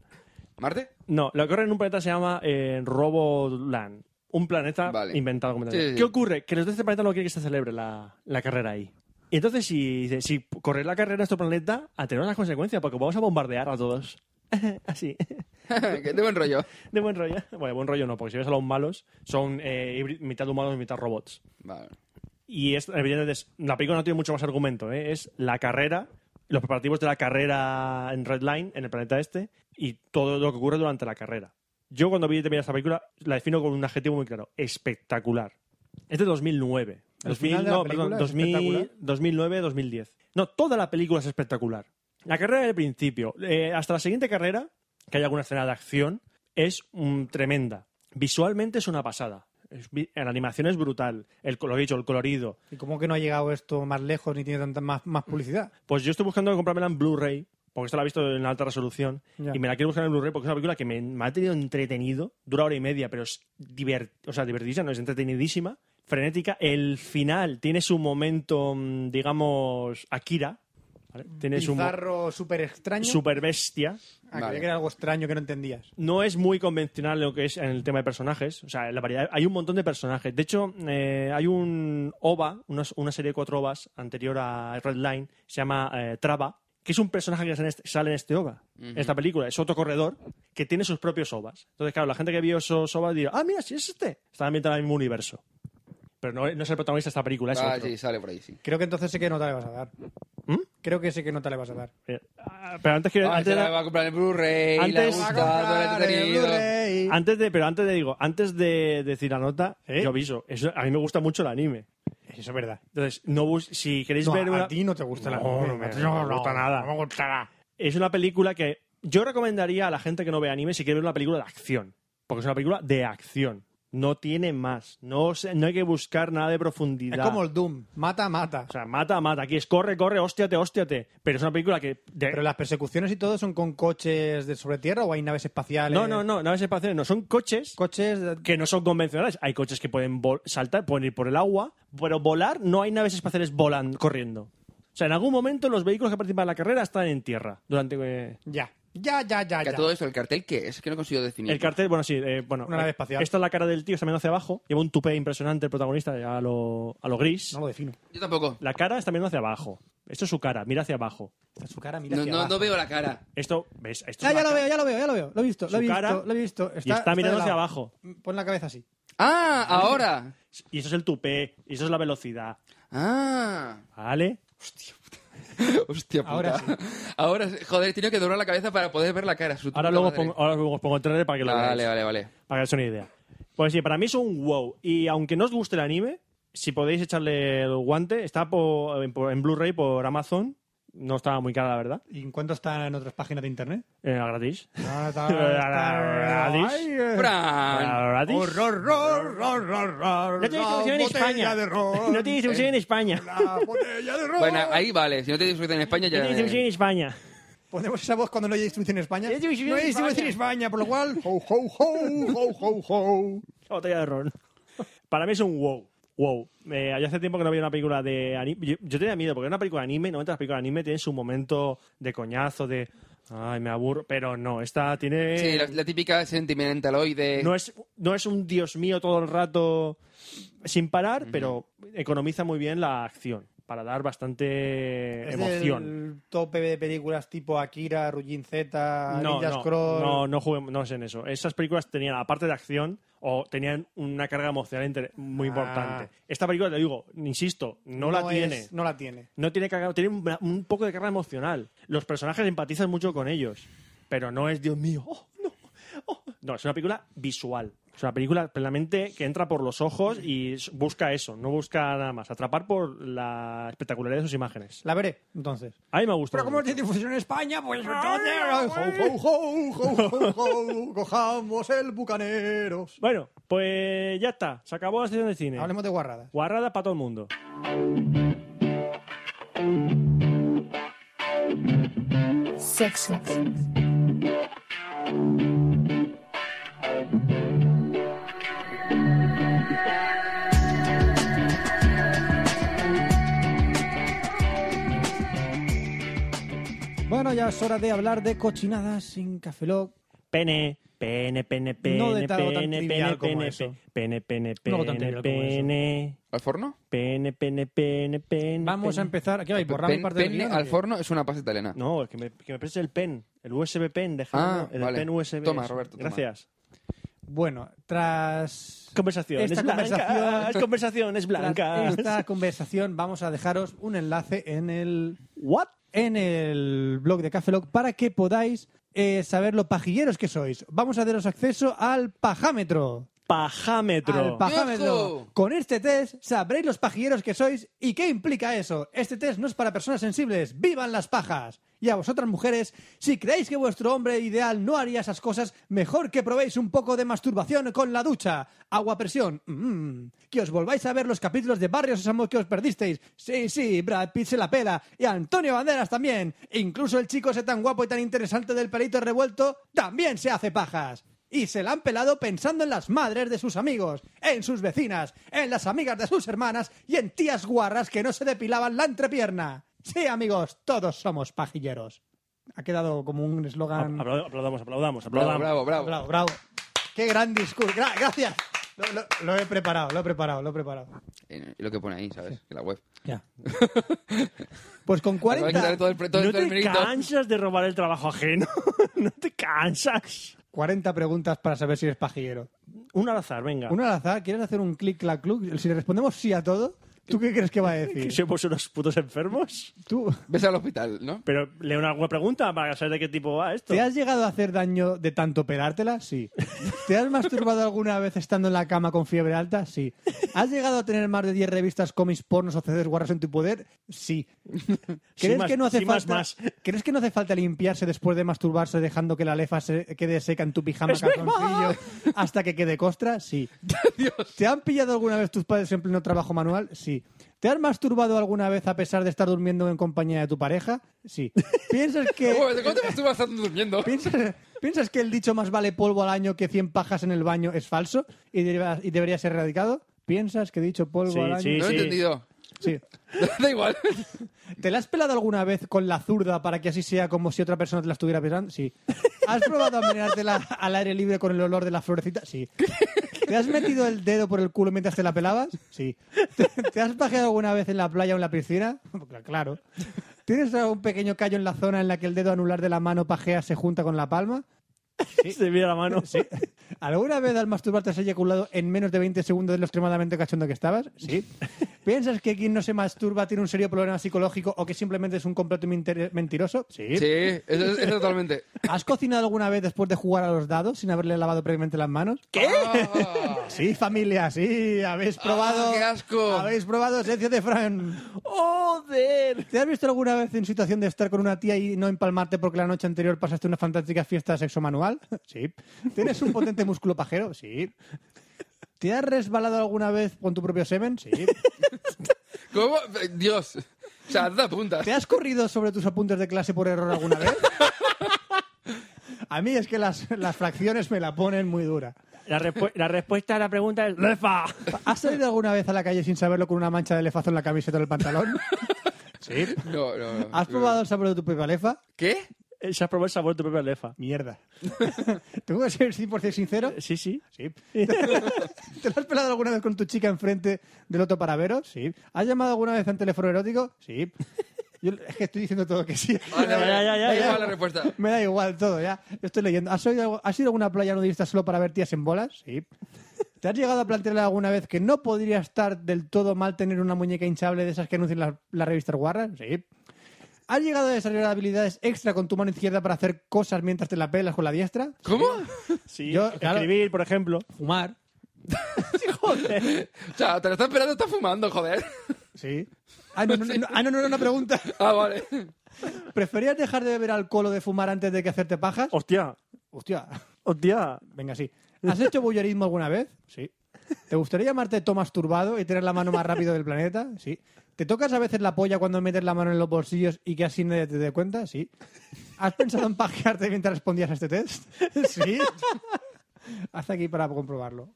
¿Marte?
No, lo que ocurre en un planeta se llama eh, Roboland. Un planeta
Vale.
inventado completamente.
Sí, sí, sí.
¿Qué ocurre? Que los de este planeta no quieren que se celebre la, la carrera ahí. Y entonces, si, dice, si correr la carrera en nuestro planeta, a tener las consecuencias, porque vamos a bombardear a todos. Así.
que de buen rollo.
De buen rollo. Bueno, buen rollo no, porque si ves a los malos, son eh, híbrid- mitad humanos y mitad robots.
Vale.
Y es, evidentemente, es- la película no tiene mucho más argumento. ¿eh? Es la carrera, los preparativos de la carrera en Red Line, en el planeta este, y todo lo que ocurre durante la carrera. Yo cuando vi terminar esta película la defino con un adjetivo muy claro. Espectacular. Es de 2009.
¿El
2000,
final de la
no,
película
perdón,
es
2000,
espectacular?
2009, 2010. No, toda la película es espectacular. La carrera del principio, eh, hasta la siguiente carrera, que hay alguna escena de acción, es mm, tremenda. Visualmente es una pasada. Es vi- la animación es brutal. El, co- lo he dicho, el colorido.
¿Y cómo que no ha llegado esto más lejos ni tiene tanta más, más publicidad?
Pues yo estoy buscando comprármela en Blu-ray, porque esto la he visto en alta resolución,
Ya.
y me la quiero buscar en Blu-ray porque es una película que me, me ha tenido entretenido, dura hora y media, pero es divert- o sea, divertidísima, no es entretenidísima, frenética. El final tiene su momento, mm, digamos, Akira, ¿vale? tiene su
Bizarro, súper extraño.
super bestia.
Ah, creía
Vale.
que era algo extraño que no entendías.
No es muy convencional lo que es en el tema de personajes, o sea, la variedad, hay un montón de personajes. De hecho, eh, hay un OVA, una, una serie de cuatro OVAs anterior a Red Line, se llama eh, Traba, que es un personaje que sale en este, sale en este OVA, en esta película. Es otro corredor que tiene sus propios OVAs. Entonces, claro, la gente que vio esos OVAs dirá, ah, mira, si es este. Está ambientado en el mismo universo. Pero no, no es el protagonista de esta película, es
Ah,
otro. Eh,
sí, sale por ahí, sí.
Creo que entonces sé qué nota le vas a dar.
¿Mm?
Creo que sé qué nota le vas a dar.
Eh, ah, Pero antes que...
Ah,
antes
se
de-
la va a comprar el Blu-ray, la
Antes-
gusta,
Va a
todo el entretenido.
Antes de, pero antes de digo, antes de decir la nota,
¿Eh?
yo aviso, eso- a mí me gusta mucho el anime.
Eso es verdad.
Entonces, no bus- si queréis
No,
ver
a
una...
ti no te gusta la
No, no me- no me gusta nada.
No me gustará.
Es una película que yo recomendaría a la gente que no ve anime si quiere ver una película de acción, porque es una película de acción. No tiene más, no se- no hay que buscar nada de profundidad.
Es como el Doom. Mata, mata.
O sea, mata, mata, aquí es corre, corre, hostiate, hostiate, pero es una película que de-
Pero las persecuciones y todo son con coches de sobre tierra o hay naves espaciales.
No, no, no, naves espaciales no, son coches
Coches de-
que no son convencionales. Hay coches que pueden vol- saltar, pueden ir por el agua, pero volar no hay naves espaciales volando, corriendo. O sea, en algún momento los vehículos que participan en la carrera están en tierra. Durante eh,
ya. Ya, ya, ya,
Que a
ya.
todo esto, ¿el cartel qué es? Que no consigo definir.
el cartel, bueno, sí, eh, bueno.
Una nave
eh,
espacial.
Esta es la cara del tío, está mirando hacia abajo. Lleva un tupé impresionante el protagonista a lo, a lo gris.
No lo defino.
Yo tampoco.
La cara está mirando hacia abajo. Esto es su cara, mira hacia abajo.
Está su cara, mira
No,
hacia
no,
abajo.
no veo la cara.
Esto, ¿ves? Esto
Ah, Ya,
es
ya
la
lo
ca-
veo, ya lo veo, ya lo veo. Lo he visto, lo
Su
he visto,
cara
lo he visto.
y está
de
mirando hacia
lado.
abajo.
Pon la cabeza así.
Ah, ahora.
Y eso es el tupé, y eso es la velocidad,
Ah.
¿vale?
Hostia puta.
Ahora
Ahora,
sí.
sí. joder, he tenido que doblar la cabeza para poder ver la cara. su
Ahora
puta
luego, os
madre.
pongo, ahora luego os pongo el trailer para que lo
Vale,
veáis. Eh,
vale, vale, vale.
Para que os una idea. Pues sí, para mí es un wow. Y aunque no os guste el anime, si podéis echarle el guante, está po- en, por- en Blu-ray por Amazon. No estaba muy cara, la verdad.
¿Y en cuánto están en otras páginas de internet?
Eh, gratis.
Ah, está- está-
Gratis.
Ay, eh.
Fran.
Gratis.
Horror, horror, horror, horror,
No tiene
la
distribución en
botella
España.
de ron. Eh,
No tiene distribución en España.
La botella de ron.
Bueno, ahí vale. Si no te disfrutas en España,
No tiene
ya.
distribución en España.
Ponemos esa voz cuando no hay distribución en España.
No hay distribución
no hay
en
distribución en España, por lo cual. Ho, ho, ho, ho, ho, ho.
La botella de ron. Para mí es un wow. Wow. Eh, yo hace tiempo que no veía una película de anime. Yo, yo tenía miedo, porque era una película de anime, normalmente las películas de anime tienen su momento de coñazo, de. Ay, me aburro. Pero no, esta tiene.
Sí, la, la típica sentimentaloide.
No es, no es un Dios mío todo el rato sin parar, pero economiza muy bien la acción para dar bastante
Es
emoción.
El tope de películas tipo Akira, Rujin Z,
No,
Ninja
no,
Scroll.
no, no juguemos- no es en eso. Esas películas tenían, aparte de acción, o tenían una carga emocional inter- muy importante. Esta película, te digo, insisto, no, la tiene.
es- Ah. no la tiene.
No tiene carga, tiene un, un poco de carga emocional. Los personajes empatizan mucho con ellos, pero no es Dios mío. oh, no, oh". No, es una película visual. Es una película plenamente que entra por los ojos y s- busca eso, no busca nada más. Atrapar por la espectacularidad de sus imágenes.
La veré, entonces.
A mí me ha gustado.
Pero como no
mucho.
tiene difusión en España, pues entonces... Ho, ho, ho, ho, ho, cojamos el bucaneros.
Bueno, pues ya está. Se acabó la sesión de cine.
Hablemos de guarradas.
Guarrada para todo el mundo.
Sexo.
Bueno, ya es hora de hablar de cochinadas en Cafeloc.
Pene, pene, pene, pene,
No de algo tan
pene,
trivial
pene,
como
pene,
eso.
pene, pene,
No algo tan
pene,
trivial como eso.
pene.
¿Al forno?
Pene, pene, pene, pene.
Vamos a
pene.
empezar... Aquí vais, borrar mi
Pen-
parte del
penne
guion, ¿o
al
qué?
forno es una pasta italiana.
No, es que me, que me prestes el pen, el USB pen,
Ah,
déjame el
vale.
pen USB.
Toma,
eso.
Roberto, toma.
Gracias.
Bueno, tras...
Conversación,
Esta
es blanca.
conversación-
Conversación es blanca.
Tras esta conversación vamos a dejaros un enlace en el
What?
en el blog de Cafeloc para que podáis eh, saber los pajilleros que sois. Vamos a daros acceso al pajámetro. Al
Pajámetro.
pajámetro.
¡Viejo!
Con este test sabréis los pajilleros que sois y qué implica eso. Este test no es para personas sensibles. ¡Vivan las pajas! Y a vosotras mujeres, si creéis que vuestro hombre ideal no haría esas cosas, mejor que probéis un poco de masturbación con la ducha. Agua a presión. mm. Que os volváis a ver los capítulos de Barrios Sésamo que os perdisteis. Sí, sí, Brad Pitt se la pela. Y Antonio Banderas también. E Incluso el chico ese tan guapo y tan interesante del pelito revuelto también se hace pajas y se la han pelado pensando en las madres de sus amigos, en sus vecinas, en las amigas de sus hermanas y en tías guarras que no se depilaban la entrepierna. Sí, amigos, todos somos pajilleros. Ha quedado como un eslogan. Bravo,
Apla- Aplaudamos, aplaudamos,
Bravo,
aplaudamos.
bravo, bravo.
bravo. Qué gran discurso. Gra- gracias. Lo, lo- lo he preparado, lo he preparado, lo he preparado.
Eh, lo que pone ahí, ¿sabes? Que la web.
Ya. Pues con
Acaba de
40,
quitar todo el pre- todo
¿No
el
te
mérito.
cansas de robar el trabajo ajeno? ¿No te cansas?
40 preguntas para saber si eres pajillero.
Un al azar, venga.
Uno al azar, ¿quieres hacer un clic, clac, cluc? Si le respondemos sí a todo, ¿tú qué crees que va a
¿Que
decir?
somos unos putos enfermos?
Tú.
Ves al hospital, ¿no?
Pero lee una alguna pregunta para saber de qué tipo va esto.
¿Te has llegado a hacer daño de tanto pelártela? Sí. ¿Te has masturbado alguna vez estando en la cama con fiebre alta? Sí. ¿Has llegado a tener más de 10 revistas, cómics, pornos o CDs guarras en tu poder? Sí. ¿Crees,
más-
que no hace
sí, más,
falta,
más.
¿Crees que no hace falta limpiarse después de masturbarse dejando que la lefa se quede seca en tu pijama calzoncillo hasta que quede costra? Sí. ¿Te han pillado alguna vez tus padres en pleno trabajo manual? Sí. ¿Te has masturbado alguna vez a pesar de estar durmiendo en compañía de tu pareja? Sí. ¿Piensas
Eh,
que...
Un momento, ¿Cómo te masturbas estando durmiendo?
¿Piensas, piensas que el dicho más vale polvo al año que 100 pajas en el baño es falso y, deba- y debería ser erradicado? ¿Piensas que dicho polvo
Sí,
al año?
sí.
No lo he entendido.
Sí.
da igual.
¿Te la has pelado alguna vez con la zurda para que así sea como si otra persona te la estuviera pelando? Sí. ¿Has probado a meneártela al aire libre con el olor de la florecita? Sí. ¿Te has metido el dedo por el culo mientras te la pelabas? Sí. ¿Te, te has pajeado alguna vez en la playa o en la piscina? Claro. ¿Tienes algún pequeño callo en la zona en la que el dedo anular de la mano pajea se junta con la palma?
Se mira la mano.
¿Alguna vez al masturbarte has eyaculado en menos de 20 segundos de lo extremadamente cachondo que estabas? Sí. ¿Piensas que quien no se masturba tiene un serio problema psicológico o que simplemente es un completo minter- mentiroso? Sí.
Sí, eso es, eso totalmente.
¿Has cocinado alguna vez después de jugar a los dados sin haberle lavado previamente las manos? ¿Qué? Sí, familia, sí. Habéis probado.
Ah. qué asco!
Habéis probado esencia de Fran.
¡Joder!
¿Te has visto alguna vez en situación de estar con una tía y no empalmarte porque la noche anterior pasaste una fantástica fiesta de sexo manual? Sí. ¿Tienes un potente músculo pajero? Sí. ¿Te has resbalado alguna vez con tu propio semen? Sí.
¿Cómo? Dios. O sea, da puntas.
¿Te has corrido sobre tus apuntes de clase por error alguna vez? A mí es que las, las fracciones me la ponen muy dura.
La, respu- la respuesta a la pregunta es ¡Lefa!
¿Has salido alguna vez a la calle sin saberlo con una mancha de lefazo en la camiseta o el pantalón? Sí.
No, no, no.
¿Has probado el sabor de tu propia lefa?
¿Qué?
Se has probado el sabor de tu propia lefa.
Mierda. ¿Tengo que ser 100% sincero?
Sí, sí.
Sí. ¿Te lo has pelado alguna vez con tu chica enfrente del otro paravero? Sí. ¿Has llamado alguna vez a un teléfono erótico? Sí. Yo es que estoy diciendo todo que sí.
Vale,
Ya,
vale.
ya, ya, ya,
Ahí
ya.
va la respuesta.
Me da igual todo, ya. Estoy leyendo. ¿Has, oído algo- ¿Has ido a alguna playa nudista solo para ver tías en bolas? Sí. ¿Te has llegado a plantearle alguna vez que no podría estar del todo mal tener una muñeca hinchable de esas que anuncian las las revistas guarras? Sí. ¿Has llegado a desarrollar habilidades extra con tu mano izquierda para hacer cosas mientras te la pelas con la diestra?
¿Cómo?
sí.
Yo, claro.
Escribir, por ejemplo.
Fumar.
O sea, te lo estás esperando, estás fumando, joder.
Sí. Ah, no, no, no, ah, no, no, no, una pregunta.
Ah, vale.
¿Preferías dejar de beber alcohol o de fumar antes de que hacerte pajas?
¡Hostia!
Hostia,
¡Hostia!
venga, sí. ¿Has hecho bullerismo alguna vez? Sí. ¿Te gustaría llamarte Tomás Turbado y tener la mano más rápido del planeta? Sí. ¿Te tocas a veces la polla cuando metes la mano en los bolsillos y que así nadie te dé cuenta? Sí. ¿Has pensado en pajearte mientras respondías a este test? Sí. Hasta aquí para comprobarlo.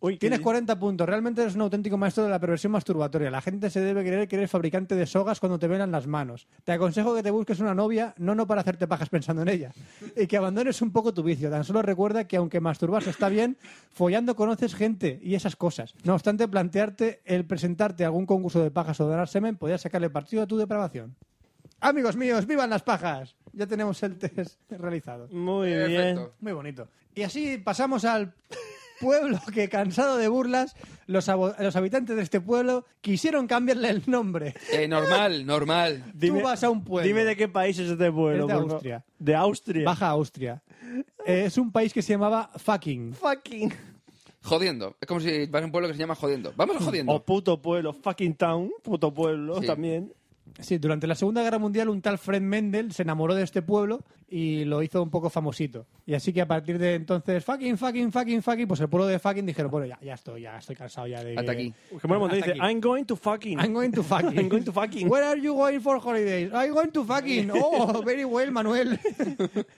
Uy,
Tienes
qué-
40 puntos. Realmente eres un auténtico maestro de la perversión masturbatoria. La gente se debe creer que eres fabricante de sogas cuando te velan las manos. Te aconsejo que te busques una novia, no no para hacerte pajas pensando en ella. Y que abandones un poco tu vicio. Tan solo recuerda que aunque masturbarse está bien, follando conoces gente y esas cosas. No obstante, plantearte el presentarte a algún concurso de pajas o donar semen podría sacarle partido a tu depravación. Amigos míos, vivan las pajas. Ya tenemos el test realizado.
Muy bien.
Perfecto.
Muy bonito. Y así pasamos al pueblo que, cansado de burlas, los, abo- los habitantes de este pueblo quisieron cambiarle el nombre.
Eh, normal, normal.
Tú vas a un pueblo.
Dime de qué país es este pueblo.
Es
por
de
favor.
Austria.
De Austria.
Baja Austria. Eh, es un país que se llamaba Fucking.
fucking.
Jodiendo. Es como si vas a un pueblo que se llama Jodiendo. Vamos a Jodiendo.
O puto pueblo. Fucking town. Puto pueblo
Sí.
también.
Sí, durante la Segunda Guerra Mundial un tal Fred Mendel se enamoró de este pueblo y lo hizo un poco famosito. Y así que a partir de entonces, fucking, fucking, fucking, fucking, pues el pueblo de fucking dijeron, bueno, ya, ya estoy, ya estoy cansado ya de... que-
Hasta aquí.
Uy, qué bueno cuando
Hasta
dice,
aquí.
I'm going to fucking.
I'm going to fucking.
I'm going to fucking.
Where are you going for holidays? I'm going to fucking. Oh, very well, Manuel.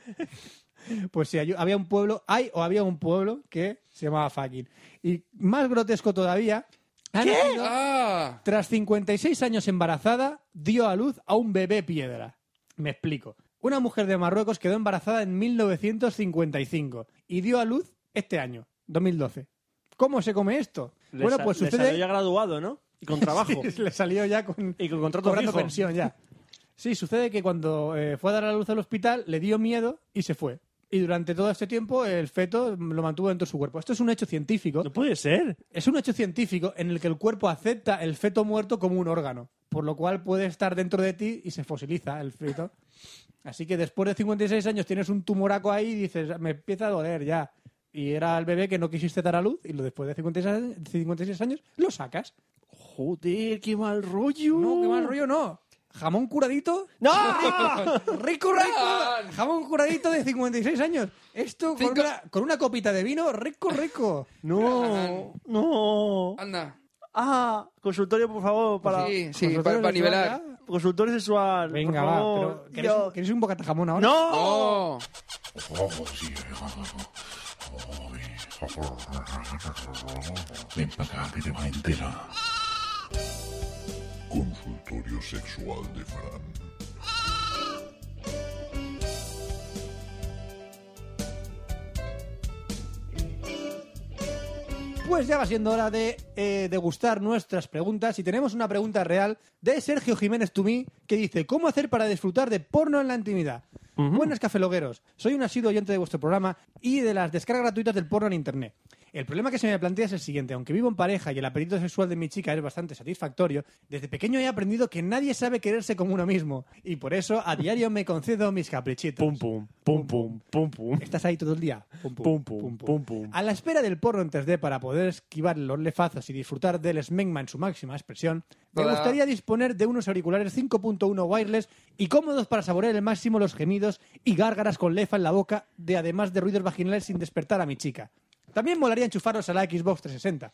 Pues sí, hay- había un pueblo, hay o había un pueblo que se llamaba fucking. Y más grotesco todavía, ha nacido-
Ah,
tras 56 años embarazada, dio a luz a un bebé piedra. Me explico. Una mujer de Marruecos quedó embarazada en 1955 y dio a luz este año, 2012. ¿Cómo se come esto?
Le
bueno,
sa-
pues
le salió
sucede
ya graduado, ¿no? Y con trabajo.
Sí, le salió ya con,
Y con contrato
cobrando
fijo.
pensión ya. Sí, sucede que cuando eh, fue a dar a luz al hospital le dio miedo y se fue. Y durante todo este tiempo el feto lo mantuvo dentro de su cuerpo. Esto es un hecho científico.
No puede ser.
Es un hecho científico en el que el cuerpo acepta el feto muerto como un órgano, por lo cual puede estar dentro de ti y se fosiliza el feto. Así que después de 56 años tienes un tumoraco ahí y dices, me empieza a doler ya. Y era el bebé que no quisiste dar a luz y lo después de 56 años, 56 años lo sacas.
Joder, qué mal rollo.
No, qué mal rollo, ¡Ah! no. Jamón curadito.
¡No!
Rico, rico. Jamón curadito de 56 años. Esto con
Cinco-
una, con una copita de vino, rico, rico.
No, no.
anda.
Ah, consultorio, por favor, para.
Sí, sí, para,
Nosotros
para
les llevamos
nivelar.
ya.
Consultorio sexual.
Pues Venga,
por
va.
favor.
Pero, ¿queréis,
Yo-
queréis un bocata jamón ahora?
¡No!
Oh,
Ven para acá que te va entera. Consultorio sexual de Fran.
Pues ya va siendo hora de eh, degustar nuestras preguntas y tenemos una pregunta real de Sergio Jiménez Tumí que dice ¿Cómo hacer para disfrutar de porno en la intimidad? Buenas cafelogueros, soy un asiduo oyente de vuestro programa y de las descargas gratuitas del porno en internet. El problema que se me plantea es el siguiente. Aunque vivo en pareja y el apetito sexual de mi chica es bastante satisfactorio, desde pequeño he aprendido que nadie sabe quererse como uno mismo. Y por eso a diario me concedo mis caprichitos.
Pum, pum, pum, pum, pum, pum.
Estás ahí todo el día. Pum
Pum, pum, pum, pum.
A la espera del porno en 3D para poder esquivar los lefazos y disfrutar del smegma en su máxima expresión, me
Hola.
gustaría disponer de unos auriculares 5.1 wireless y cómodos para saborear al máximo los gemidos y gárgaras con lefa en la boca, de además de ruidos vaginales sin despertar a mi chica. También molaría enchufarlos a la Xbox 360.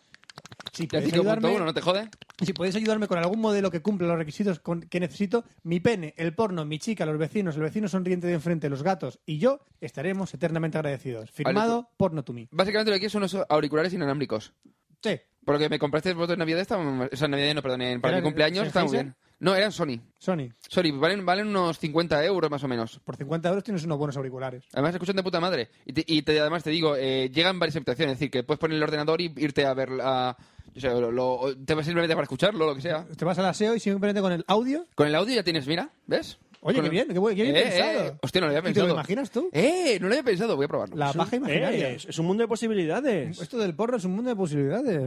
Si
Ya
podéis
5.1,
ayudarme,
¿no te jode?
si podéis ayudarme con algún modelo que cumpla los requisitos con- que necesito, mi pene, el porno, mi chica, los vecinos, el vecino sonriente de enfrente, los gatos y yo estaremos eternamente agradecidos. Firmado Porno to Me.
Básicamente lo que es unos auriculares inalámbricos.
Sí,
Porque me compraste vos de Navidad, esta, o sea, Navidad no, perdón, en- para mi
¿Eran
cumpleaños, está muy
Sennheiser?
bien. No, eran Sony.
Sony,
Sony, valen, valen unos 50 euros más o menos.
por 50 euros tienes unos buenos auriculares.
Además, se escuchan de puta madre. Y, te- y te- además te digo, eh, llegan varias habitaciones. Es decir, que puedes poner el ordenador y irte a ver la... Yo sé, lo, lo- te va simplemente para escucharlo, lo que sea.
Te vas al aseo y simplemente con el audio.
Con el audio ya tienes, mira, ¿ves?
Oye,
Con
qué
el-
bien, qué bu- qué bien
Eh,
pensado.
eh, hostia, no lo había
¿Y te lo
pensado.
imaginas tú?
¡Eh! No lo había pensado, voy a probarlo.
La Pues- paja imaginaria.
Eh, es, es un mundo de posibilidades. Mm,
Esto del porno es un mundo de posibilidades.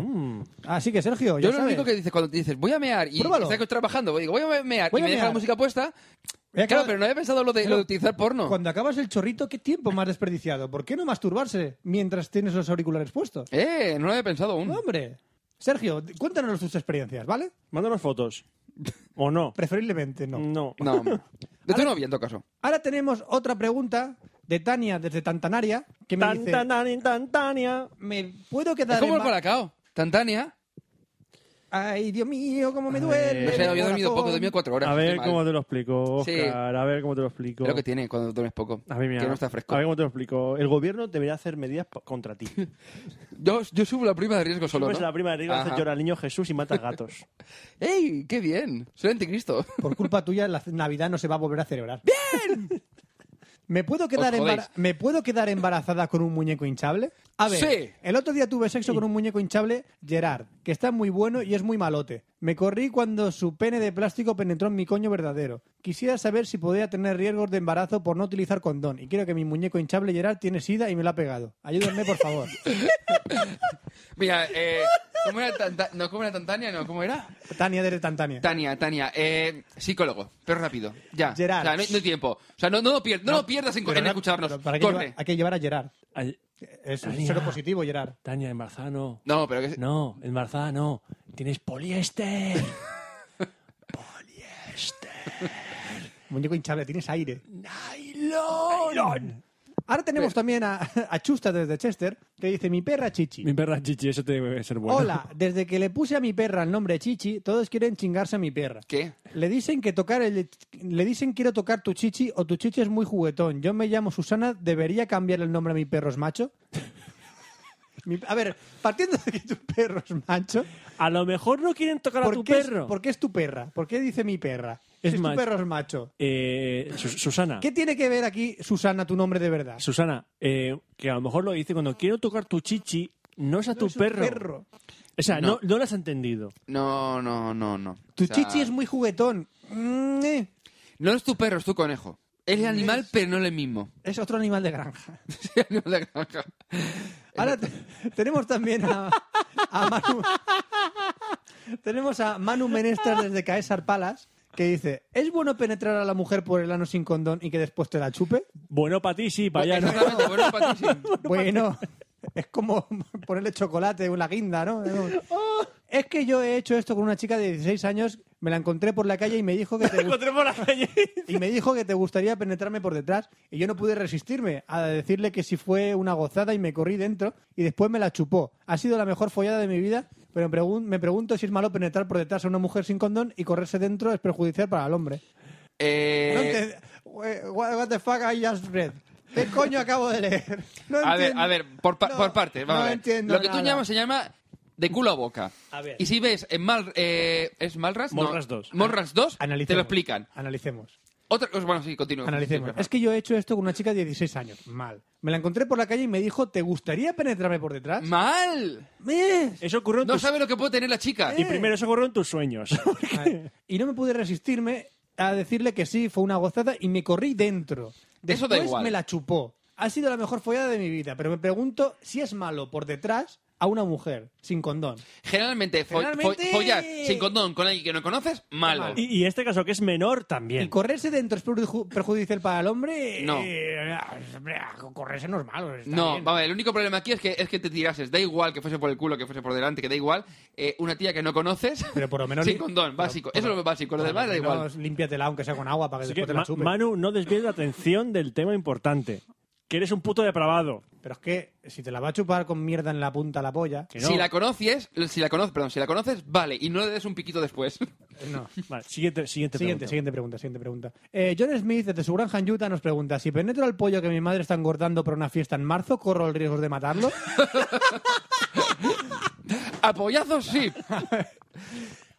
Así que, Sergio, ya
Mm. Yo lo
sabes.
único que dices cuando te dices, voy a mear y
Pruébalo.
estás trabajando, digo, voy a mear
Voy
y
a
me deja
mear.
la música puesta.
Voy
Claro,
a acabar-
pero no había pensado lo de, lo de utilizar porno.
Cuando acabas el chorrito, ¿qué tiempo más desperdiciado? ¿Por qué no masturbarse mientras tienes los auriculares puestos?
Eh, no lo había pensado aún.
¡Hombre! Sergio, cuéntanos tus experiencias, ¿vale?
Mándanos fotos. ¿O no?
Preferiblemente no.
No.
No. De tu novia, en todo caso.
Ahora tenemos otra pregunta de Tania desde Tantanaria que me
Tan,
dice:
tan, tan, tan, tania.
¿Me puedo quedar
Es como
en
el
ba-
colacao. Tantania.
Ay, Dios mío, cómo me duele.
No sé,
el
había dormido
corazón.
poco, he dormido cuatro horas.
A ver
estoy mal.
cómo te lo explico, Oscar.
Sí.
A ver cómo te lo explico.
Es lo que tiene cuando duermes poco.
A ver, mira,
Que no está fresco.
A ver cómo te lo explico. El gobierno debería hacer medidas pa- contra ti.
Yo, yo subo la prima de riesgo solo,
Subes
¿no?
la prima de riesgo, haces
Ajá.
llorar al niño Jesús y matas gatos.
¡Ey! ¡Qué bien! Soy anticristo.
Por culpa tuya, la Navidad no se va a volver a celebrar. ¡Bien! ¿Me puedo, quedar
Os
embar-
jodéis.
¿Me puedo quedar embarazada con un muñeco hinchable? A ver,
Sí.
el otro día tuve sexo con un muñeco hinchable, Gerard, que está muy bueno y es muy malote. Me corrí cuando su pene de plástico penetró en mi coño verdadero. Quisiera saber si podría tener riesgos de embarazo por no utilizar condón. Y creo que mi muñeco hinchable Gerard tiene sida y me lo ha pegado. Ayúdenme, por favor.
Mira, eh, ¿cómo era tanta- no, ¿cómo era Tantania? No, ¿cómo era?
Tania desde Tantania.
Tania, Tania, eh, psicólogo, pero rápido, ya.
Gerard.
O sea, no, hay- no hay tiempo. O sea, no, no, lo pier- no lo pierdas en,
Pero
en
no-
escucharnos.
pero ¿Para qué
Corre.
lleva- hay que llevar a Gerard.
Ay,
Es un
Tania.
cero positivo, Gerard.
Tania, embarazada no.
No, pero que...
No, embarazada no. Tienes poliéster.
Muñeco hinchable, tienes aire.
¡Nylon!
Ahora tenemos también a, a Chusta desde Chester, que dice, mi perra Chichi.
Mi perra Chichi, eso te debe ser bueno.
Hola, desde que le puse a mi perra el nombre Chichi, todos quieren chingarse a mi perra.
¿Qué?
Le dicen que tocar el, le dicen quiero tocar tu chichi o tu chichi es muy juguetón. Yo me llamo Susana, debería cambiar el nombre a mi perro es macho. Mi- a ver, partiendo de que tu perro es macho,
A lo mejor no quieren tocar a
¿por
tu
qué, es-
perro.
por qué es tu perra? ¿Por qué dice mi perra?
Es
si
macho.
tu perro es macho.
Eh, Su- Susana.
¿Qué tiene que ver aquí Susana tu nombre de verdad?
Susana, eh, que a lo mejor lo dice cuando quiero tocar tu chichi, no es a tu
Es un
perro.
perro.
O sea, no,
No.
no lo has entendido.
No, no, no, no.
Tu
O sea,
chichi es muy juguetón. Mm, eh.
No es tu perro, es tu conejo. Es el animal, pero no es el mismo.
Es otro animal de granja.
Sí, animal de granja.
Ahora te- tenemos también a, a Manu. tenemos a Manu Menester desde Caesar Palas que dice: ¿Es bueno penetrar a la mujer por el ano sin condón y que después te la chupe?
Bueno, para ti sí,
Ah,
para allá no.
Exactamente, bueno, para ti sí.
Bueno, es como ponerle chocolate o la guinda, ¿no?
Oh.
Es que yo he hecho esto con una chica de 16 años, me la encontré por la calle y me dijo que te, gust-
Encontré por la calle.
y me dijo que te gustaría penetrarme por detrás y yo no pude resistirme a decirle que si fue una gozada y me corrí dentro y después me la chupó. Ha sido la mejor follada de mi vida, pero me, pregun- me pregunto si es malo penetrar por detrás a una mujer sin condón y correrse dentro es perjudicial para el hombre. No
Eh,
ente- What, what the fuck I just read? ¿Qué coño acabo de leer? No
a ver,
entiendo.
a ver, por, pa-
No,
por partes, vamos
no
a ver.
entiendo
Lo que tú
nada.
llamas se llama de culo a boca.
A ver.
Y si ves en Mal... eh, ¿Es Malras? No.
Morras dos.
Morras 2, te lo
Analicemos.
explican.
Analicemos.
Otra cosa, bueno, sí, continúo.
Analicemos.
Sí,
Es que yo he hecho esto con una chica de 16 años. Mal. Me la encontré por la calle y me dijo, ¿te gustaría penetrarme por detrás?
¡Mal!
¡Mes!
Eso ocurrió en
No
Pues-
tus...
sabe lo que puede tener la chica.
Eh.
Y primero eso ocurrió en tus sueños.
Ay, Y no me pude resistirme a decirle que sí, fue una gozada y me corrí dentro.
Eso
Después
da igual.
me la chupó. Ha sido la mejor follada de mi vida, pero me pregunto si es malo por detrás a una mujer sin condón.
Generalmente, fo- fo-
Generalmente-
follar sin condón con alguien que no conoces, malo.
Malo.
y, y este caso que es menor
Y
también.
correrse dentro es perju- perjudicial para el hombre.
No.
eh, hombre, correrse no es malo. está
No,
bien.
vamos a ver, el único problema aquí es que, es que te tirases, da igual que fuese por el culo, que fuese por delante, que da igual, eh, una tía que no conoces,
Pero por lo menos.
sin
li-
condón, básico,
pero-
eso es lo básico, lo
por
demás da
menos
igual.
Límpiatela, aunque sea con agua, para que
Así que,
después te la
Ma-
chupes.
Manu, no desvíes la atención del tema importante. Que eres un puto depravado.
Pero es que si te la va a chupar con mierda en la punta la polla.
Que no.
Si la conoces, si la conoces, perdón, si la conoces, vale, y no le des un piquito después.
No.
Vale, siguiente, siguiente,
Siguiente,
pregunta.
siguiente pregunta, siguiente pregunta. Eh, John Smith, desde su granja en Utah, nos pregunta: Si penetro al pollo que mi madre está engordando para una fiesta en marzo, ¿corro el riesgo de matarlo?
Apoyazos sí.
Dep-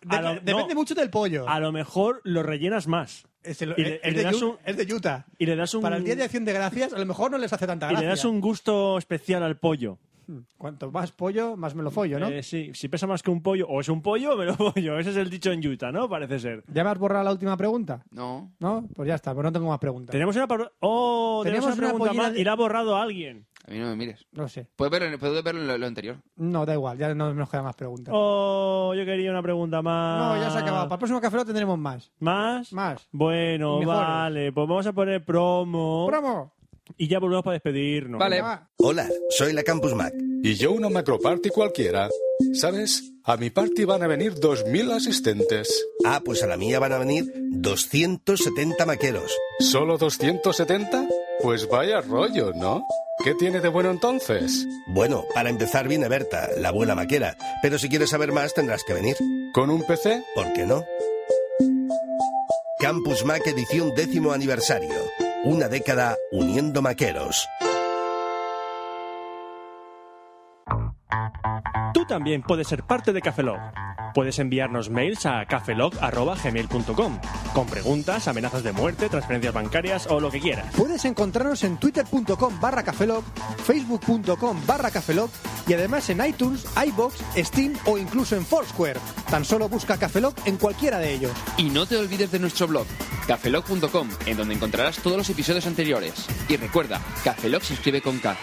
A lo- no.
Depende mucho del pollo.
A lo mejor lo rellenas más.
Es, el-
y le-
es
y le
de,
das
Ut-
un-
es de Utah.
Y le das un,
Para el Día de Acción de Gracias, a lo mejor no les hace tanta
y
gracia. Mm.
le das un gusto especial al pollo.
Cuanto más pollo, más me lo follo, ¿no?
Eh, sí, si pesa más que un pollo, o es un pollo o me lo pollo. Ese es el dicho en Utah, ¿no? Parece ser.
¿Ya me has borrado la última pregunta?
No.
¿No? Pues ya está, pues no tengo más preguntas.
Tenemos una, par- oh, tenemos una
Tenemos una
pregunta
pollera
más
de-
y la ha borrado alguien.
A mí no me mires.
No sé.
Puedes verlo, en- puedes verlo en lo, lo anterior.
No, da igual, ya no nos quedan más preguntas.
Oh, yo quería una pregunta más.
No, ya se ha acabado. Para el próximo café lo tendremos más.
¿Más?
Más.
Bueno,
Mejores.
vale. Pues vamos a poner promo.
¿eh? ¡Promo!
Y ya volvemos para despedirnos.
Vale.
Va.
Hola, soy la Campus Mac.
Y yo una macroparty cualquiera. ¿Sabes? A mi party van a venir 2.000 asistentes.
Ah, pues a la mía van a venir 270 maqueros.
¿Solo 270? Pues vaya rollo, ¿no? ¿Qué tiene de bueno entonces?
Bueno, para empezar viene Berta, la buena maquera. Pero si quieres saber más tendrás que venir.
¿Con un PC?
¿Por qué no? Campus Mac edición décimo aniversario. Una década uniendo maqueros.
Tú también puedes ser parte de Cafelog. Puedes enviarnos mails a cafelog.gmail.com con preguntas, amenazas de muerte, transferencias bancarias o lo que quieras.
Puedes encontrarnos en twitter.com barra cafelog, facebook.com barra cafelog y además en iTunes, iBox, Steam o incluso en Foursquare. Tan solo busca cafelog en cualquiera de ellos.
Y no te olvides de nuestro blog, cafelog.com, en donde encontrarás todos los episodios anteriores. Y recuerda, Cafelog se escribe con K.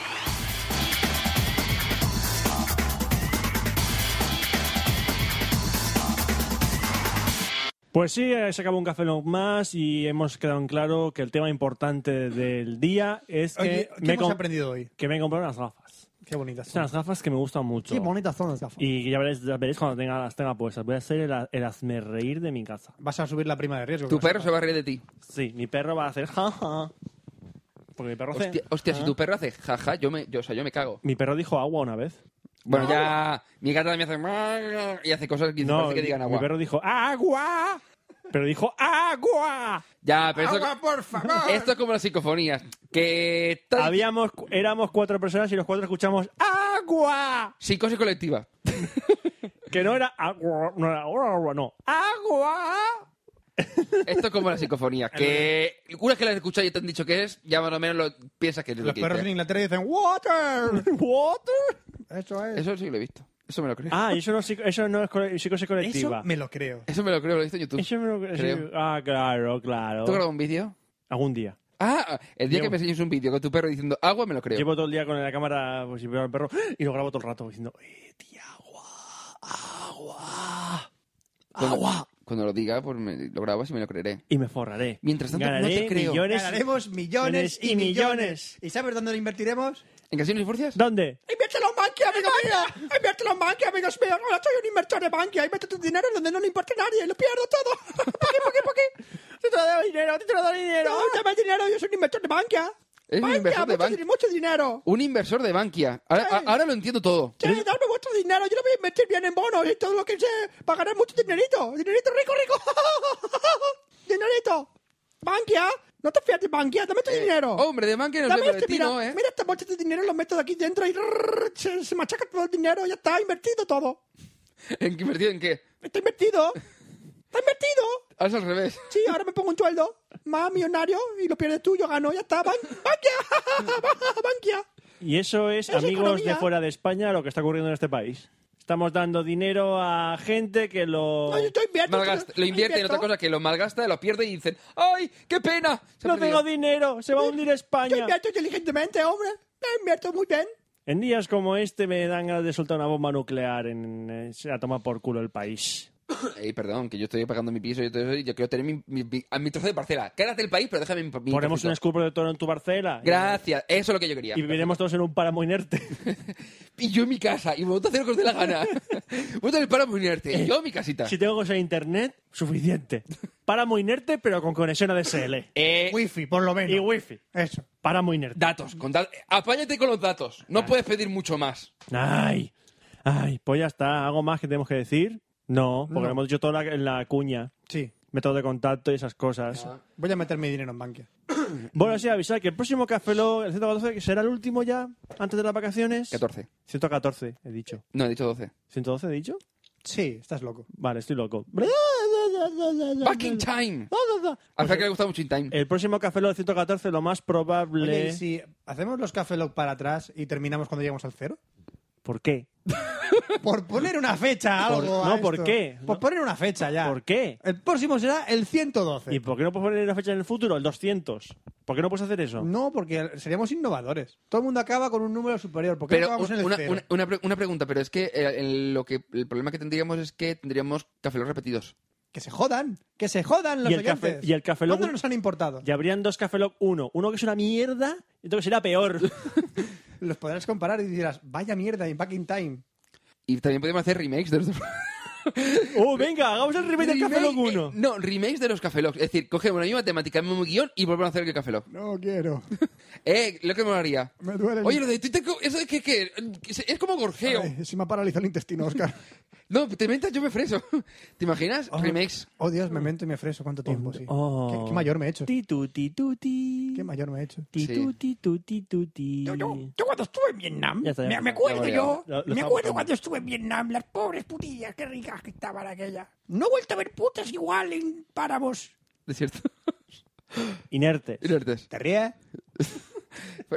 Pues sí, eh, se acabó un Cafelog más y hemos quedado en claro que el tema importante del día es que,
Oye, ¿qué
me,
hemos
com-
aprendido hoy?
que me he comprado unas gafas.
Qué bonitas son.
Unas gafas que me gustan mucho.
Qué bonitas son las gafas.
y ya veréis, ya veréis cuando tenga, las tenga puestas. Voy a hacer el, el reír de mi casa.
Vas a subir la prima de riesgo.
Tu
Pues
que no
perro
sepa.
se va a reír de ti.
Sí, mi perro va a hacer jaja. Porque mi perro hace-
Hostia, hostia, si
Ah.
tu perro hace jaja, yo me, yo, o sea, yo me cago.
Mi perro dijo agua una vez.
Bueno, ya mi gata también hace "Mua", y hace cosas que
No,
parece que digan
mi
agua.
perro dijo ¡Agua! Pero dijo ¡Agua!
Ya, pero esto,
¡Agua, por favor!
esto es como las psicofonías. Que tal-
Habíamos, cu- éramos cuatro personas y los cuatro escuchamos ¡Agua!
psicosis colectiva.
Que no era agua, no era agua, no. ¡Agua!
Esto es como las psicofonías. Que una vez que las escuchas y te han dicho que es, ya más o menos lo piensas que es lo
Los
que
perros en
dice.
Inglaterra dicen ¡Water!
¿Water?
Eso es.
Eso sí lo he visto. Eso me lo creo.
Ah, y eso no, es psico- eso no es co- psicosis colectiva.
Eso me lo creo.
Eso me lo creo, lo he visto en YouTube.
Eso me lo
Creo.
Ah, claro, claro.
¿Tú grabas un vídeo?
Algún día.
Ah, el día
Llevo-
que me enseñes un vídeo con tu perro diciendo agua, me lo creo.
Llevo todo el día con la cámara, pues si veo al perro, y lo grabo todo el rato diciendo, ¡eh, tía, agua! ¡Agua!
Cuando-
¡Agua!
Cuando lo diga, pues me- lo grabas y me lo creeré.
Y me forraré.
Mientras tanto, no
Ganaré
te creo.
millones-
Ganaremos millones y
millones.
millones. ¿Y sabes dónde lo invertiremos?
¿En Casinos y Furcias?
¿Dónde?
¡Inviértelo en Bankia, amigo mío! ¡Inviértelo en Bankia, amigos míos! ¡Ahora soy un inversor de Bankia! ¡Y meto tu dinero donde no le importa a nadie! ¡Lo pierdo todo! ¿Por qué, por qué, por qué? ¡Te te lo doy dinero, te te lo doy dinero! ¡No, dame el dinero! ¡Yo soy un inversor de Bankia!
Eres un
Bankia,
inversor de
mucho
Bankia.
di- ¡Mucho dinero!
Un inversor de Bankia. Ahora, a- ahora lo entiendo todo.
¡Sí, dadme vuestro dinero! ¡Yo lo voy a invertir bien en bonos y todo lo que sé! ¡Para ganar mucho dinerito! ¡Dinerito rico, rico! ¡Dinerito! ¡Bankia! ¡No te fías de Bankia! ¡Dame
Eh,
tu dinero!
Hombre, de Bankia no
Dame
sé, pero de
este,
ti
mira,
no, oh, ¿eh?
mira esta bolsa de dinero, lo meto de aquí dentro y rrrr, se, se machaca todo el dinero, ya está invertido todo.
¿En qué invertido en qué?
Está invertido. Está invertido.
Ahora es al revés.
Sí, ahora me pongo un sueldo. más millonario y lo pierdes tú, yo gano, ya está, Ban- Bankia, Bankia.
Y eso es,
Es
amigos
economía.
de fuera de España, lo que está ocurriendo en este país. Estamos dando dinero a gente que lo...
Ay, yo invierto,
Malgasta-
yo-
lo invierte en
invierto.
otra cosa que lo malgasta, lo pierde y dicen ¡Ay, qué pena! Se ha perdido".
No tengo dinero, se va a hundir
Yo
España.
invierto inteligentemente, hombre. Yo invierto muy bien.
En días como este me dan ganas de soltar una bomba nuclear en, eh, se a tomar por culo el país.
Ey, Eh, perdón, que yo estoy pagando mi piso y todo eso y yo quiero tener mi, mi- mi- a mi trozo de parcela. Quédate el país, pero déjame mi, mi
Ponemos un
trocito.
escudo de toro en tu parcela. y-
Gracias, eso es lo que yo quería.
Y viviremos todos en un páramo inerte.
Y yo en mi casa, y vosotros hacer lo que os dé la gana. vosotros en el páramo inerte, y yo en mi casita.
si tengo cosas de internet, suficiente. Páramo inerte, pero con conexión a DSL.
Eh,
Wifi, por lo menos.
Y wifi.
Eso.
Páramo inerte.
datos, con da- apáñate con los datos.
Ah.
No puedes pedir mucho más.
Ay, ay, pues ya está. ¿Algo más que tenemos que decir? No, porque lo hemos dicho todo en la- en la cuña.
Sí.
Método de contacto y esas cosas.
Voy a meter mi dinero en Bankia.
Bueno, sí, avisar que el próximo Café Lock, el 114, que será el último ya, antes de las vacaciones.
14.
114, he dicho.
No, he dicho 12.
¿112 he dicho?
Sí, estás loco.
Vale, estoy loco.
Back in time. A Frank le gusta mucho in time.
Eh,
El próximo Café Lock 114, lo más probable...
Oye, ¿y si hacemos los Café Lock para atrás y terminamos cuando llegamos al cero?
¿Por qué?
Por poner una fecha, algo.
Por-
a
no,
esto.
¿por qué?
Por
No.
poner una fecha ya.
¿Por qué?
El próximo será el 112.
¿Y por qué no puedes poner una fecha en el futuro? El 200. ¿Por qué no puedes hacer eso?
No, porque seríamos innovadores. Todo el mundo acaba con un número superior. ¿Por qué
Pero
no acabamos en el
una,
cero?
una- una pre- una pregunta, pero es que, eh, el- lo que el problema que tendríamos es que tendríamos café los repetidos.
Que se jodan. Que se jodan los
Y el café-
oyentes.
y el Café Lock-
¿Cuándo nos han importado?
Y habrían dos Café Lock 1. Uno que es una mierda y otro que será peor.
Los podrás comparar y dirás, vaya mierda, y back in time.
Y también podemos hacer remakes de los
¡Oh, venga! ¡Hagamos el remake del Café Lock
Remake-
1!
eh, no, remakes de los Café Locks. Es decir, cogemos la misma temática, el mismo guión y volvemos a hacer el Café Lock.
No quiero.
Eh, lo que me haría.
Me duele.
Oye, lo de Twitter, co- eso es que, que- que se- es como gorjeo.
se me ha paralizado el intestino, Oscar.
No, te metas, yo me freso. ¿Te imaginas?
Ah.
Remakes.
Oh, Dios, me mento y me freso. ¿Cuánto tiempo? Sí.
Oh.
¿Qué, qué mayor me he hecho?
Ti, tu, ti, tu, ti.
¿Qué mayor me he hecho?
Ti,
Sí.
tu, ti, tu, ti, tu, ti.
Yo, yo, yo cuando estuve en Vietnam,
Ya está, ya
me,
está.
me acuerdo
Ya, ya.
yo,
Lo- lo
me
estaba buscando.
acuerdo cuando estuve en Vietnam, las pobres putillas, qué ricas que estaban aquellas. No he vuelto a ver putas igual en páramos.
¿De cierto?
Inerte.
Inertes.
¿Te ríes?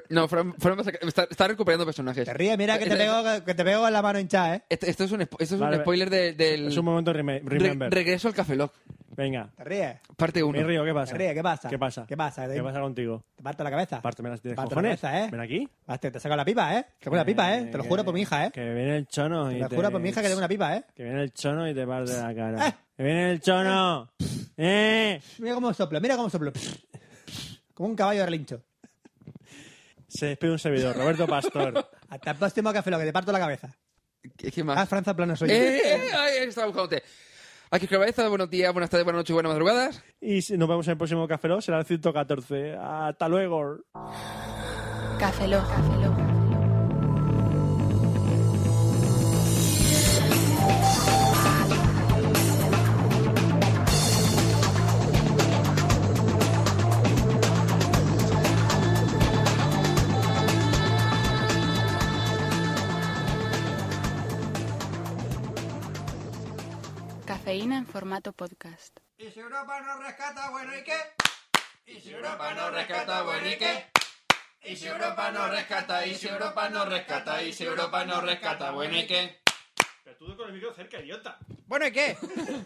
No, Fran, Fran va a sacar- está, está recuperando personajes.
¿Te ríes? Mira que te
Esta-
pego, que te pego en la mano hinchada, ¿eh?
Esto, esto es un, spo- esto es
Vale,
un spoiler de- del
Es un momento reme-
re-
remember.
regreso al Café Lock,
Venga.
¿Te ríes?
parte
Me
1.
río, ¿qué pasa?
¿Te ríes? ¿Qué pasa?
¿Qué pasa?
¿Qué pasa?
¿Qué pasa contigo?
¿Te parto la cabeza?
Párteme las
Te
tienes
parto
cojones.
la cabeza, ¿eh?
Ven aquí.
Hazte- te saco la pipa, ¿eh? Te saco la pipa, ¿eh? Te lo
que-
juro por mi hija, ¿eh?
Que viene el chono
Te
y
lo juro por mi hija que tengo una pipa, ¿eh?
Que viene el chono y te parte la cara.
Eh.
¡Que viene el chono! ¡Eh!
Mira cómo soplo, mira cómo soplo. Como un caballo de relincho.
Se despide un servidor, Roberto Pastor.
Hasta el próximo café, lo que te parto la cabeza.
¿Qué, qué
Ah,
más?
Franza Plano soy.
Eh, eh, ahí estaba buscándote. Aquí es Cabeza, buenos días, buenas tardes, buenas noches, buenas madrugadas.
y si- nos vemos en el próximo Café Lock, será el 114. ¡Hasta luego!
Café Lock.
Cafeína en formato podcast.
Y si Europa no rescata, bueno, ¿y qué? Y si Europa no rescata, bueno, ¿y qué? Y si Europa no rescata, y si Europa no rescata, y si Europa no rescata, bueno, ¿y qué?
Pero tú con el micro cerca, idiota.
Bueno, ¿y qué?